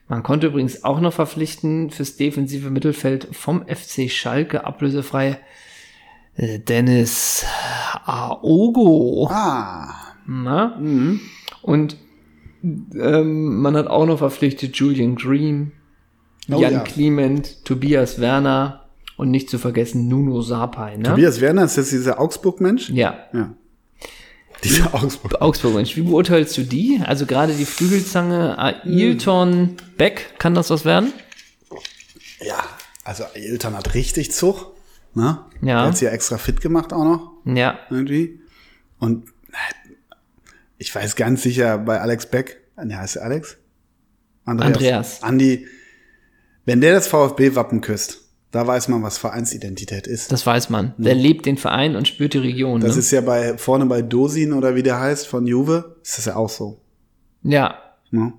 D: Man konnte übrigens auch noch verpflichten fürs defensive Mittelfeld vom FC Schalke ablösefrei äh, Dennis Aogo.
C: Ah,
D: Na?
C: Mhm.
D: Und ähm, man hat auch noch verpflichtet Julian Green,
C: Oh
D: Jan
C: ja.
D: Clement, Tobias Werner und nicht zu vergessen Nuno Sapai. Ne?
C: Tobias Werner ist jetzt dieser Augsburg-Mensch?
D: Ja,
C: Ja. Dieser Augsburg.
D: Augsburg Mensch, wie beurteilst du die? Also gerade die Flügelzange
C: Hm.
D: Ailton Beck, kann das was werden?
C: Ja, also Eltern hat richtig Zug. Ne?
D: Ja.
C: Der hat sie ja extra fit gemacht auch noch.
D: Ja.
C: Irgendwie. Und äh, ich weiß ganz sicher bei Alex Beck, ne, heißt er Alex?
D: Andreas.
C: Andi, wenn der das VfB-Wappen küsst, da weiß man, was Vereinsidentität ist.
D: Das weiß man. Der lebt den Verein und spürt die Region.
C: Hm. Das
D: ne?
C: ist ja bei vorne bei Dosin oder wie der heißt von Juve, ist das ja auch so.
D: ja,
C: Ne?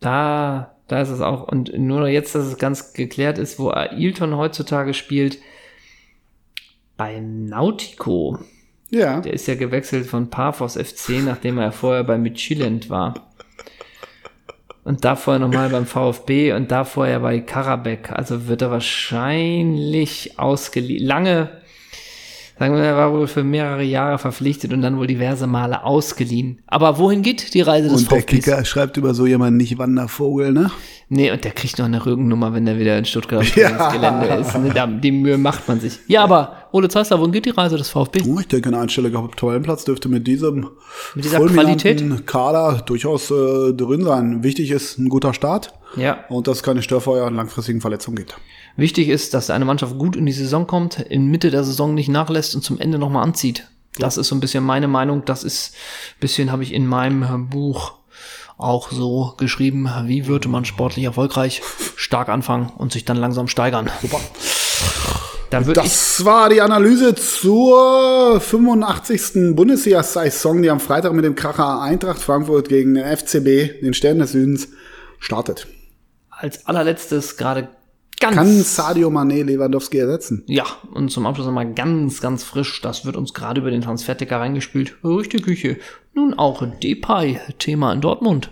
D: da, da ist es auch. Und nur noch jetzt, dass es ganz geklärt ist, wo Ailton heutzutage spielt, bei Nautico.
C: Ja.
D: Der ist ja gewechselt von Paphos FC, nachdem er ja vorher bei Midtjylland war. Und da vorher nochmal beim VfB und da vorher bei Karabek. Also wird er wahrscheinlich ausgeliehen. Lange, sagen wir, er war wohl für mehrere Jahre verpflichtet und dann wohl diverse Male ausgeliehen. Aber wohin geht die Reise des
C: Und der
D: VfBs?
C: Kicker schreibt über so jemanden nicht Wandervogel, ne?
D: Nee, und der kriegt noch eine Rückennummer, wenn er wieder in Stuttgart auf
C: Ja.
D: dem Gelände ist. Ne, da, die Mühe macht man sich. Ja, aber Ole Zassler, wohin geht die Reise des VfB?
C: Oh, Ich denke, ein einstelliger Tabellenplatz dürfte mit diesem
D: Mit dieser
C: fulminanten Kader durchaus äh, drin sein. Wichtig ist ein guter Start
D: Ja.
C: und dass es keine Störfeuer und langfristigen Verletzungen gibt.
D: Wichtig ist, dass eine Mannschaft gut in die Saison kommt, in Mitte der Saison nicht nachlässt und zum Ende nochmal anzieht. Das ist so ein bisschen meine Meinung. Das ist ein bisschen, habe ich in meinem Buch auch so geschrieben, wie würde man sportlich erfolgreich stark anfangen und sich dann langsam steigern. Super. Dann würde ich
C: Das war die Analyse zur 85. Bundesliga-Saison, die am Freitag mit dem Kracher Eintracht Frankfurt gegen den FCB, den Stern des Südens, startet.
D: als allerletztes gerade ganz
C: Kann Sadio Mané Lewandowski ersetzen?
D: Ja, und zum Abschluss nochmal ganz, ganz frisch. Das wird uns gerade über den Transferticker reingespült. Gerüchte Küche. Nun auch Depay, Thema in Dortmund.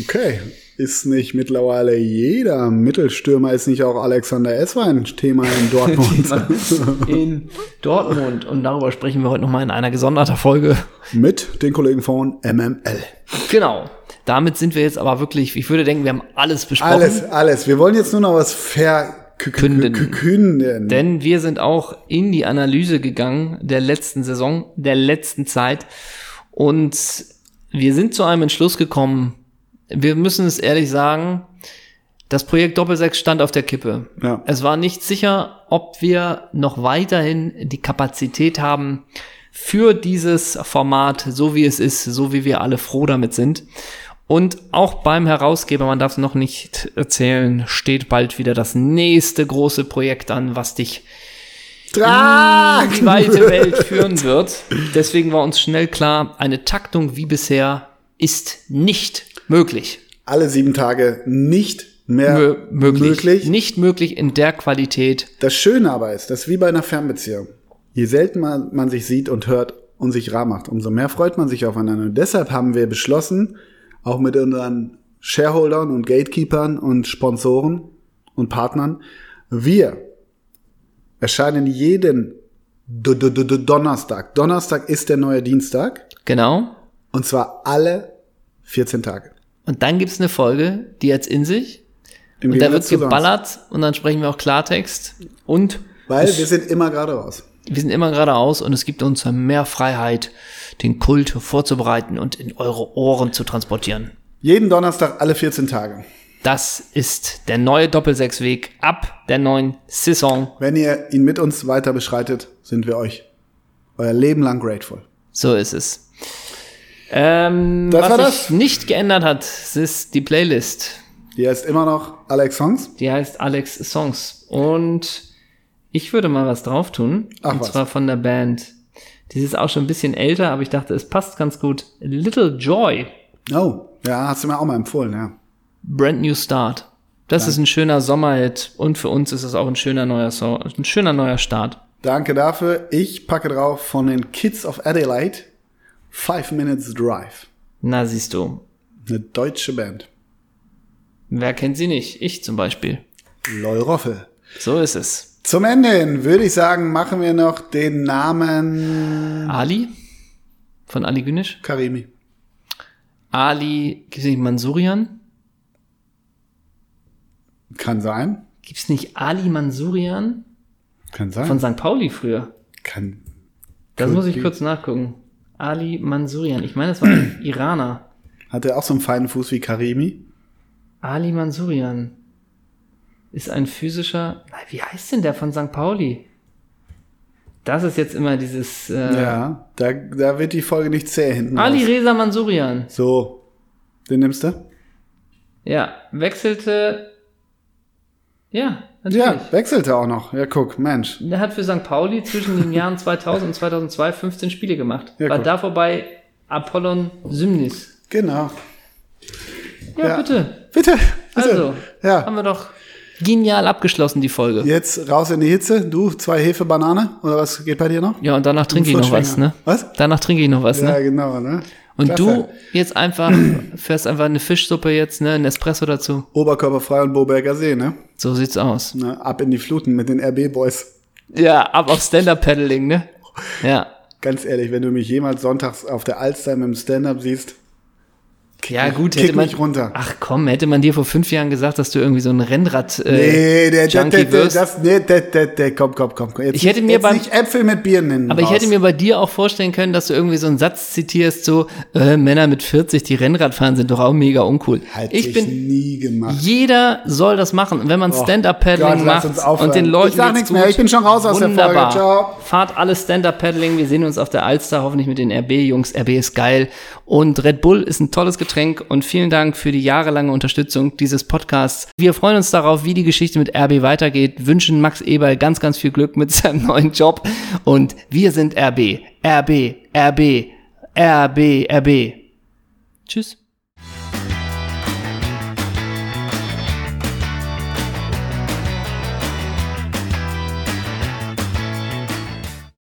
C: Okay. Ist nicht mittlerweile jeder Mittelstürmer, ist nicht auch Alexander Esswein Thema in Dortmund?
D: In Dortmund. Und darüber sprechen wir heute nochmal in einer gesonderter Folge.
C: Mit den Kollegen von MML.
D: Genau. Damit sind wir jetzt aber wirklich, ich würde denken, wir haben alles besprochen.
C: Alles, alles. Wir wollen jetzt nur noch was verkünden.
D: Künden.
C: Künden.
D: Denn wir sind auch in die Analyse gegangen der letzten Saison, der letzten Zeit. Und wir sind zu einem Entschluss gekommen. Wir müssen es ehrlich sagen, das Projekt Doppelsechs stand auf der Kippe.
C: Ja.
D: Es war nicht sicher, ob wir noch weiterhin die Kapazität haben für dieses Format, so wie es ist, so wie wir alle froh damit sind. Und auch beim Herausgeber, man darf es noch nicht erzählen, steht bald wieder das nächste große Projekt an, was dich
C: Ah!
D: in die weite Welt führen wird. Deswegen war uns schnell klar, eine Taktung wie bisher ist nicht möglich.
C: Alle sieben Tage nicht mehr
D: Mö- möglich.
C: möglich.
D: Nicht möglich in der Qualität.
C: Das Schöne aber ist, dass wie bei einer Fernbeziehung, je selten man, man sich sieht und hört und sich rar macht, umso mehr freut man sich aufeinander. Und deshalb haben wir beschlossen, auch mit unseren Shareholdern und Gatekeepern und Sponsoren und Partnern, wir erscheinen jeden D -D -D -D Donnerstag. Donnerstag ist der neue Dienstag.
D: Genau.
C: Und zwar alle 14 Tage.
D: Und dann gibt's eine Folge, die hat's in sich.
C: Im
D: Und da
C: Gegensatz
D: wird
C: zu sonst.
D: geballert und dann sprechen wir auch Klartext. Und
C: Weil
D: es-
C: wir sind immer geradeaus.
D: wir sind immer geradeaus und es gibt uns mehr Freiheit, den Kult vorzubereiten und in eure Ohren zu transportieren.
C: Jeden Donnerstag alle 14 Tage.
D: Das ist der neue Doppelsechsweg ab der neuen Saison.
C: Wenn ihr ihn mit uns weiter beschreitet, sind wir euch euer Leben lang grateful.
D: So ist es. Ähm,
C: Das
D: was
C: war
D: sich
C: das.
D: nicht geändert hat, es ist die Playlist.
C: Die heißt immer noch Alex Songs.
D: Die heißt Alex Songs. Und ich würde mal was drauf tun.
C: Ach
D: und
C: was.
D: zwar von der Band. Die ist auch schon ein bisschen älter, aber ich dachte, es passt ganz gut. Little Joy,
C: Oh, ja, hast du mir auch mal empfohlen, ja.
D: Brand New Start. Das ist ein schöner Sommerhit und für uns ist es auch ein schöner neuer Song, ein schöner neuer Start.
C: Danke dafür. Ich packe drauf von den Kids of Adelaide Five Minutes Drive.
D: Na siehst du,
C: Eine deutsche Band.
D: wer kennt sie nicht? Ich zum Beispiel.
C: Lol Roffel.
D: So ist es.
C: Zum Ende hin würde ich sagen, machen wir noch den Namen
D: Ali von Ali Günisch.
C: Karimi.
D: Ali, gibt's nicht Mansurian?
C: Kann sein.
D: Gibt's nicht Ali Mansurian
C: Kann sein.
D: von St. Pauli früher?
C: Kann.
D: Das
C: Could
D: muss ich
C: be.
D: kurz nachgucken. Ali Mansurian. Ich meine, das war ein Iraner.
C: Hat er auch so einen feinen Fuß wie Karimi?
D: Ali Mansurian ist ein physischer. Na, Wie heißt denn der von St. Pauli? Das ist jetzt immer dieses. Äh,
C: Ja. Da, da wird die Folge nicht zäh hinten.
D: Ali
C: raus.
D: Reza Mansurian.
C: So. Den nimmst du?
D: Ja, wechselte. Ja, natürlich.
C: Ja, wechselte auch noch. Ja, guck, Mensch.
D: Der hat für St. Pauli zwischen den Jahren 2000 und 2002 15 Spiele gemacht.
C: Ja,
D: War
C: cool.
D: da vorbei Apollon Symnis.
C: Genau.
D: Ja,
C: Ja.
D: bitte.
C: Bitte. bitte.
D: Also, haben
C: Ja.
D: wir doch genial abgeschlossen, die Folge. Ja,
C: Jetzt raus in die Hitze. Du, zwei Hefe, Banane. Oder was geht bei dir noch?
D: und danach trinke ich noch was, ne?
C: Was?
D: Danach trinke ich noch was,
C: Ja,
D: ne?
C: genau, ne?
D: Und
C: Klasse.
D: du jetzt einfach, fährst einfach eine Fischsuppe jetzt, ne? Ein Espresso dazu.
C: Oberkörperfrei und Boberger See, ne?
D: So sieht's aus.
C: Na, ab in die Fluten mit den RB-Boys.
D: Ja, ab auf Stand-Up-Paddling, ne? Ja.
C: Ganz ehrlich, wenn du mich jemals sonntags auf der Alster mit dem Stand-Up siehst,
D: ja, gut,
C: Kick
D: hätte man. Ah,
C: mich runter.
D: Ach komm, hätte man dir vor fünf Jahren gesagt, dass du irgendwie so ein Rennrad. Äh,
C: Nee, der, der,
D: Junkie
C: der, der,
D: wirst.
C: das, nee, der, der, der, komm, komm, komm. Jetzt,
D: Ich hätte mir
C: jetzt
D: beim-
C: nicht Äpfel mit Bier nennen.
D: Aber ich hätte
C: raus.
D: mir bei dir auch vorstellen können, dass du irgendwie so einen Satz zitierst, so, äh, Männer mit 40, die Rennrad fahren, sind doch auch mega uncool.
C: Hätte
D: ich bin,
C: nie gemacht.
D: jeder soll das machen. Und wenn man
C: Oh Gott,
D: Stand-Up-Paddling
C: lass
D: macht
C: uns aufhören.
D: und den Leuten
C: Ich sag
D: geht's
C: nichts mehr,
D: gut,
C: ich bin schon raus aus der Folge.
D: wunderbar.
C: Ciao.
D: Fahrt alle Stand-Up-Paddling. Wir sehen uns auf der Alster, hoffentlich mit den RB-Jungs. RB ist geil. Und Red Bull ist ein tolles Getränk. Und vielen Dank für die jahrelange Unterstützung dieses Podcasts. Wir freuen uns darauf, wie die Geschichte mit RB weitergeht. Wünschen Max Eberl ganz, ganz viel Glück mit seinem neuen Job. Und wir sind RB. RB, RB, RB, RB. Tschüss.